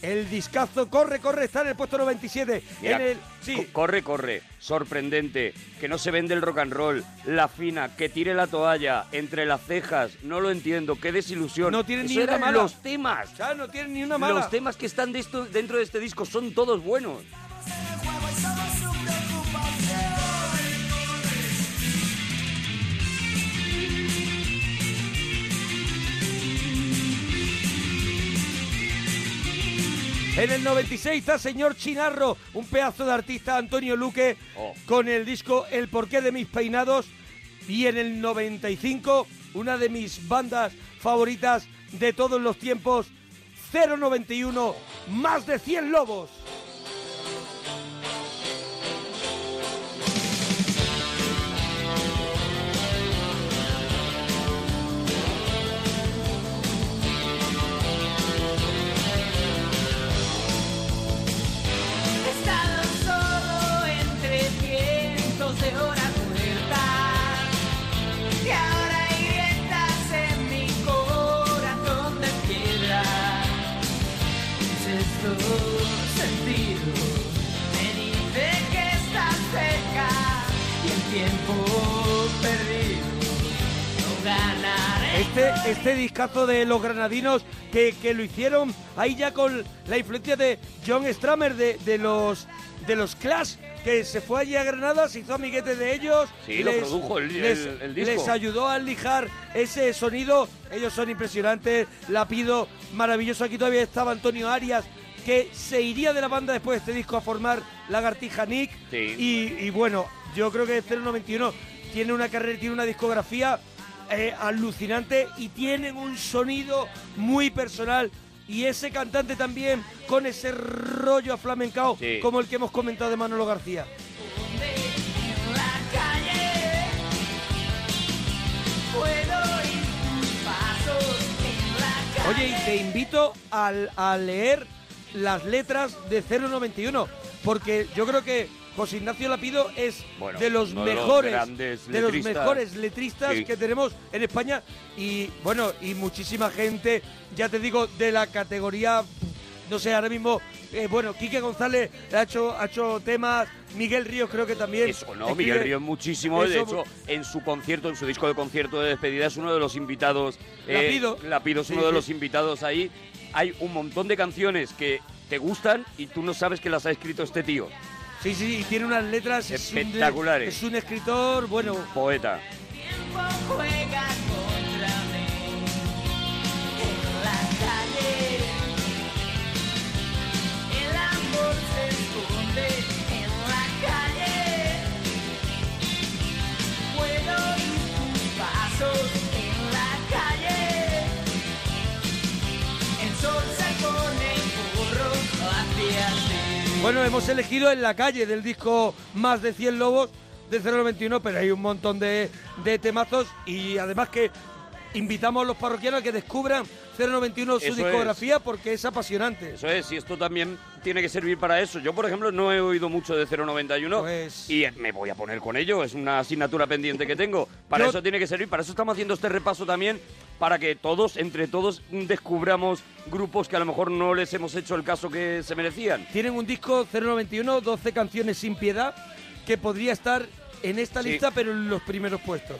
[SPEAKER 4] El discazo corre, corre, está en el puesto 97.
[SPEAKER 3] Mira,
[SPEAKER 4] en el,
[SPEAKER 3] co- Corre, corre. Sorprendente. Que no se vende el rock and roll. La fina, que tire la toalla entre las cejas. No lo entiendo. Qué desilusión.
[SPEAKER 4] no tienen
[SPEAKER 3] Eso
[SPEAKER 4] ni una
[SPEAKER 3] eran
[SPEAKER 4] mala.
[SPEAKER 3] los temas.
[SPEAKER 4] Claro, no tienen ni una mala.
[SPEAKER 3] Los temas que están de esto- dentro de este disco son todos buenos.
[SPEAKER 4] En el 96 está señor Chinarro, un pedazo de artista Antonio Luque, con el disco El porqué de mis peinados. Y en el 95, una de mis bandas favoritas de todos los tiempos, 091, más de 100 lobos.
[SPEAKER 1] He estado solo entre cientos de horas muertas Y ahora hay grietas en mi corazón de piedra Sexto sentido me dice que estás cerca Y el tiempo perdido no ganaré
[SPEAKER 4] Este, este discazo de los granadinos que, que lo hicieron ahí ya con la influencia de John Stramer de, de los de los Clash, que se fue allí a Granada, se hizo amiguete de ellos.
[SPEAKER 3] Sí, lo produjo el- el- el disco.
[SPEAKER 4] les ayudó a lijar ese sonido. Ellos son impresionantes, Lapido, maravilloso. Aquí todavía estaba Antonio Arias, que se iría de la banda después de este disco a formar Lagartija Nick.
[SPEAKER 3] Sí.
[SPEAKER 4] Y, y bueno, yo creo que este 091 tiene una carrera, tiene una discografía eh, alucinante y tienen un sonido muy personal. Y ese cantante también con ese rollo aflamencao
[SPEAKER 3] Sí.
[SPEAKER 4] como el que hemos comentado de Manolo García.
[SPEAKER 1] Puedo ir tus pasos en la
[SPEAKER 4] Oye, y te invito al- a leer las letras de 091, porque yo creo que José Ignacio Lapido es
[SPEAKER 3] Bueno,
[SPEAKER 4] de los
[SPEAKER 3] uno de los
[SPEAKER 4] mejores,
[SPEAKER 3] grandes
[SPEAKER 4] de los
[SPEAKER 3] letristas.
[SPEAKER 4] mejores letristas
[SPEAKER 3] Sí.
[SPEAKER 4] que tenemos en España y bueno, y muchísima gente, ya te digo, de la categoría no sé, ahora mismo, eh, bueno, Quique González ha hecho, ha hecho temas, Miguel Ríos creo que también. Eso,
[SPEAKER 3] Pues No, Miguel Ríos muchísimo. ¿eh? De hecho, en su concierto, en su disco de concierto de despedida, es uno de los invitados. eh,
[SPEAKER 4] Lapido.
[SPEAKER 3] Lapido es
[SPEAKER 4] Sí,
[SPEAKER 3] uno de
[SPEAKER 4] sí.
[SPEAKER 3] los invitados ahí. Hay un montón de canciones que te gustan y tú no sabes que las ha escrito este tío.
[SPEAKER 4] Sí, sí, y tiene unas letras es un-
[SPEAKER 3] Espectaculares.
[SPEAKER 4] es un escritor, bueno.
[SPEAKER 3] Poeta.
[SPEAKER 5] Juega contra mí en la calle. El amor se esconde en la calle. Puedo oír tus pasos en la calle. El sol se pone burro hacia ti.
[SPEAKER 4] Bueno, hemos elegido en la calle del disco Más de 100 Lobos de 091, pero hay un montón de, de temazos y además que invitamos a los parroquianos a que descubran 091 su
[SPEAKER 3] Eso es.
[SPEAKER 4] discografía porque es apasionante.
[SPEAKER 3] Eso es, y esto también tiene que servir para eso. Yo, por ejemplo, no he oído mucho de 091
[SPEAKER 4] Pues
[SPEAKER 3] y eh, me voy a poner con ello, es una asignatura pendiente que tengo. Para eso tiene que servir, para eso estamos haciendo este repaso también, para que todos, entre todos, mm, descubramos grupos que a lo mejor no les hemos hecho el caso que se merecían.
[SPEAKER 4] Tienen un disco 091, 12 canciones sin piedad, que podría estar en esta
[SPEAKER 3] Sí.
[SPEAKER 4] lista, pero en los primeros puestos.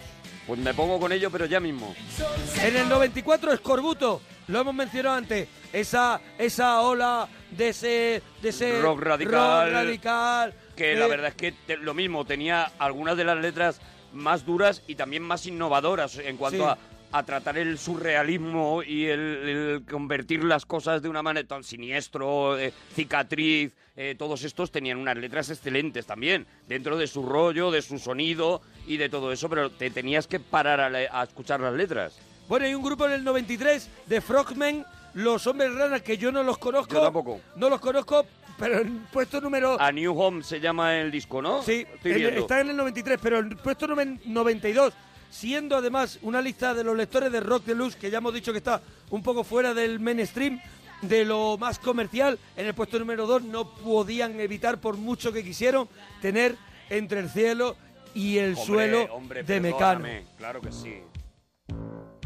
[SPEAKER 3] Pues me pongo con ello, pero ya mismo.
[SPEAKER 4] En el 94, Escorbuto, lo hemos mencionado antes, esa, esa ola de ese, de ese
[SPEAKER 3] Rock
[SPEAKER 4] Este
[SPEAKER 3] radical.
[SPEAKER 4] rock radical,
[SPEAKER 3] Que la
[SPEAKER 4] eh,
[SPEAKER 3] verdad es que te- lo mismo, tenía algunas de las letras más duras y también más innovadoras en
[SPEAKER 4] Sí.
[SPEAKER 3] cuanto a, a tratar el surrealismo y el, el convertir las cosas de una manera tan siniestro, eh, cicatriz, eh, todos estos tenían unas letras excelentes también, dentro de su rollo, de su sonido y de todo eso, pero te tenías que parar a, le- a escuchar las letras.
[SPEAKER 4] Bueno, hay un grupo en el 93 de Frogmen, los hombres ranas, que yo no los conozco.
[SPEAKER 3] Yo tampoco.
[SPEAKER 4] No los conozco, pero en puesto número...
[SPEAKER 3] A New Home se llama el disco, ¿no?
[SPEAKER 4] Sí,
[SPEAKER 3] Estoy
[SPEAKER 4] en-
[SPEAKER 3] viendo.
[SPEAKER 4] está en el 93, pero en puesto numen- 92, siendo además una lista de los lectores de Rock Deluxe, que ya hemos dicho que está un poco fuera del mainstream, de lo más comercial, en el puesto número 2 no podían evitar, por mucho que quisieron, tener entre el cielo y el
[SPEAKER 3] Hombre,
[SPEAKER 4] suelo
[SPEAKER 3] hombre,
[SPEAKER 4] de Mecano.
[SPEAKER 3] perdóname, Claro que sí. Oh.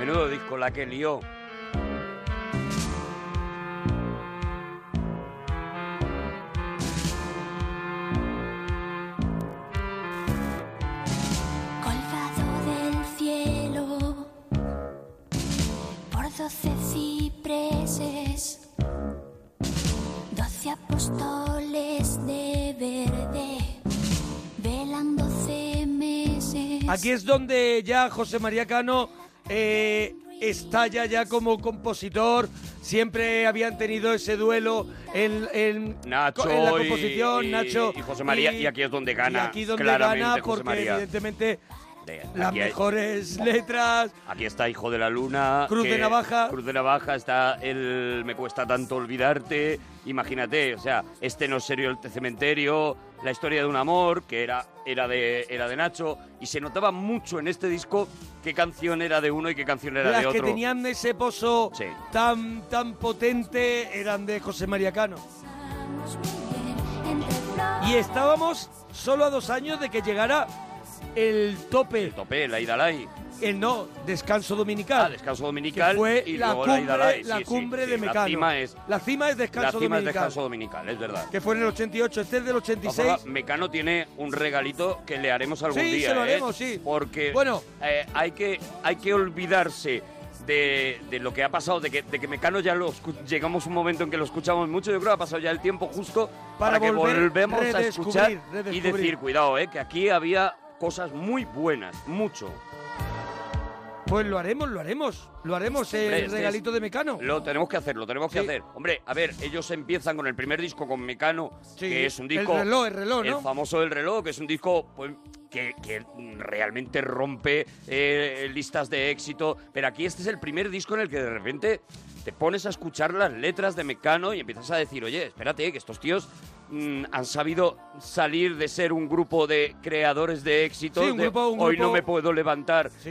[SPEAKER 3] Menudo disco la que lió.
[SPEAKER 5] colgado del cielo por doce cipreses, doce apóstoles de verde, velan doce meses.
[SPEAKER 4] Aquí es donde ya José María Cano eh, estalla ya como compositor. Siempre habían tenido ese duelo en, en-
[SPEAKER 3] Nacho
[SPEAKER 4] en la
[SPEAKER 3] y-
[SPEAKER 4] composición,
[SPEAKER 3] y-
[SPEAKER 4] Nacho.
[SPEAKER 3] y José María, y aquí es donde gana,
[SPEAKER 4] y aquí donde
[SPEAKER 3] claramente,
[SPEAKER 4] gana,
[SPEAKER 3] José
[SPEAKER 4] porque
[SPEAKER 3] María.
[SPEAKER 4] evidentemente eh,
[SPEAKER 3] De-
[SPEAKER 4] las
[SPEAKER 3] aquí hay-
[SPEAKER 4] mejores letras.
[SPEAKER 3] Aquí está Hijo de la Luna.
[SPEAKER 4] Cruz de Navaja.
[SPEAKER 3] Cruz de Navaja, está el Me cuesta tanto olvidarte. Imagínate, o sea, este no es serio el cementerio, la historia de un amor, que era, era, de, era de Nacho. Y se notaba mucho en este disco qué canción era de uno y qué canción era
[SPEAKER 4] Las
[SPEAKER 3] de otro.
[SPEAKER 4] que tenían ese pozo
[SPEAKER 3] Sí.
[SPEAKER 4] tan, tan potente eran de José María Cano. Y estábamos solo a dos años de que llegara el tope. El
[SPEAKER 3] tope, la Idalai.
[SPEAKER 4] El no, descanso dominical. Ah,
[SPEAKER 3] descanso dominical.
[SPEAKER 4] fue
[SPEAKER 3] y
[SPEAKER 4] la
[SPEAKER 3] luego la
[SPEAKER 4] cumbre,
[SPEAKER 3] Idalai,
[SPEAKER 4] la
[SPEAKER 3] sí, sí,
[SPEAKER 4] cumbre
[SPEAKER 3] sí,
[SPEAKER 4] de
[SPEAKER 3] la
[SPEAKER 4] Mecano.
[SPEAKER 3] cima es-
[SPEAKER 4] La cima es
[SPEAKER 3] La
[SPEAKER 4] descanso
[SPEAKER 3] cima es
[SPEAKER 4] dominical.
[SPEAKER 3] descanso dominical, es verdad.
[SPEAKER 4] Que fue en el 88, este es del
[SPEAKER 3] De todas formas,
[SPEAKER 4] 86.
[SPEAKER 3] Mecano tiene un regalito que le haremos algún
[SPEAKER 4] Sí,
[SPEAKER 3] día.
[SPEAKER 4] se lo
[SPEAKER 3] ¿eh?
[SPEAKER 4] haremos, sí.
[SPEAKER 3] Porque
[SPEAKER 4] Bueno.
[SPEAKER 3] eh, hay, que, hay que olvidarse de, de lo que ha pasado, de que, de que Mecano ya lo escu- llegamos un momento en que lo escuchamos mucho. Yo creo que ha pasado ya el tiempo justo para,
[SPEAKER 4] Para
[SPEAKER 3] que
[SPEAKER 4] volver,
[SPEAKER 3] volvemos a
[SPEAKER 4] redescubrir,
[SPEAKER 3] escuchar y
[SPEAKER 4] redescubrir.
[SPEAKER 3] decir, cuidado, eh, que aquí había cosas muy buenas, mucho.
[SPEAKER 4] Pues lo haremos, lo haremos. Lo haremos, el
[SPEAKER 3] Hombre, este
[SPEAKER 4] regalito
[SPEAKER 3] es-
[SPEAKER 4] de Mecano.
[SPEAKER 3] Lo tenemos que hacer, lo tenemos que
[SPEAKER 4] Sí.
[SPEAKER 3] hacer. Hombre, a ver, ellos empiezan con el primer disco con Mecano,
[SPEAKER 4] Sí,
[SPEAKER 3] que es un
[SPEAKER 4] el
[SPEAKER 3] disco.
[SPEAKER 4] reloj, el reloj, ¿no?
[SPEAKER 3] famoso El reloj, que es un disco pues, que, que realmente rompe eh, listas de éxito. Pero aquí este es el primer disco en el que de repente te pones a escuchar las letras de Mecano y empiezas a decir, oye, espérate, que estos tíos. mm, han sabido salir de ser un grupo de creadores de éxitos.
[SPEAKER 4] Sí, un
[SPEAKER 3] de,
[SPEAKER 4] grupo- un
[SPEAKER 3] Hoy no
[SPEAKER 4] grupo-
[SPEAKER 3] me puedo levantar y,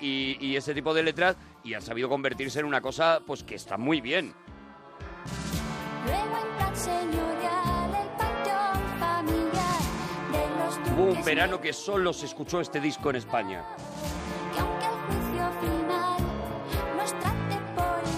[SPEAKER 3] y- y ese tipo de letras y han sabido convertirse en una cosa pues que está muy bien.
[SPEAKER 5] Luego en plan señorial, el panteón familiar de los
[SPEAKER 3] Hubo un
[SPEAKER 5] duques
[SPEAKER 3] verano que solo se escuchó este disco en España.
[SPEAKER 5] que aunque el juicio final nos trate por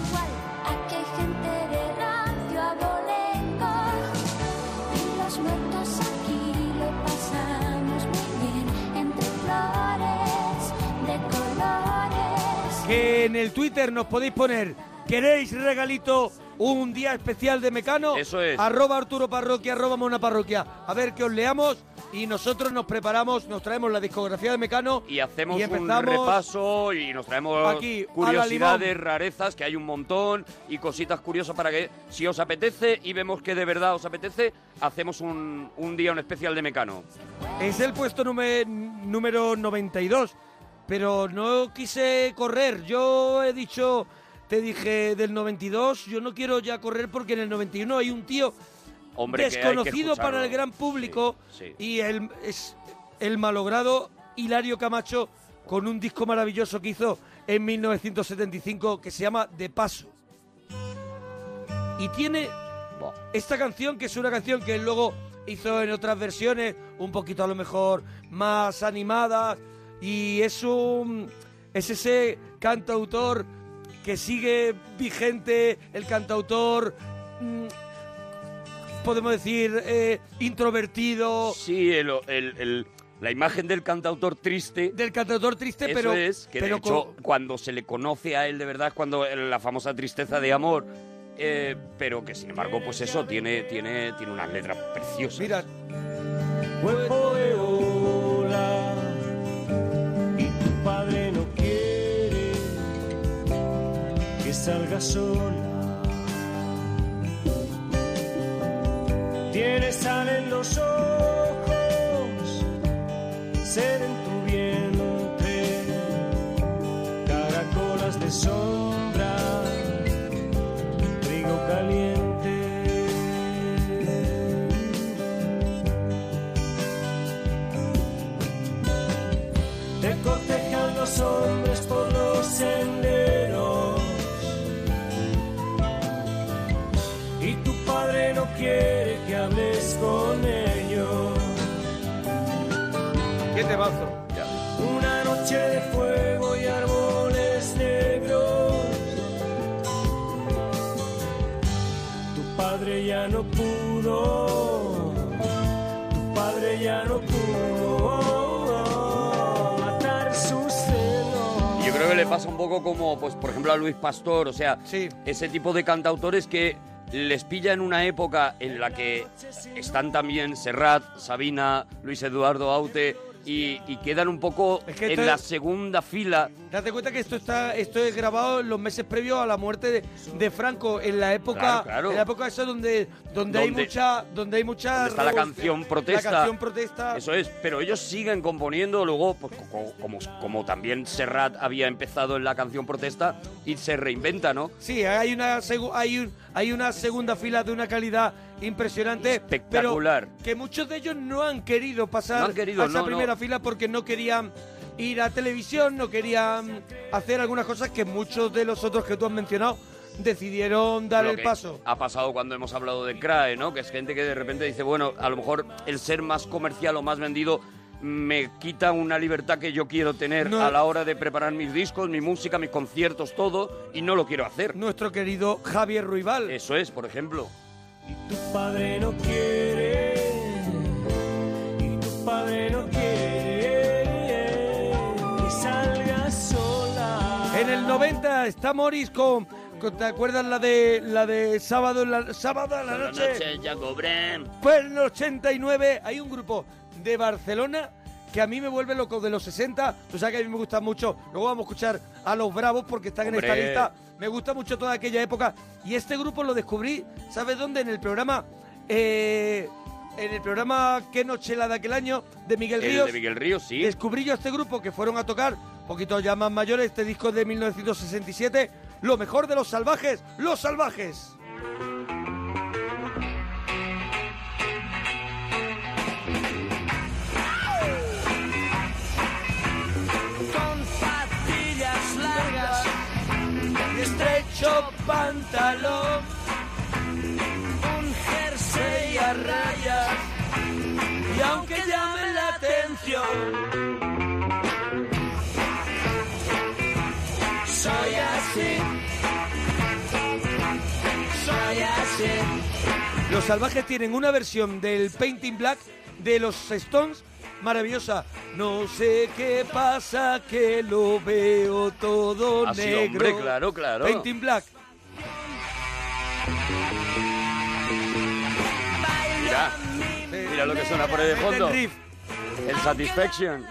[SPEAKER 4] en el Twitter nos podéis poner, ¿queréis regalito un día especial de Mecano? Eso
[SPEAKER 3] es.
[SPEAKER 4] Arroba Arturo Parroquia, arroba Mona Parroquia. A ver que os leamos y nosotros nos preparamos, nos traemos la discografía de Mecano.
[SPEAKER 3] Y hacemos
[SPEAKER 4] Y
[SPEAKER 3] un
[SPEAKER 4] empezamos-
[SPEAKER 3] repaso y nos traemos
[SPEAKER 4] Aquí, a la
[SPEAKER 3] curiosidades,
[SPEAKER 4] limón.
[SPEAKER 3] rarezas, que hay un montón, y cositas curiosas para que, si os apetece y vemos que de verdad os apetece, hacemos un, un día un especial de Mecano.
[SPEAKER 4] Es el puesto nume- número 92, pero no quise correr. Yo he dicho, te dije del 92, yo no quiero ya correr porque en el 91 hay un tío
[SPEAKER 3] Hombre, que hay que
[SPEAKER 4] desconocido para el
[SPEAKER 3] escucharlo.
[SPEAKER 4] gran público
[SPEAKER 3] Sí,
[SPEAKER 4] y el, es el malogrado Hilario Camacho con un disco maravilloso que hizo en 1975 que se llama De Paso. Y tiene esta canción, que es una canción que él luego hizo en otras versiones, un poquito a lo mejor más animadas, y es un. es ese cantautor que sigue vigente, el cantautor. mm, podemos decir, eh, introvertido.
[SPEAKER 3] Sí, el, el- el- la imagen del cantautor triste.
[SPEAKER 4] Del cantautor triste,
[SPEAKER 3] Eso
[SPEAKER 4] pero-
[SPEAKER 3] es, que
[SPEAKER 4] pero
[SPEAKER 3] de hecho,
[SPEAKER 4] con-
[SPEAKER 3] cuando se le conoce a él de verdad, es cuando eh, la famosa tristeza de amor. eh, pero que sin embargo, pues eso, tiene, tiene, tiene unas letras preciosas.
[SPEAKER 4] Mira,
[SPEAKER 1] cuerpo de ola y tu padre no quiere que salga sola. Tienes sal en los ojos, ser en tu vientre, caracolas de sombra, trigo caliente. Te cortejan los hombres por los senderos. Y tu padre no quiere que hables con ellos.
[SPEAKER 4] ¿Qué te mazo?
[SPEAKER 1] Una noche de fuego y árboles negros. Tu padre ya no pudo. Tu padre ya no pudo matar sus celos.
[SPEAKER 3] Yo creo que le pasa un poco como, pues, por ejemplo, a Luis Pastor, o sea, ese tipo de cantautores que les pilla en una época en la que están también Serrat, Sabina, Luis Eduardo Aute y, y quedan un poco
[SPEAKER 4] que
[SPEAKER 3] en
[SPEAKER 4] esto
[SPEAKER 3] la
[SPEAKER 4] es-
[SPEAKER 3] segunda fila.
[SPEAKER 4] Date cuenta que esto está esto es grabado en los meses previos a la muerte de, de Franco en la época
[SPEAKER 3] Claro, claro.
[SPEAKER 4] en la época esa donde donde hay
[SPEAKER 3] Donde-
[SPEAKER 4] mucha donde hay mucha
[SPEAKER 3] donde está la
[SPEAKER 4] revolución-
[SPEAKER 3] canción protesta.
[SPEAKER 4] la canción protesta
[SPEAKER 3] Eso es, pero ellos siguen componiendo, luego, pues, co- co- como, como también Serrat había empezado en la canción protesta y se reinventa, ¿no?
[SPEAKER 4] sí hay una segu- hay un- hay una segunda fila de una calidad impresionante
[SPEAKER 3] Espectacular.
[SPEAKER 4] pero que muchos de ellos no han querido pasar
[SPEAKER 3] No han querido,
[SPEAKER 4] a esa
[SPEAKER 3] no, no.
[SPEAKER 4] primera fila porque no querían ir a televisión no querían hacer algunas cosas que muchos de los otros que tú has mencionado decidieron dar
[SPEAKER 3] lo
[SPEAKER 4] el
[SPEAKER 3] que
[SPEAKER 4] paso
[SPEAKER 3] Ha pasado cuando hemos hablado de CRAE, ¿no? Que es gente que de repente dice, bueno, a lo mejor el ser más comercial o más vendido me quita una libertad que yo quiero tener
[SPEAKER 4] No.
[SPEAKER 3] a la hora de preparar mis discos, mi música, mis conciertos, todo, y no lo quiero hacer.
[SPEAKER 4] Nuestro querido Javier Ruibal.
[SPEAKER 3] Eso es, por ejemplo.
[SPEAKER 1] Tu padre no quiere. Y tu padre no quiere que salgas sola.
[SPEAKER 4] En el 90 está Morris con, con- ¿te acuerdas la de la de sábado en la sábado a la noche?
[SPEAKER 3] ya cobré.
[SPEAKER 4] Pues en el 89 hay un grupo de Barcelona que a mí me vuelve loco de los 60, tú sabes que a mí me gusta mucho. Luego vamos a escuchar a los Bravos porque están en esta
[SPEAKER 3] Hombre.
[SPEAKER 4] lista. Me gusta mucho toda aquella época y este grupo lo descubrí, ¿sabes dónde? En el programa eh, en el programa Qué Nochelada de aquel año de Miguel
[SPEAKER 3] El
[SPEAKER 4] Ríos.
[SPEAKER 3] de Miguel Ríos, sí.
[SPEAKER 4] Descubrí yo a este grupo que fueron a tocar, poquito ya más mayores, este disco de 1967, Lo mejor de los salvajes, los salvajes.
[SPEAKER 1] con patillas largas y estrecho pantalón, un jersey a rayas y aunque llame la atención, soy así, soy así.
[SPEAKER 4] Los salvajes tienen una versión del Painting Black de los Stones maravillosa. No sé qué pasa, que lo veo todo
[SPEAKER 3] Así,
[SPEAKER 4] negro.
[SPEAKER 3] Ah, hombre, claro, claro.
[SPEAKER 4] Painting Black.
[SPEAKER 3] Mira, mira lo que suena por ahí de fondo. El Satisfaction.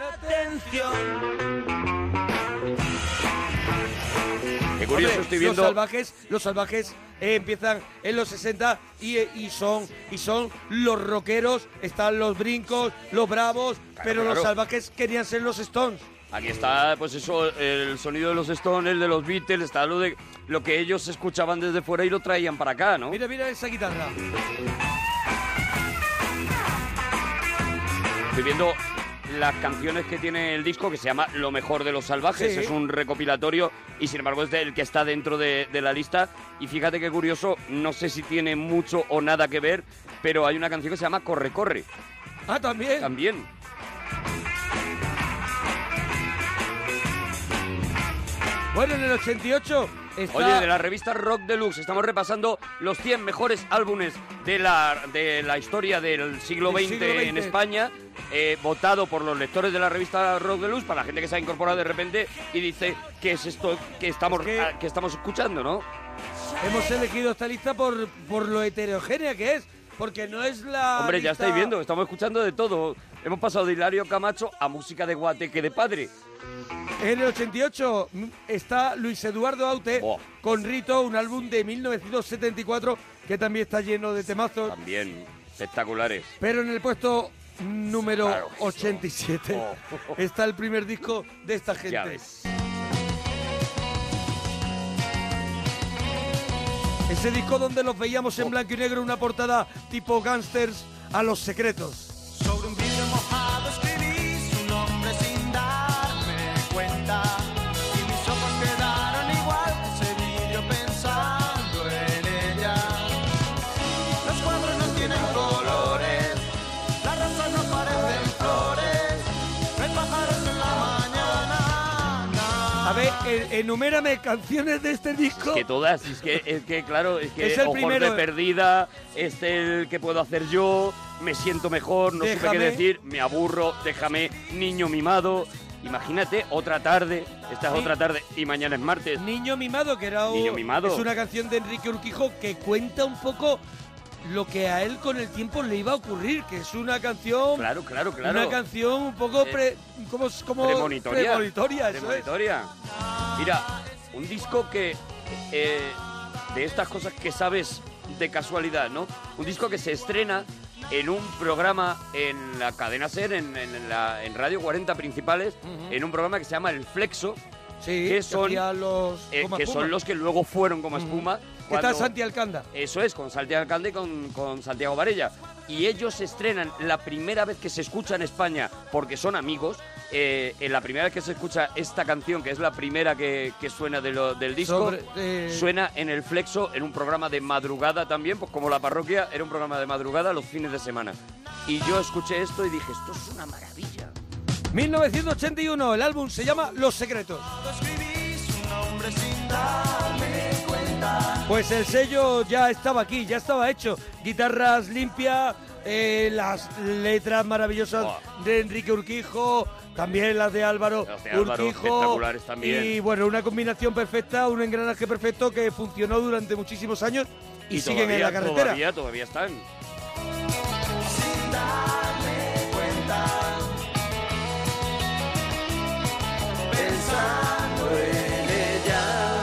[SPEAKER 3] Qué curioso,
[SPEAKER 4] Hombre,
[SPEAKER 3] estoy viendo-
[SPEAKER 4] Los salvajes, los salvajes eh, empiezan en los 60 y, eh, y son y son los rockeros, están los brincos, los bravos, pero los
[SPEAKER 3] claro.
[SPEAKER 4] salvajes querían ser los Stones.
[SPEAKER 3] Aquí está, pues eso, el sonido de los Stones, el de los Beatles, está lo de lo que ellos escuchaban desde fuera y lo traían para acá, ¿no?
[SPEAKER 4] Mira, mira esa guitarra.
[SPEAKER 3] Estoy viendo las canciones que tiene el disco que se llama Lo mejor de los salvajes,
[SPEAKER 4] Sí.
[SPEAKER 3] es un recopilatorio y sin embargo es el que está dentro de, de la lista y fíjate qué curioso, no sé si tiene mucho o nada que ver, pero hay una canción que se llama Corre, corre.
[SPEAKER 4] Ah, también.
[SPEAKER 3] También.
[SPEAKER 4] Bueno, en el 88 está...
[SPEAKER 3] Oye, de la revista Rock Deluxe estamos repasando los 100 mejores álbumes de la, de la historia del siglo
[SPEAKER 4] Del
[SPEAKER 3] XX,
[SPEAKER 4] siglo XX.
[SPEAKER 3] en España, eh, votado por los lectores de la revista Rock Deluxe, para la gente que se ha incorporado de repente y dice qué es esto que estamos, ah, que estamos escuchando, ¿no?
[SPEAKER 4] Hemos elegido esta lista por, por lo heterogénea que es, porque no es la.
[SPEAKER 3] Hombre, ya
[SPEAKER 4] lista-
[SPEAKER 3] estáis viendo, estamos escuchando de todo. Hemos pasado de Hilario Camacho a música de guateque de padre.
[SPEAKER 4] En el 88 mm, está Luis Eduardo Aute con Rito, un álbum de 1974 que también está lleno de temazos.
[SPEAKER 3] Bien, espectaculares.
[SPEAKER 4] Pero en el puesto número 87 está el primer disco de esta gente.
[SPEAKER 3] Ya
[SPEAKER 4] Ese disco donde los veíamos en blanco y negro, una portada tipo gangsters a los secretos.
[SPEAKER 5] Sobre un vidrio mojado escribí su nombre sin darme cuenta. Y mis ojos quedaron igual que ese vidrio pensando en ella. Los cuadros no tienen
[SPEAKER 4] ¿Eh?
[SPEAKER 3] (laughs)
[SPEAKER 5] colores, las rosas no parecen flores, no hay pájaros en la mañana.
[SPEAKER 4] A ver, e- enumérame canciones de este disco.
[SPEAKER 3] Que todas, es que, es que claro, es que
[SPEAKER 4] Es el
[SPEAKER 3] ojos
[SPEAKER 4] primero.
[SPEAKER 3] de perdida, es el que puedo hacer yo, me siento mejor, no supe
[SPEAKER 4] Déjame.
[SPEAKER 3] qué decir, me aburro, déjame, niño mimado. Imagínate, otra tarde, esta es
[SPEAKER 4] Ni-
[SPEAKER 3] otra tarde y mañana es martes.
[SPEAKER 4] Niño mimado, que era un-
[SPEAKER 3] Niño mimado.
[SPEAKER 4] es una canción de Enrique Urquijo que cuenta un poco lo que a él con el tiempo le iba a ocurrir, que es una canción...
[SPEAKER 3] Claro, claro, claro.
[SPEAKER 4] Una canción un poco
[SPEAKER 3] Eh,
[SPEAKER 4] pre, como, como
[SPEAKER 3] Premonitoria.
[SPEAKER 4] premonitoria, eso es.
[SPEAKER 3] Premonitoria. Mira, un disco que. eh, de estas cosas que sabes de casualidad, ¿no? Un disco que se estrena en un programa en la cadena Ser, en, en la- en Radio 40 Principales, en un programa que se llama El Flexo.
[SPEAKER 4] Sí,
[SPEAKER 3] que
[SPEAKER 4] que
[SPEAKER 3] son,
[SPEAKER 4] hacía los
[SPEAKER 3] eh,
[SPEAKER 4] Goma
[SPEAKER 3] que
[SPEAKER 4] Espuma.
[SPEAKER 3] son los que luego fueron como espuma.
[SPEAKER 4] ¿Qué tal
[SPEAKER 3] cuando-
[SPEAKER 4] Santi Alcanda?
[SPEAKER 3] eso es, con Santiago Alcalde y con, con Santiago Varella. Y ellos estrenan la primera vez que se escucha en España, porque son amigos, eh, en la primera vez que se escucha esta canción, que es la primera que, que suena de lo- del disco,
[SPEAKER 4] Sobre, eh,
[SPEAKER 3] suena en el Flexo, en un programa de madrugada también, pues como la parroquia era un programa de madrugada los fines de semana. Y yo escuché esto y dije, esto es una maravilla.
[SPEAKER 4] 1981, el álbum se llama Los Secretos.
[SPEAKER 5] Su nombre sin darme cuenta.
[SPEAKER 4] Pues el sello ya estaba aquí, ya estaba hecho. Guitarras limpias, eh, las letras maravillosas de Enrique Urquijo, también las de Álvaro
[SPEAKER 3] de Álvaro,
[SPEAKER 4] Urquijo.
[SPEAKER 3] espectaculares también.
[SPEAKER 4] Y bueno, una combinación perfecta, un engranaje perfecto que funcionó durante muchísimos años y, siguen en
[SPEAKER 3] todavía-
[SPEAKER 4] la carretera.
[SPEAKER 3] Todavía, todavía están.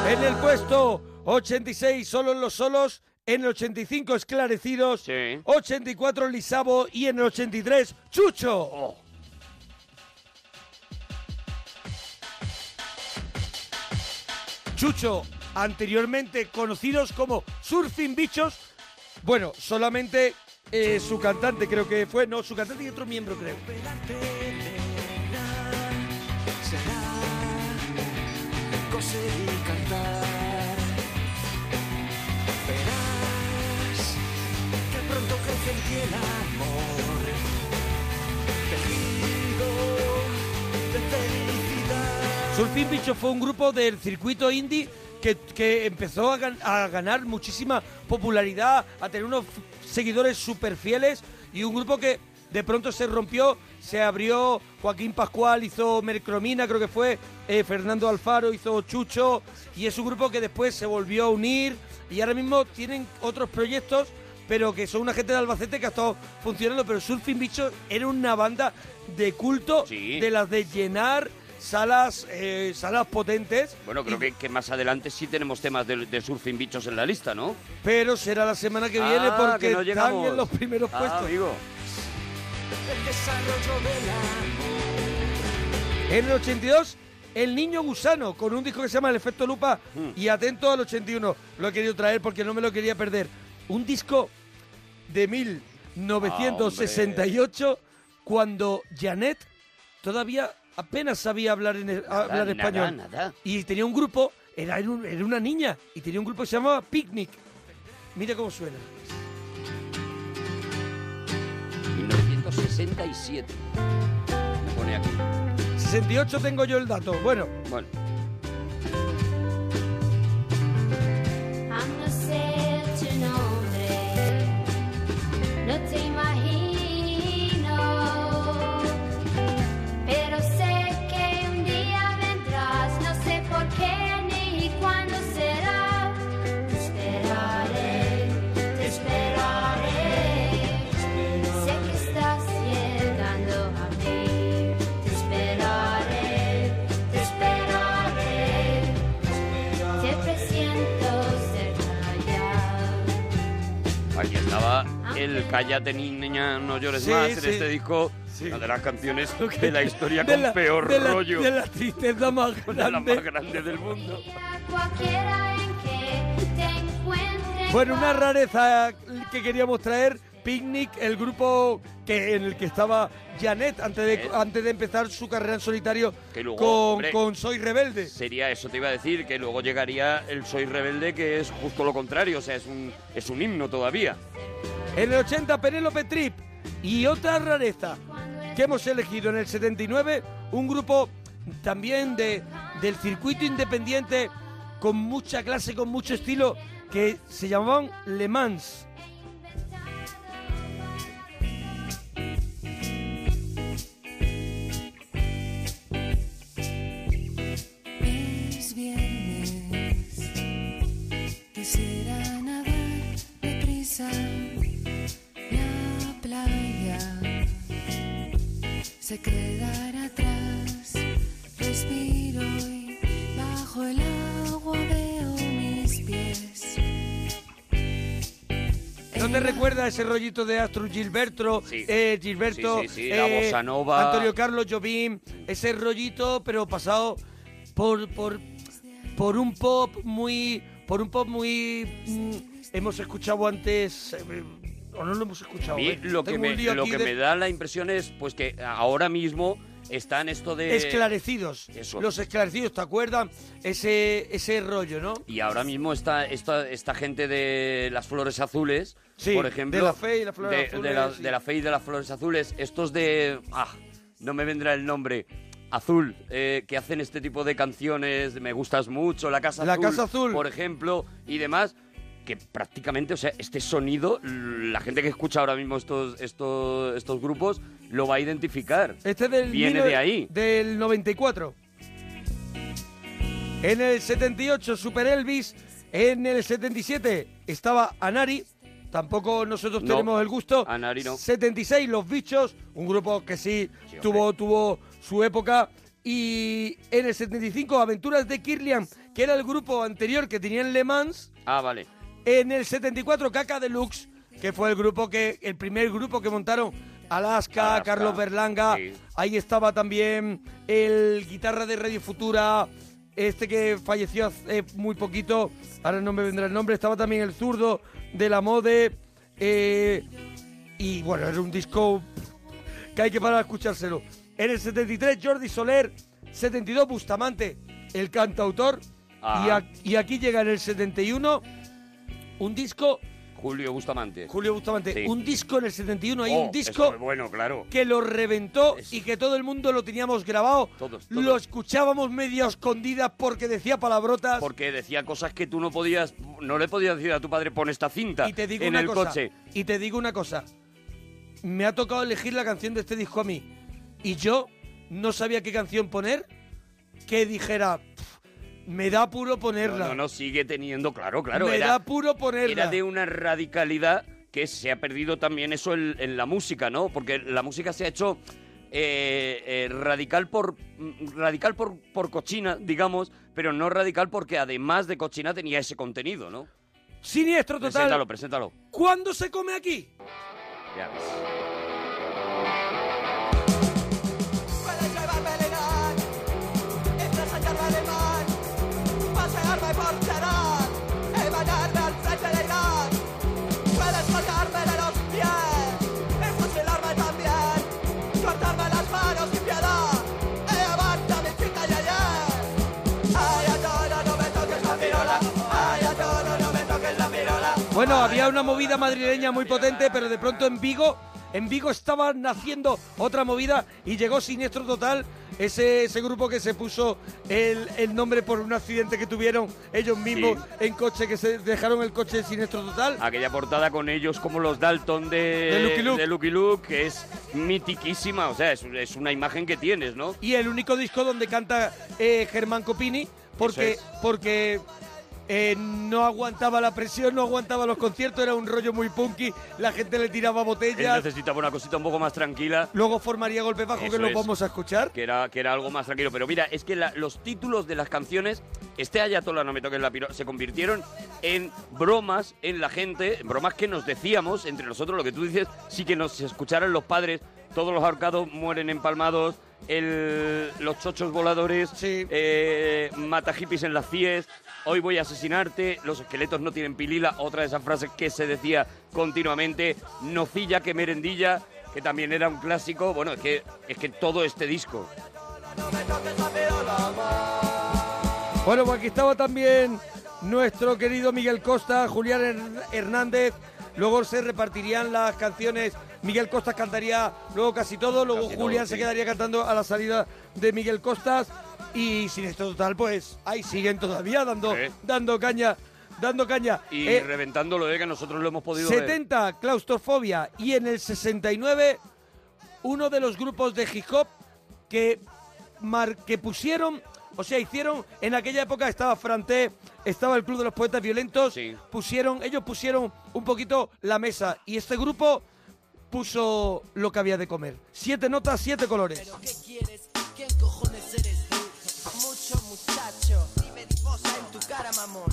[SPEAKER 4] En el puesto 86, solos los solos. En el 85, esclarecidos. 84, Lisabo. Y en el 83, Chucho. Chucho, anteriormente conocidos como Surfing Bichos. Bueno, solamente eh, su cantante creo que fue, no, su cantante y otro miembro creo.
[SPEAKER 5] Coser y cantar. Verás que pronto crece en ti el amor. Tejido de felicidad.
[SPEAKER 4] Surfing Bichos fue un grupo del circuito indie que, que empezó a, gan- a ganar muchísima popularidad, a tener unos f- seguidores súper fieles y un grupo que de pronto se rompió, se abrió, Joaquín Pascual hizo Mercromina, creo que fue, eh, Fernando Alfaro hizo Chucho, y es un grupo que después se volvió a unir, y ahora mismo tienen otros proyectos, pero que son una gente de Albacete que ha estado funcionando, pero Surfing Bichos era una banda de culto, de las de llenar salas, eh, salas potentes,
[SPEAKER 3] Bueno, creo que, que más adelante sí tenemos temas de, de surfing bichos en la lista, ¿no?
[SPEAKER 4] pero será la semana que viene
[SPEAKER 3] Ah,
[SPEAKER 4] porque
[SPEAKER 3] que no
[SPEAKER 4] están
[SPEAKER 3] llegamos.
[SPEAKER 4] en los primeros
[SPEAKER 3] Ah,
[SPEAKER 4] puestos.
[SPEAKER 3] amigo.
[SPEAKER 5] El desarrollo
[SPEAKER 4] En
[SPEAKER 5] del amor.
[SPEAKER 4] el 82, El Niño Gusano, con un disco que se llama El Efecto Lupa.
[SPEAKER 3] Mm.
[SPEAKER 4] Y atento al 81, lo he querido traer porque no me lo quería perder. Un disco de 1968,
[SPEAKER 3] Ah,
[SPEAKER 4] cuando Janet todavía apenas sabía hablar, en, e, hablar
[SPEAKER 3] nada,
[SPEAKER 4] español.
[SPEAKER 3] nada.
[SPEAKER 4] Y tenía un grupo, era, era un- era una niña, y tenía un grupo que se llamaba Picnic. Mira cómo suena.
[SPEAKER 3] 1967. Me pone aquí.
[SPEAKER 4] 68 tengo yo el dato. Bueno.
[SPEAKER 3] Bueno.
[SPEAKER 5] I'm no sé tu nombre, no te imagino, pero sé que un día vendrás, no sé por qué ni cuándo será. Te esperaré, te esperaré, sé que estás llegando a mí. Te esperaré, te esperaré. Te presiento cerca ya.
[SPEAKER 3] Aquí estaba el Cállate ni- niña, no llores
[SPEAKER 4] Sí,
[SPEAKER 3] más en
[SPEAKER 4] sí.
[SPEAKER 3] este disco. Una de las canciones de la historia
[SPEAKER 4] De
[SPEAKER 3] con
[SPEAKER 4] la-
[SPEAKER 3] peor
[SPEAKER 4] de la-
[SPEAKER 3] rollo.
[SPEAKER 4] de la tristeza más
[SPEAKER 3] De (laughs) la más grande del mundo.
[SPEAKER 5] Cualquiera en que te encuentre.
[SPEAKER 4] Bueno, una rareza que queríamos traer, Picnic, el grupo que, en el que estaba Janet antes de, antes de empezar su carrera en solitario
[SPEAKER 3] Que luego,
[SPEAKER 4] con,
[SPEAKER 3] hombre,
[SPEAKER 4] con Soy Rebelde.
[SPEAKER 3] Sería eso, te iba a decir, que luego llegaría el Soy Rebelde, que es justo lo contrario, o sea, es un, es un himno todavía.
[SPEAKER 4] En el 80, Penélope Trip. Y otra rareza que hemos elegido en el 79, un grupo también de, del circuito independiente con mucha clase, con mucho estilo, que se llamaban Le Mans.
[SPEAKER 5] Es viernes, quisiera nadar deprisa. La playa se quedará atrás. Respiro y bajo el agua veo mis pies.
[SPEAKER 4] ¿No te Eh, recuerda ese rollito de Astro Gilberto? eh, Gilberto, eh,
[SPEAKER 3] Sí, sí, sí, la bossa nova.
[SPEAKER 4] Antonio Carlos Jobim, ese rollito, pero pasado por, por, por un pop muy. Por un pop muy. mm, hemos escuchado antes. eh, o no lo hemos escuchado.
[SPEAKER 3] A mí
[SPEAKER 4] eh.
[SPEAKER 3] lo que,
[SPEAKER 4] Tengo un
[SPEAKER 3] me,
[SPEAKER 4] lío
[SPEAKER 3] lo
[SPEAKER 4] aquí
[SPEAKER 3] que
[SPEAKER 4] de-
[SPEAKER 3] me da la impresión es pues que ahora mismo están esto de...
[SPEAKER 4] Esclarecidos.
[SPEAKER 3] Eso.
[SPEAKER 4] Los esclarecidos, ¿te acuerdas? Ese, ese rollo, ¿no?
[SPEAKER 3] Y ahora mismo está esta, esta gente de las flores azules,
[SPEAKER 4] Sí,
[SPEAKER 3] por ejemplo.
[SPEAKER 4] de la fe y las flores
[SPEAKER 3] de-
[SPEAKER 4] azules,
[SPEAKER 3] De la,
[SPEAKER 4] sí.
[SPEAKER 3] de la fe y de las flores azules. Estos de. Ah, no me vendrá el nombre. Azul, eh, que hacen este tipo de canciones, de Me gustas mucho, La Casa
[SPEAKER 4] La
[SPEAKER 3] Azul.
[SPEAKER 4] Casa Azul.
[SPEAKER 3] Por ejemplo, y demás. Que prácticamente, o sea, este sonido, la gente que escucha ahora mismo estos, estos, estos grupos lo va a identificar.
[SPEAKER 4] Este es del
[SPEAKER 3] Viene
[SPEAKER 4] mil-
[SPEAKER 3] de ahí.
[SPEAKER 4] Del 94. En el 78, Super Elvis. En el 77 estaba Anari. Tampoco nosotros
[SPEAKER 3] No,
[SPEAKER 4] tenemos el gusto.
[SPEAKER 3] Anari no.
[SPEAKER 4] 76, Los Bichos. Un grupo que sí, tuvo, tuvo su época. Y en el 75, Aventuras de Kirlian, que era el grupo anterior que tenía en Le Mans.
[SPEAKER 3] Ah, vale.
[SPEAKER 4] En el 74, Caca Deluxe, que fue el grupo que el primer grupo que montaron Alaska,
[SPEAKER 3] Alaska,
[SPEAKER 4] Carlos Berlanga.
[SPEAKER 3] sí.
[SPEAKER 4] Ahí estaba también el guitarra de Radio Futura, este que falleció hace muy poquito. Ahora no me vendrá el nombre. Estaba también el zurdo de la mode. eh, y bueno, era un disco que hay que parar a escuchárselo. En el 73, Jordi Soler. 72, Bustamante, el cantautor.
[SPEAKER 3] Ah.
[SPEAKER 4] Y, a- y aquí llega en el 71 un disco,
[SPEAKER 3] Julio Bustamante.
[SPEAKER 4] Julio Bustamante,
[SPEAKER 3] Sí.
[SPEAKER 4] un disco en el 71, hay
[SPEAKER 3] Oh,
[SPEAKER 4] un
[SPEAKER 3] eso
[SPEAKER 4] disco
[SPEAKER 3] es bueno, claro.
[SPEAKER 4] que lo reventó y que todo el mundo lo teníamos grabado. Lo escuchábamos medio a escondidas porque decía palabrotas.
[SPEAKER 3] Porque decía cosas que tú no podías, no le podías decir a tu padre, pon esta cinta
[SPEAKER 4] y te digo
[SPEAKER 3] en
[SPEAKER 4] una
[SPEAKER 3] el
[SPEAKER 4] cosa,
[SPEAKER 3] coche.
[SPEAKER 4] Y te digo una cosa. me ha tocado elegir la canción de este disco a mí. Y yo no sabía qué canción poner que dijera, "Pff, me da apuro ponerla.
[SPEAKER 3] No, no, no, sigue teniendo, claro, claro.
[SPEAKER 4] Me
[SPEAKER 3] era,
[SPEAKER 4] da puro ponerla.
[SPEAKER 3] Era de una radicalidad que se ha perdido también eso en, en la música, ¿no? Porque la música se ha hecho eh, eh, radical por mm, radical por, por cochina, digamos, pero no radical porque además de cochina tenía ese contenido, ¿no?
[SPEAKER 4] Siniestro total.
[SPEAKER 3] Preséntalo, preséntalo.
[SPEAKER 4] ¿Cuándo se come aquí?
[SPEAKER 3] Ya ves.
[SPEAKER 5] Puedes llevarme a Lenar, representarme de mal, pasearme por Teherán, emanarme al frente de Irán. Puedes colgarme de los pies y fusilarme también, cortarme las manos sin piedad y llevarte a mi chica Yeye. Ay, Antonio, no me toques la pirola, ay, Antonio, no me toques la pirola.
[SPEAKER 4] Bueno, había una movida madrileña muy potente, pero de pronto en Vigo, en Vigo estaba naciendo otra movida y llegó Siniestro Total, ese, ese grupo que se puso el, el nombre por un accidente que tuvieron ellos mismos en coche, que se dejaron el coche de Siniestro Total.
[SPEAKER 3] Aquella portada con ellos como los Dalton de,
[SPEAKER 4] De Lucky Luke.
[SPEAKER 3] de Lucky Luke, que es mitiquísima, o sea, es, es una imagen que tienes, ¿no?
[SPEAKER 4] Y el único disco donde canta eh, Germán Copini, porque,
[SPEAKER 3] Eso es.
[SPEAKER 4] porque eh, no aguantaba la presión, no aguantaba los conciertos, era un rollo muy punky, la gente le tiraba
[SPEAKER 3] Él
[SPEAKER 4] botellas.
[SPEAKER 3] necesitaba una cosita un poco más tranquila.
[SPEAKER 4] Luego formaría golpe bajo
[SPEAKER 3] Eso
[SPEAKER 4] que lo
[SPEAKER 3] es.
[SPEAKER 4] vamos a escuchar.
[SPEAKER 3] Que era, que era algo más tranquilo. Pero mira, es que la- los títulos de las canciones, este Ayatollah no me toques la piro, se convirtieron en bromas en la gente, en bromas que nos decíamos entre nosotros, lo que tú dices, sí que nos escucharan los padres, todos los ahorcados mueren empalmados, el- los chochos voladores, eh, mata hippies en las CIES, hoy voy a asesinarte, los esqueletos no tienen pilila, otra de esas frases que se decía continuamente, nocilla que merendilla, que también era un clásico, bueno, es que, es que todo este disco.
[SPEAKER 4] Bueno, pues aquí estaba también nuestro querido Miguel Costa, Julián Her- Hernández. Luego se repartirían las canciones. Miguel Costas cantaría luego casi todo. Luego
[SPEAKER 3] todo,
[SPEAKER 4] Julián se
[SPEAKER 3] sí.
[SPEAKER 4] quedaría cantando a la salida de Miguel Costas. Y sin esto total, pues ahí siguen todavía dando, dando caña. Dando caña.
[SPEAKER 3] Y
[SPEAKER 4] Eh,
[SPEAKER 3] reventándolo, eh, que nosotros lo hemos podido ver.
[SPEAKER 4] 70, claustrofobia. Y en el 69, uno de los grupos de hip hop que, mar- que pusieron, o sea, hicieron, en aquella época estaba Franté, estaba el Club de los Poetas Violentos, pusieron, ellos pusieron un poquito la mesa. Y este grupo puso lo que había de comer. Siete notas, siete colores.
[SPEAKER 5] ¿Qué quieres? ¿Quién cojones eres tú? Mucho muchacho, dime cosa en tu cara, mamón.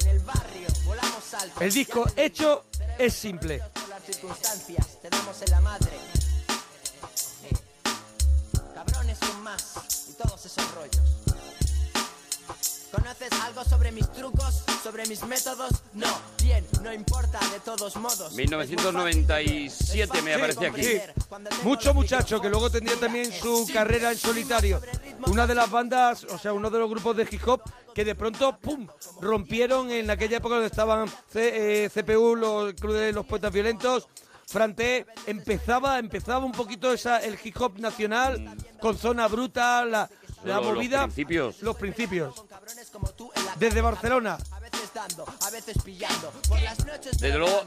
[SPEAKER 5] En el barrio volamos alto.
[SPEAKER 4] El disco hecho es simple.
[SPEAKER 5] Por las circunstancias, te damos en la madre. Eh, Cabrones con más y todos esos rollos. ¿Conoces algo sobre mis trucos? ¿Sobre mis métodos? No, bien, no importa, de todos modos.
[SPEAKER 3] 1997 me aparece aquí.
[SPEAKER 4] Sí. Mucho muchacho que luego tendría también su carrera en solitario. Una de las bandas, o sea, uno de los grupos de hip hop que de pronto, ¡pum!, rompieron en aquella época donde estaban C- eh, CPU, los Club de los Poetas Violentos. Frante empezaba, empezaba un poquito esa, el hip hop nacional con Zona Bruta, la, la
[SPEAKER 3] Lo- Mm. los
[SPEAKER 4] movida.
[SPEAKER 3] principios.
[SPEAKER 4] Los principios. Desde Barcelona.
[SPEAKER 5] Dando, a veces pillando. Por las noches
[SPEAKER 3] Desde luego,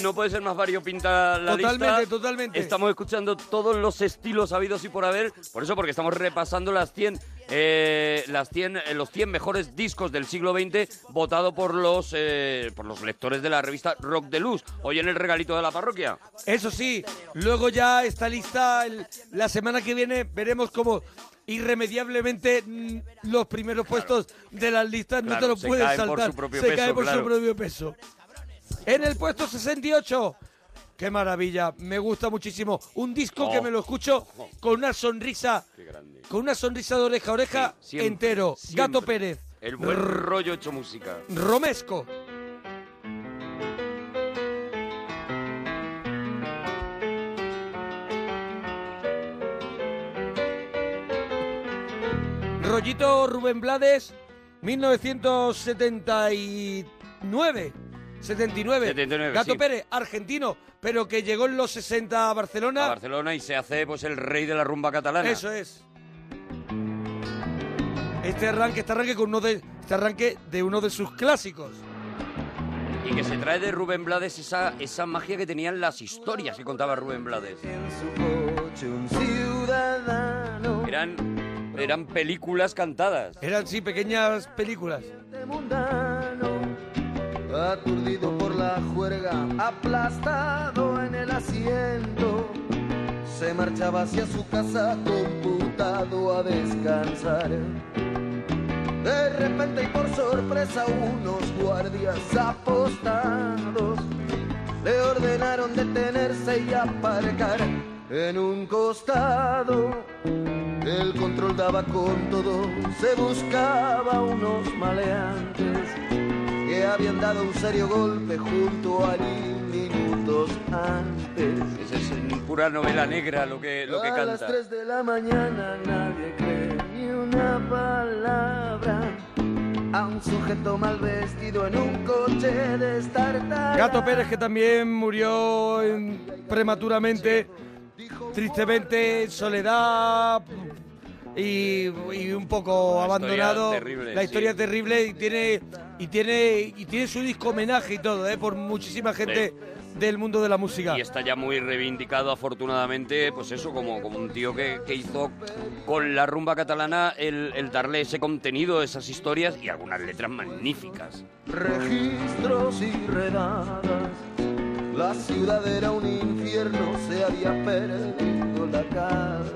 [SPEAKER 3] no puede ser más variopinta la
[SPEAKER 4] Totalmente,
[SPEAKER 3] lista.
[SPEAKER 4] totalmente.
[SPEAKER 3] Estamos escuchando todos los estilos habidos y por haber. Por eso, porque estamos repasando las 100, eh, las 100, eh, los 100 mejores discos del siglo XX votado por los, eh, por los lectores de la revista Rock de Luz. Hoy en el regalito de la parroquia.
[SPEAKER 4] Eso sí, luego ya está lista el- la semana que viene, veremos cómo irremediablemente mm, los primeros puestos de las listas no
[SPEAKER 3] Claro,
[SPEAKER 4] te lo
[SPEAKER 3] se
[SPEAKER 4] puedes
[SPEAKER 3] caen por
[SPEAKER 4] saltar.
[SPEAKER 3] su propio
[SPEAKER 4] se
[SPEAKER 3] peso,
[SPEAKER 4] cae por su
[SPEAKER 3] claro.
[SPEAKER 4] propio peso. En el puesto 68. Qué maravilla, me gusta muchísimo. Un disco
[SPEAKER 3] Oh.
[SPEAKER 4] que me lo escucho con una sonrisa, con una sonrisa de oreja a oreja
[SPEAKER 3] Sí, siempre,
[SPEAKER 4] entero.
[SPEAKER 3] siempre.
[SPEAKER 4] Gato Pérez,
[SPEAKER 3] El buen rollo hecho música.
[SPEAKER 4] Romesco. Rollito Rubén Blades, 1979. 79.
[SPEAKER 3] 79,
[SPEAKER 4] Gato
[SPEAKER 3] sí.
[SPEAKER 4] Pérez, argentino, pero que llegó en los 60 a Barcelona.
[SPEAKER 3] A Barcelona y se hace pues el rey de la rumba catalana.
[SPEAKER 4] Eso es. Este arranque, este arranque con uno de este arranque de uno de sus clásicos.
[SPEAKER 3] Y que se trae de Rubén Blades esa, esa magia que tenían las historias que contaba Rubén Blades. Eran, eran películas cantadas.
[SPEAKER 4] Eran, sí, pequeñas películas.
[SPEAKER 24] Aturdido por la juerga, aplastado en el asiento, se marchaba hacia su casa computado a descansar. De repente y por sorpresa unos guardias apostados le ordenaron detenerse y aparcar en un costado. El control daba con todo, se buscaba unos maleantes que habían dado un serio golpe junto al minutos antes.
[SPEAKER 3] Esa es en pura novela negra lo que, lo que
[SPEAKER 24] A Ah, las
[SPEAKER 3] canta.
[SPEAKER 24] 3 de la mañana nadie cree ni una palabra a un sujeto mal vestido en un coche de
[SPEAKER 4] Gato Pérez, que también murió en- prematuramente, tristemente, soledad y, y un poco abandonado.
[SPEAKER 24] terrible,
[SPEAKER 4] la
[SPEAKER 24] sí.
[SPEAKER 4] historia terrible y tiene y tiene y tiene su disco homenaje y todo, ¿eh? por muchísima gente del mundo de la música.
[SPEAKER 3] Y está ya muy reivindicado, afortunadamente, pues eso, como, como un tío que, que hizo con la rumba catalana el, el darle ese contenido, esas historias y algunas letras magníficas.
[SPEAKER 24] registros y redadas. La ciudad era un infierno, se había perdido la calma.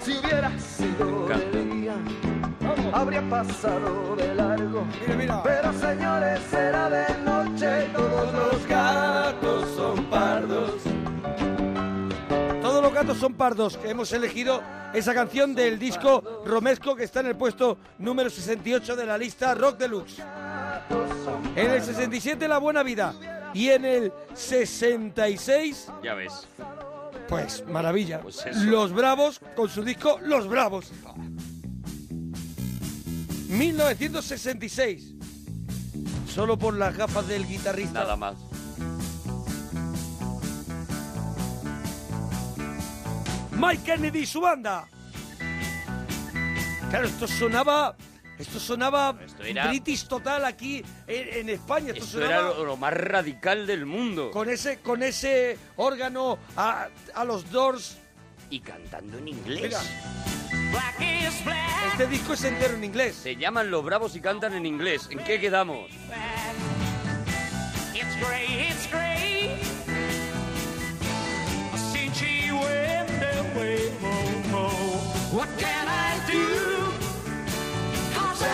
[SPEAKER 24] Si hubiera sido de día, habría pasado de largo. Pero señores, será de noche, todos los gatos son pardos.
[SPEAKER 4] Todos los gatos son pardos. que Hemos elegido esa canción del disco Romesco que está en el puesto número 68 de la lista Rock Deluxe. En el 67 La Buena Vida y en el 66
[SPEAKER 3] Ya ves.
[SPEAKER 4] pues maravilla.
[SPEAKER 3] eso.
[SPEAKER 4] Los Bravos con su disco Los Bravos. 1966. Solo por las gafas del guitarrista. Nada
[SPEAKER 3] más.
[SPEAKER 4] Mike Kennedy y su banda. Claro, esto sonaba. Esto sonaba
[SPEAKER 3] era-
[SPEAKER 4] British total aquí en, en España. Esto,
[SPEAKER 3] Eso
[SPEAKER 4] sonaba
[SPEAKER 3] era lo, lo más radical del mundo.
[SPEAKER 4] con ese con ese órgano a, a los Doors.
[SPEAKER 3] Y cantando en inglés.
[SPEAKER 4] Este disco es entero en inglés.
[SPEAKER 3] Se llaman Los Bravos y cantan en inglés. ¿En qué quedamos?
[SPEAKER 24] It's grey, it's grey. Since she went away, oh, oh. What can I do? 'Cause I,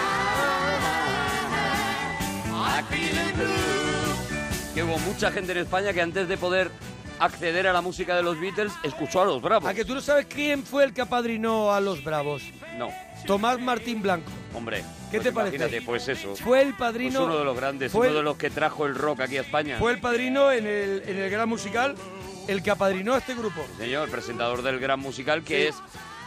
[SPEAKER 24] I feel the blue.
[SPEAKER 3] Que hubo mucha gente en España que antes de poder acceder a la música de los Beatles escuchó a Los Bravos.
[SPEAKER 4] A que tú no sabes quién fue el que apadrinó a los Bravos.
[SPEAKER 3] No,
[SPEAKER 4] Tomás Martín Blanco.
[SPEAKER 3] hombre.
[SPEAKER 4] ¿Qué
[SPEAKER 3] pues
[SPEAKER 4] te parece?
[SPEAKER 3] imagínate, Pues eso.
[SPEAKER 4] Fue el padrino-
[SPEAKER 3] Pues uno de los grandes,
[SPEAKER 4] fue el-
[SPEAKER 3] uno de los que trajo el rock aquí a España.
[SPEAKER 4] Fue el padrino en el, en el gran musical el que apadrinó a este grupo.
[SPEAKER 3] Señor, el presentador del Gran Musical, que es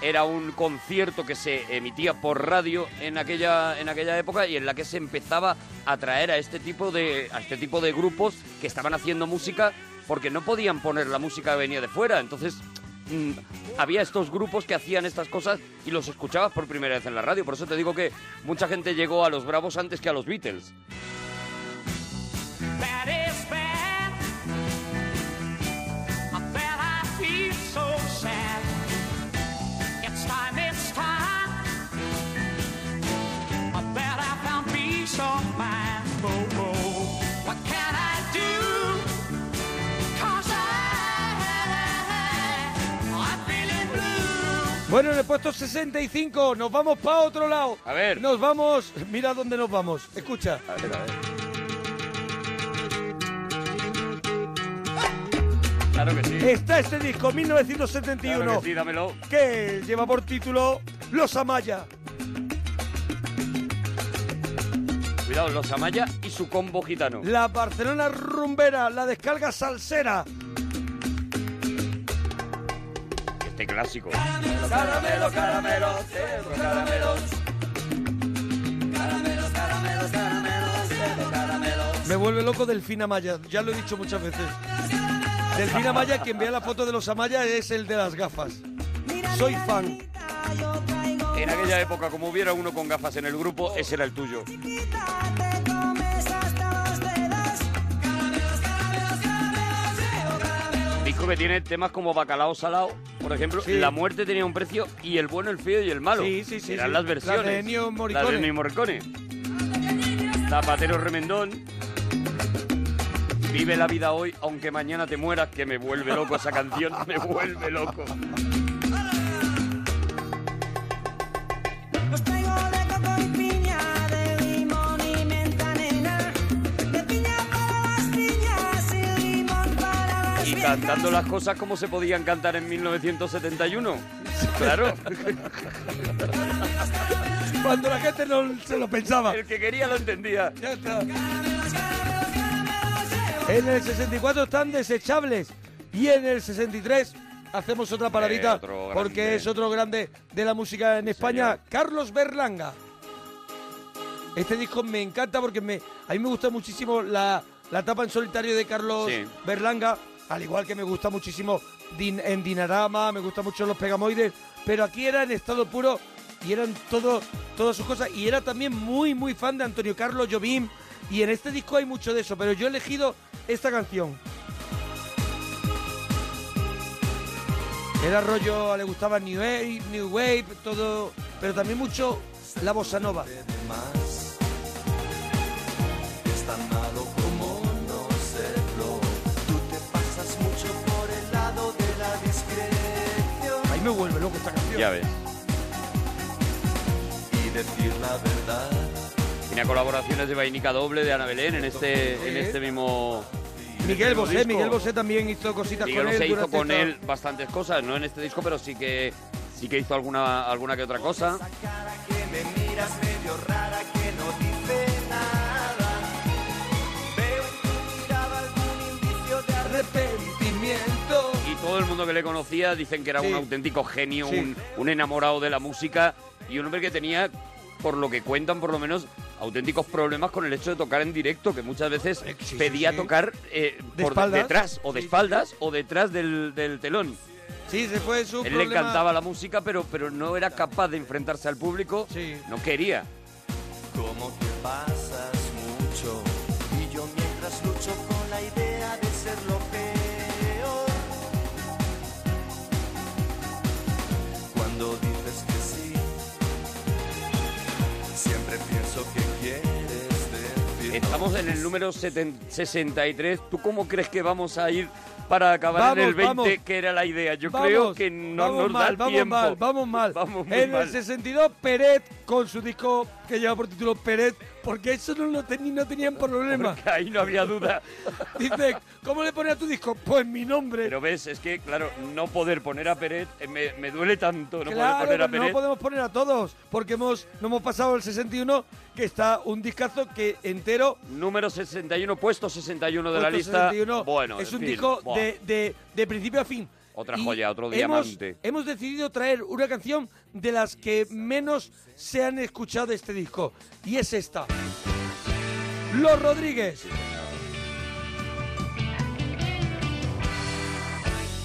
[SPEAKER 3] era un concierto que se emitía por radio en aquella en aquella época y en la que se empezaba a traer a este tipo de a este tipo de grupos que estaban haciendo música porque no podían poner la música que venía de fuera, entonces mm, había estos grupos que hacían estas cosas y los escuchabas por primera vez en la radio. Por eso te digo que mucha gente llegó a los Bravos antes que a los Beatles.
[SPEAKER 24] That is bad. I bet I feel so sad. It's time, it's time. I bet I found peace of mind. Oh, oh. What can I do? 'Cause I, I'm feeling blue.
[SPEAKER 4] Bueno, en el puesto 65 nos vamos para otro lado. A ver. Nos vamos. Mira dónde nos vamos. Escucha. A ver, a ver.
[SPEAKER 3] Claro que sí.
[SPEAKER 4] Está este disco 1971
[SPEAKER 3] Claro que sí, dámelo.
[SPEAKER 4] que lleva por título Los Amaya.
[SPEAKER 3] Cuidado, los Amaya y su combo gitano.
[SPEAKER 4] La Barcelona rumbera, la descarga salsera.
[SPEAKER 3] Este clásico.
[SPEAKER 24] Caramelo, caramelo, cero caramelos. Caramelos, caramelos, caramelos, cero caramelos.
[SPEAKER 4] Me vuelve loco Delfina Maya, ya lo he dicho muchas veces. Delfina Maya, quien vea la foto de los Amaya es el de las gafas. Soy fan.
[SPEAKER 3] En aquella época, como hubiera uno con gafas en el grupo, ese era el tuyo.
[SPEAKER 24] Te comes a
[SPEAKER 3] otro que tiene temas como bacalao salado, por ejemplo, la muerte tenía un precio y el bueno, el feo y el malo.
[SPEAKER 4] Sí, sí, sí,
[SPEAKER 3] Eran
[SPEAKER 4] sí.
[SPEAKER 3] las
[SPEAKER 4] La
[SPEAKER 3] versiones.
[SPEAKER 4] de Ennio Morricone.
[SPEAKER 3] La de Ennio Morricone. Zapatero Remendón. Vive la vida hoy, aunque mañana te mueras, que me vuelve loco esa canción, (laughs) me vuelve loco.
[SPEAKER 5] Los traigo de coco y piña, de limón y menta nena, de piña para las piñas y limón para las
[SPEAKER 3] Y cantando las cosas como se podían cantar en 1971. Claro.
[SPEAKER 4] Cuando la gente no se lo pensaba.
[SPEAKER 3] El que quería lo entendía.
[SPEAKER 4] Ya está. En el 64 están desechables y en el 63 hacemos otra
[SPEAKER 3] Eh,
[SPEAKER 4] paradita
[SPEAKER 5] otro
[SPEAKER 4] porque
[SPEAKER 5] grande.
[SPEAKER 4] es otro grande de la música en España, Carlos Berlanga. Este disco me encanta porque me, a mí me gusta muchísimo la, la tapa en solitario de Carlos
[SPEAKER 3] Sí.
[SPEAKER 4] Berlanga, al igual que me gusta muchísimo Din- en Dinarama, me gustan mucho los Pegamoides, pero aquí era en estado puro y eran todo, todas sus cosas. Y era también muy, muy fan de Antonio Carlos Jobim. Y en este disco hay mucho de eso, pero yo he elegido esta canción. Era rollo, le gustaba New Wave, New Wave, todo, pero también mucho la bossa nova.
[SPEAKER 5] más. Es tan malo como no serlo. Tú te pasas mucho por el lado de la discreción.
[SPEAKER 4] Ahí me vuelve loco esta canción.
[SPEAKER 3] (laughs) Ya ves.
[SPEAKER 5] Y decir la verdad.
[SPEAKER 3] Tenía colaboraciones de Vainica Doble, de Ana Belén, en este, en este mismo...
[SPEAKER 4] Miguel Bosé,
[SPEAKER 3] Este disco.
[SPEAKER 4] Miguel Bosé también hizo cositas
[SPEAKER 3] Miguel
[SPEAKER 4] con él.
[SPEAKER 3] se hizo
[SPEAKER 4] durante
[SPEAKER 3] con
[SPEAKER 4] esta-
[SPEAKER 3] él bastantes cosas, no en este disco, pero sí que sí que hizo alguna alguna que otra cosa.
[SPEAKER 5] que me miras medio rara que no dice nada. Veo en tu mirada algún indicio de arrepentimiento.
[SPEAKER 3] Y todo el mundo que le conocía dicen que era un auténtico genio,
[SPEAKER 4] Sí.
[SPEAKER 3] un, un enamorado de la música y un hombre que tenía, por lo que cuentan por lo menos, auténticos problemas con el hecho de tocar en directo, que muchas veces pedía
[SPEAKER 4] Eh, sí.
[SPEAKER 3] tocar eh,
[SPEAKER 4] De
[SPEAKER 3] por
[SPEAKER 4] espaldas.
[SPEAKER 3] detrás o de espaldas o detrás del, del telón.
[SPEAKER 4] Sí, se fue su
[SPEAKER 3] Él le
[SPEAKER 4] problema-
[SPEAKER 3] encantaba la música, pero, pero no era capaz de enfrentarse al público. No quería.
[SPEAKER 5] Como te pasas mucho. Y yo mientras lucho con la idea de ser lo peor. Cuando dices que sí, siempre pienso que quieres decir.
[SPEAKER 3] Estamos en el número 70 63. ¿Tú cómo crees que vamos a ir para acabar
[SPEAKER 4] Vamos,
[SPEAKER 3] en el 20,
[SPEAKER 4] vamos.
[SPEAKER 3] que era la idea? Yo
[SPEAKER 4] Vamos,
[SPEAKER 3] creo que no
[SPEAKER 4] vamos
[SPEAKER 3] nos
[SPEAKER 4] mal,
[SPEAKER 3] da
[SPEAKER 4] vamos
[SPEAKER 3] tiempo.
[SPEAKER 4] mal, vamos
[SPEAKER 3] (laughs)
[SPEAKER 4] mal.
[SPEAKER 3] muy
[SPEAKER 4] en
[SPEAKER 3] mal.
[SPEAKER 4] el 62, Peret con su disco que lleva por título Peret, porque eso no, lo teni- no
[SPEAKER 3] (laughs)
[SPEAKER 4] tenían problema.
[SPEAKER 3] Porque ahí no había duda.
[SPEAKER 4] (laughs) Dice, ¿cómo le pones a tu disco? Pues mi nombre.
[SPEAKER 3] Pero ves, es que, claro, no poder poner a Peret eh, me, me duele tanto. No
[SPEAKER 4] claro,
[SPEAKER 3] poder poner
[SPEAKER 4] pero
[SPEAKER 3] a
[SPEAKER 4] no
[SPEAKER 3] Peret.
[SPEAKER 4] podemos poner a todos, porque hemos, no hemos pasado el 61, que está un discazo que entero
[SPEAKER 3] Número 61, puesto 61 de la
[SPEAKER 4] Puesto
[SPEAKER 3] lista.
[SPEAKER 4] 61,
[SPEAKER 3] bueno,
[SPEAKER 4] es
[SPEAKER 3] en
[SPEAKER 4] un
[SPEAKER 3] fin,
[SPEAKER 4] disco
[SPEAKER 3] buah.
[SPEAKER 4] de, de- de principio a fin.
[SPEAKER 3] Otra
[SPEAKER 4] Y
[SPEAKER 3] joya, otro
[SPEAKER 4] hemos-
[SPEAKER 3] diamante.
[SPEAKER 4] Hemos decidido traer una canción de las que menos se han escuchado de este disco. Y es esta. Los Rodríguez.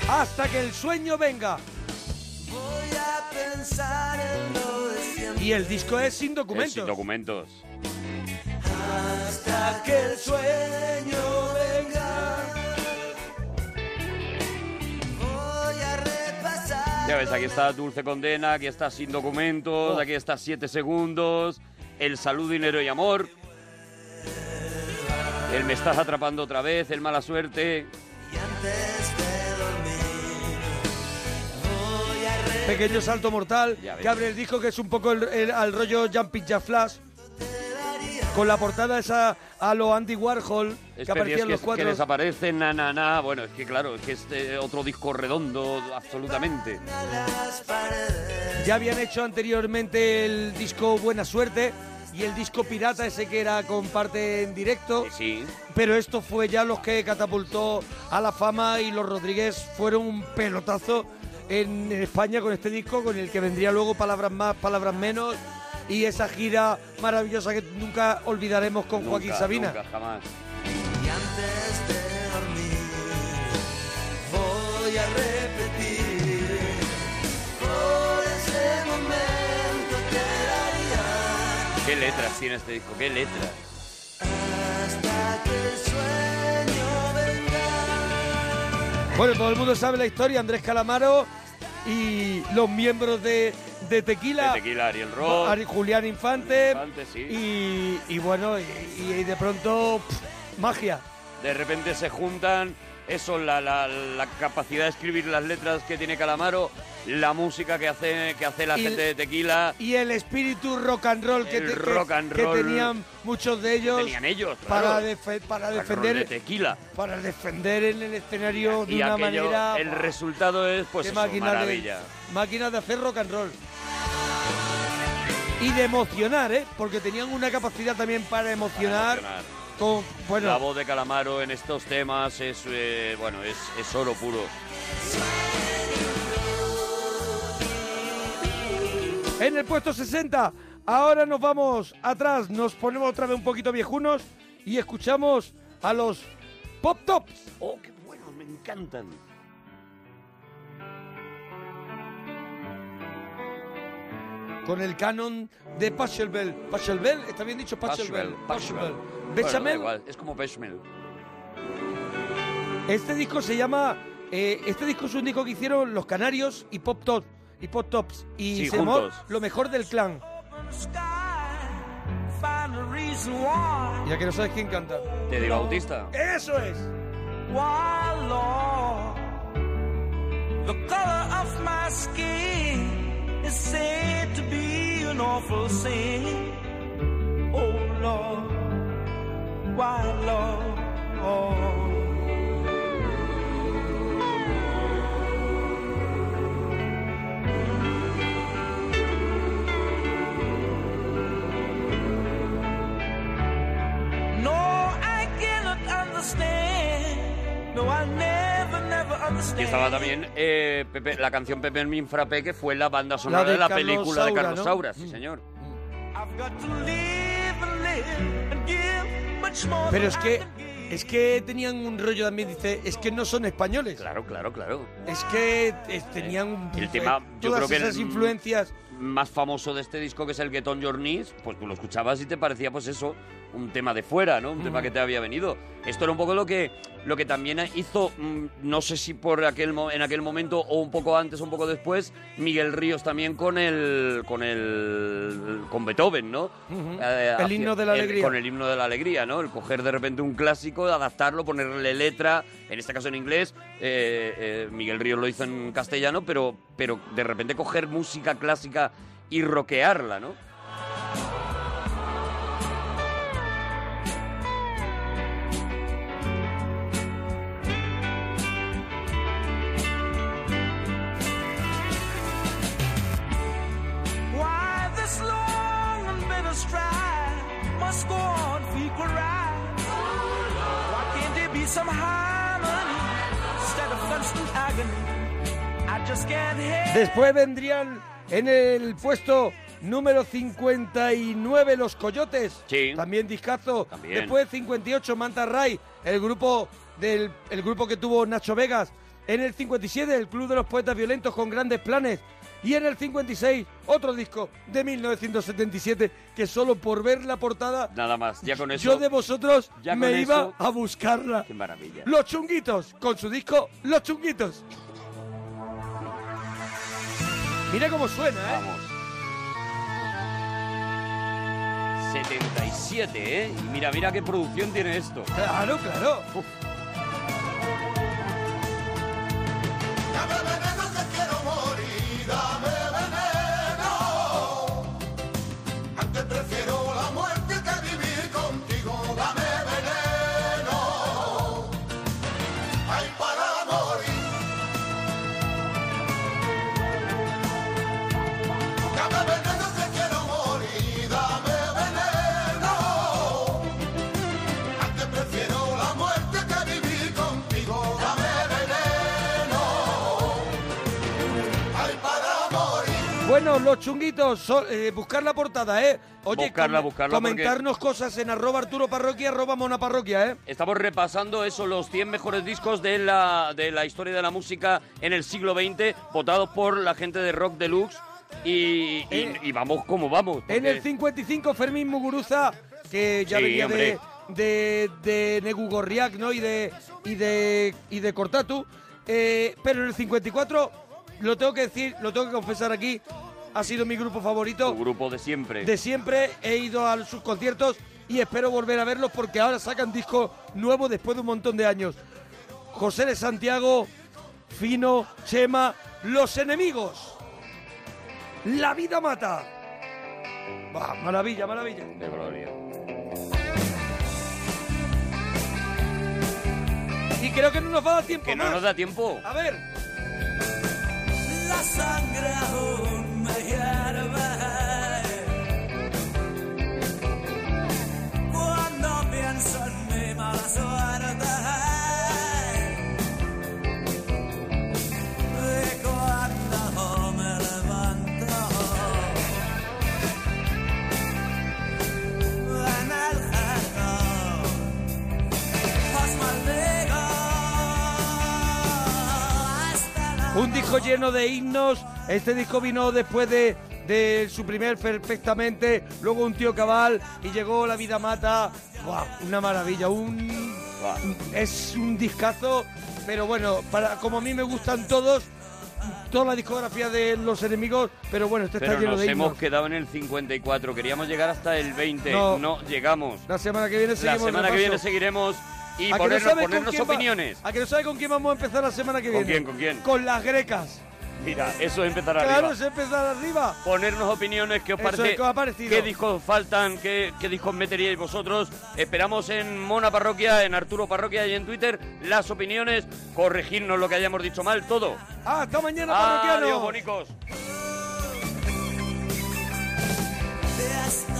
[SPEAKER 4] Hasta que el sueño venga.
[SPEAKER 5] Voy a pensar en lo de siempre.
[SPEAKER 4] Y el disco es sin
[SPEAKER 3] Eh, sin
[SPEAKER 4] documentos.
[SPEAKER 3] documentos.
[SPEAKER 5] Hasta que el sueño venga. Voy a repasar.
[SPEAKER 3] Ya ves, aquí está Dulce Condena, aquí está Sin Documentos,
[SPEAKER 4] Oh.
[SPEAKER 3] aquí está Siete Segundos, El Salud, Dinero y Amor. El Me Estás Atrapando Otra Vez, El Mala Suerte.
[SPEAKER 4] Pequeño salto mortal.
[SPEAKER 3] ves.
[SPEAKER 4] Que abre el disco que es un poco el, el- al rollo Jumping Jack Flash. Con la portada esa a lo Andy Warhol. Que
[SPEAKER 3] Especies
[SPEAKER 4] aparecían
[SPEAKER 3] Este que,
[SPEAKER 4] los
[SPEAKER 3] que
[SPEAKER 4] cuatro.
[SPEAKER 3] desaparecen, na, na, na. Bueno, es que claro, es que es eh, otro disco redondo, absolutamente.
[SPEAKER 4] Ya habían hecho anteriormente el disco Buena Suerte y el disco Pirata, ese que era con parte en directo.
[SPEAKER 3] Sí.
[SPEAKER 4] Pero esto fue ya los que catapultó a la fama y los Rodríguez fueron un pelotazo en España con este disco, con el que vendría luego Palabras Más, Palabras Menos y esa gira maravillosa que nunca olvidaremos con Joaquín
[SPEAKER 3] Nunca,
[SPEAKER 4] Sabina.
[SPEAKER 3] nunca, jamás.
[SPEAKER 5] Y antes de dormir, voy a repetir. Por ese momento te daría
[SPEAKER 3] Qué letras tiene este disco, qué letras.
[SPEAKER 5] hasta que el sueño venga.
[SPEAKER 4] Bueno, todo el mundo sabe la historia, Andrés Calamaro y los miembros de, de Tequila.
[SPEAKER 3] De Tequila, Ariel Roth.
[SPEAKER 4] Ari- Julián Infante.
[SPEAKER 3] Julián Infante, sí.
[SPEAKER 4] y, y bueno, y, y de pronto, pff, magia.
[SPEAKER 3] De repente se juntan, eso, la, la- la capacidad de escribir las letras que tiene Calamaro, la música que hace, que hace la
[SPEAKER 4] Y-
[SPEAKER 3] gente de Tequila.
[SPEAKER 4] Y el espíritu rock and roll que,
[SPEAKER 3] El
[SPEAKER 4] te- que-
[SPEAKER 3] rock and
[SPEAKER 4] que
[SPEAKER 3] roll
[SPEAKER 4] tenían muchos de ellos.
[SPEAKER 3] Tenían ellos,
[SPEAKER 4] Para,
[SPEAKER 3] claro.
[SPEAKER 4] defe- para
[SPEAKER 3] rock and roll de
[SPEAKER 4] defender
[SPEAKER 3] Tequila.
[SPEAKER 4] para defender en el escenario de
[SPEAKER 3] y
[SPEAKER 4] una
[SPEAKER 3] aquello,
[SPEAKER 4] manera
[SPEAKER 3] el
[SPEAKER 4] buah,
[SPEAKER 3] resultado es, pues,
[SPEAKER 4] qué
[SPEAKER 3] eso,
[SPEAKER 4] máquina
[SPEAKER 3] maravilla.
[SPEAKER 4] De, máquina de hacer rock and roll. Y de emocionar, ¿eh? Porque tenían una capacidad también para emocionar.
[SPEAKER 3] Emocionar.
[SPEAKER 4] con, bueno,
[SPEAKER 3] La voz de Calamaro en estos temas es, eh, bueno, es, es oro puro.
[SPEAKER 4] En el puesto 60, ahora nos vamos atrás, nos ponemos otra vez un poquito viejunos y escuchamos a los Pop Tops.
[SPEAKER 3] Oh, qué bueno, me encantan.
[SPEAKER 4] Con el canon de Pachelbel. Pachelbel, está bien dicho Pachelbel. Pachelbel.
[SPEAKER 3] Pachelbel, Pachelbel. Bueno, da
[SPEAKER 4] Bechamel.
[SPEAKER 3] igual, es como Bechamel.
[SPEAKER 4] Este disco se llama. eh, este disco es un disco que hicieron los Canarios y Pop Tops. Y Pop Tops. Y
[SPEAKER 3] Sí,
[SPEAKER 4] se llamó
[SPEAKER 3] juntos.
[SPEAKER 4] Lo mejor del clan.
[SPEAKER 1] Find a reason why.
[SPEAKER 4] Ya que no sabes quién canta.
[SPEAKER 3] Te digo Bautista.
[SPEAKER 4] Eso es.
[SPEAKER 1] Why, Lord, the color of my skin is said to be an awful sin. Oh, Lord, why, oh. Lord? No, I cannot understand. No, I never, never understand.
[SPEAKER 3] Y estaba también eh, Pepe- la canción Pepe el Infrape, que fue la banda sonora
[SPEAKER 4] La de
[SPEAKER 3] de, la
[SPEAKER 4] Carlos
[SPEAKER 3] película de
[SPEAKER 4] Saura,
[SPEAKER 3] Carlos
[SPEAKER 4] ¿no? Mm.
[SPEAKER 3] Saura, sí señor.
[SPEAKER 1] I've got to live and live and give much more.
[SPEAKER 4] Pero
[SPEAKER 1] than
[SPEAKER 4] es
[SPEAKER 1] I
[SPEAKER 4] que es que tenían un rollo también, dice, es que no son españoles.
[SPEAKER 3] Claro, claro, claro.
[SPEAKER 4] Es que eh, tenían un-
[SPEAKER 3] El tema,
[SPEAKER 4] eh,
[SPEAKER 3] yo
[SPEAKER 4] todas
[SPEAKER 3] creo que
[SPEAKER 4] esas
[SPEAKER 3] el-
[SPEAKER 4] influencias.
[SPEAKER 3] Más famoso de este disco, que es el Guetón Journeys, pues tú lo escuchabas y te parecía, pues eso, un tema de fuera, ¿no? Un
[SPEAKER 4] Mm.
[SPEAKER 3] tema que te había venido. Esto era un poco lo que, lo que también hizo, mm, no sé si por aquel, mo- en aquel momento o un poco antes o un poco después, Miguel Ríos también con el, con el, con Beethoven, ¿no?
[SPEAKER 4] Ujú.
[SPEAKER 3] Eh,
[SPEAKER 4] El
[SPEAKER 3] hacia-
[SPEAKER 4] himno de la
[SPEAKER 3] el-
[SPEAKER 4] alegría.
[SPEAKER 3] con el himno de la alegría, ¿no? El coger de repente un clásico, adaptarlo, ponerle letra, en este caso en inglés, eh, eh, Miguel Ríos lo hizo en castellano, pero, pero de repente coger música clásica y rockearla, ¿no?
[SPEAKER 1] Why this long and bitter strife must go on for equal rights? Why can't there be some harmony instead of constant agony? I just can't help
[SPEAKER 4] Después vendrían en el puesto número 59 Los Coyotes. También discazo.
[SPEAKER 3] También.
[SPEAKER 4] Después 58 Manta Ray, el grupo del el grupo que tuvo Nacho Vegas. En el 57 el Club de los Poetas Violentos con grandes planes. Y en el 56 otro disco de 1977 que solo por ver la portada
[SPEAKER 3] Nada más, ya con eso.
[SPEAKER 4] yo de vosotros
[SPEAKER 3] ya con
[SPEAKER 4] me iba
[SPEAKER 3] eso-
[SPEAKER 4] a buscarla.
[SPEAKER 3] Qué maravilla.
[SPEAKER 4] Los Chunguitos, con su disco Los Chunguitos. Mira cómo suena, ¿eh?
[SPEAKER 3] 77, ¿eh? Y mira, mira qué producción tiene esto.
[SPEAKER 4] Claro, claro.
[SPEAKER 1] Dame veneno que quiero morir, dame veneno. Antes prefiero la muerte que vivir contigo, dame veneno. Ay, para morir. Dame veneno que quiero morir, dame veneno. Antes prefiero la muerte que vivir contigo, dame veneno.
[SPEAKER 4] Bueno, los chunguitos, so- eh, buscar la portada, ¿eh? Oye,
[SPEAKER 3] Buscarla,
[SPEAKER 4] com-
[SPEAKER 3] buscarla,
[SPEAKER 4] comentarnos cosas en arroba Arturo Parroquia, arroba Mona Parroquia, ¿eh?
[SPEAKER 3] Estamos repasando eso, los 100 mejores discos de la, de la historia de la música en el siglo XX, votados por la gente de Rock Deluxe. Y, y- y vamos como vamos.
[SPEAKER 4] Eh, En
[SPEAKER 3] porque-
[SPEAKER 4] el 55, Fermín Muguruza, que ya
[SPEAKER 3] Sí,
[SPEAKER 4] venía de,
[SPEAKER 3] hombre.
[SPEAKER 4] de, de Negugorriac, ¿no? Y de, y de, y de Cortatu. Eh, pero en el 54, lo tengo que decir, lo tengo que confesar aquí, ha sido mi grupo favorito.
[SPEAKER 3] grupo de siempre.
[SPEAKER 4] De siempre he ido a sus conciertos y espero volver a verlos porque ahora sacan disco nuevo después de un montón de años. José de Santiago, Fino, Chema, Los Enemigos. La vida mata. Bah, maravilla, maravilla.
[SPEAKER 3] De gloria.
[SPEAKER 4] Y creo que no nos va a dar tiempo.
[SPEAKER 3] Que no nos da tiempo.
[SPEAKER 4] A ver.
[SPEAKER 1] La sangre aún me hierve cuando pienso en mi mala suerte. De cuando me levanto en el jardín, os maldigo hasta la
[SPEAKER 4] Un disco lleno de himnos. Este disco vino después de, de su primer perfectamente. Luego un tío cabal y llegó La Vida Mata. ¡Guau! Una maravilla. Un, es un discazo. Pero bueno, para, como a mí me gustan todos, toda la discografía de los enemigos. Pero bueno, este
[SPEAKER 3] Pero
[SPEAKER 4] está lleno
[SPEAKER 3] nos
[SPEAKER 4] de himnos.
[SPEAKER 3] hemos quedado en el 54. Queríamos llegar hasta el 20.
[SPEAKER 4] No.
[SPEAKER 3] No, llegamos.
[SPEAKER 4] La semana que viene seguimos.
[SPEAKER 3] La semana que
[SPEAKER 4] repaso.
[SPEAKER 3] viene seguiremos y
[SPEAKER 4] ¿A que no
[SPEAKER 3] ponernos,
[SPEAKER 4] sabe con
[SPEAKER 3] ponernos
[SPEAKER 4] quién va-
[SPEAKER 3] opiniones.
[SPEAKER 4] ¿A que no sabe con quién vamos a empezar la semana que
[SPEAKER 3] ¿Con
[SPEAKER 4] viene?
[SPEAKER 3] quién, con quién?
[SPEAKER 4] Con las grecas.
[SPEAKER 3] Mira, eso es empezar
[SPEAKER 4] Claro,
[SPEAKER 3] arriba.
[SPEAKER 4] es empezar arriba.
[SPEAKER 3] Ponernos opiniones, qué os
[SPEAKER 4] Eso es,
[SPEAKER 3] parece,
[SPEAKER 4] ¿qué os ha parecido?
[SPEAKER 3] qué discos faltan, qué, qué discos meteríais vosotros. Esperamos en Mona Parroquia, en Arturo Parroquia y en Twitter las opiniones, corregirnos lo que hayamos dicho mal, todo.
[SPEAKER 4] Ah, hasta mañana,
[SPEAKER 3] Adiós,
[SPEAKER 4] parroquianos.
[SPEAKER 3] bonicos.
[SPEAKER 1] de esta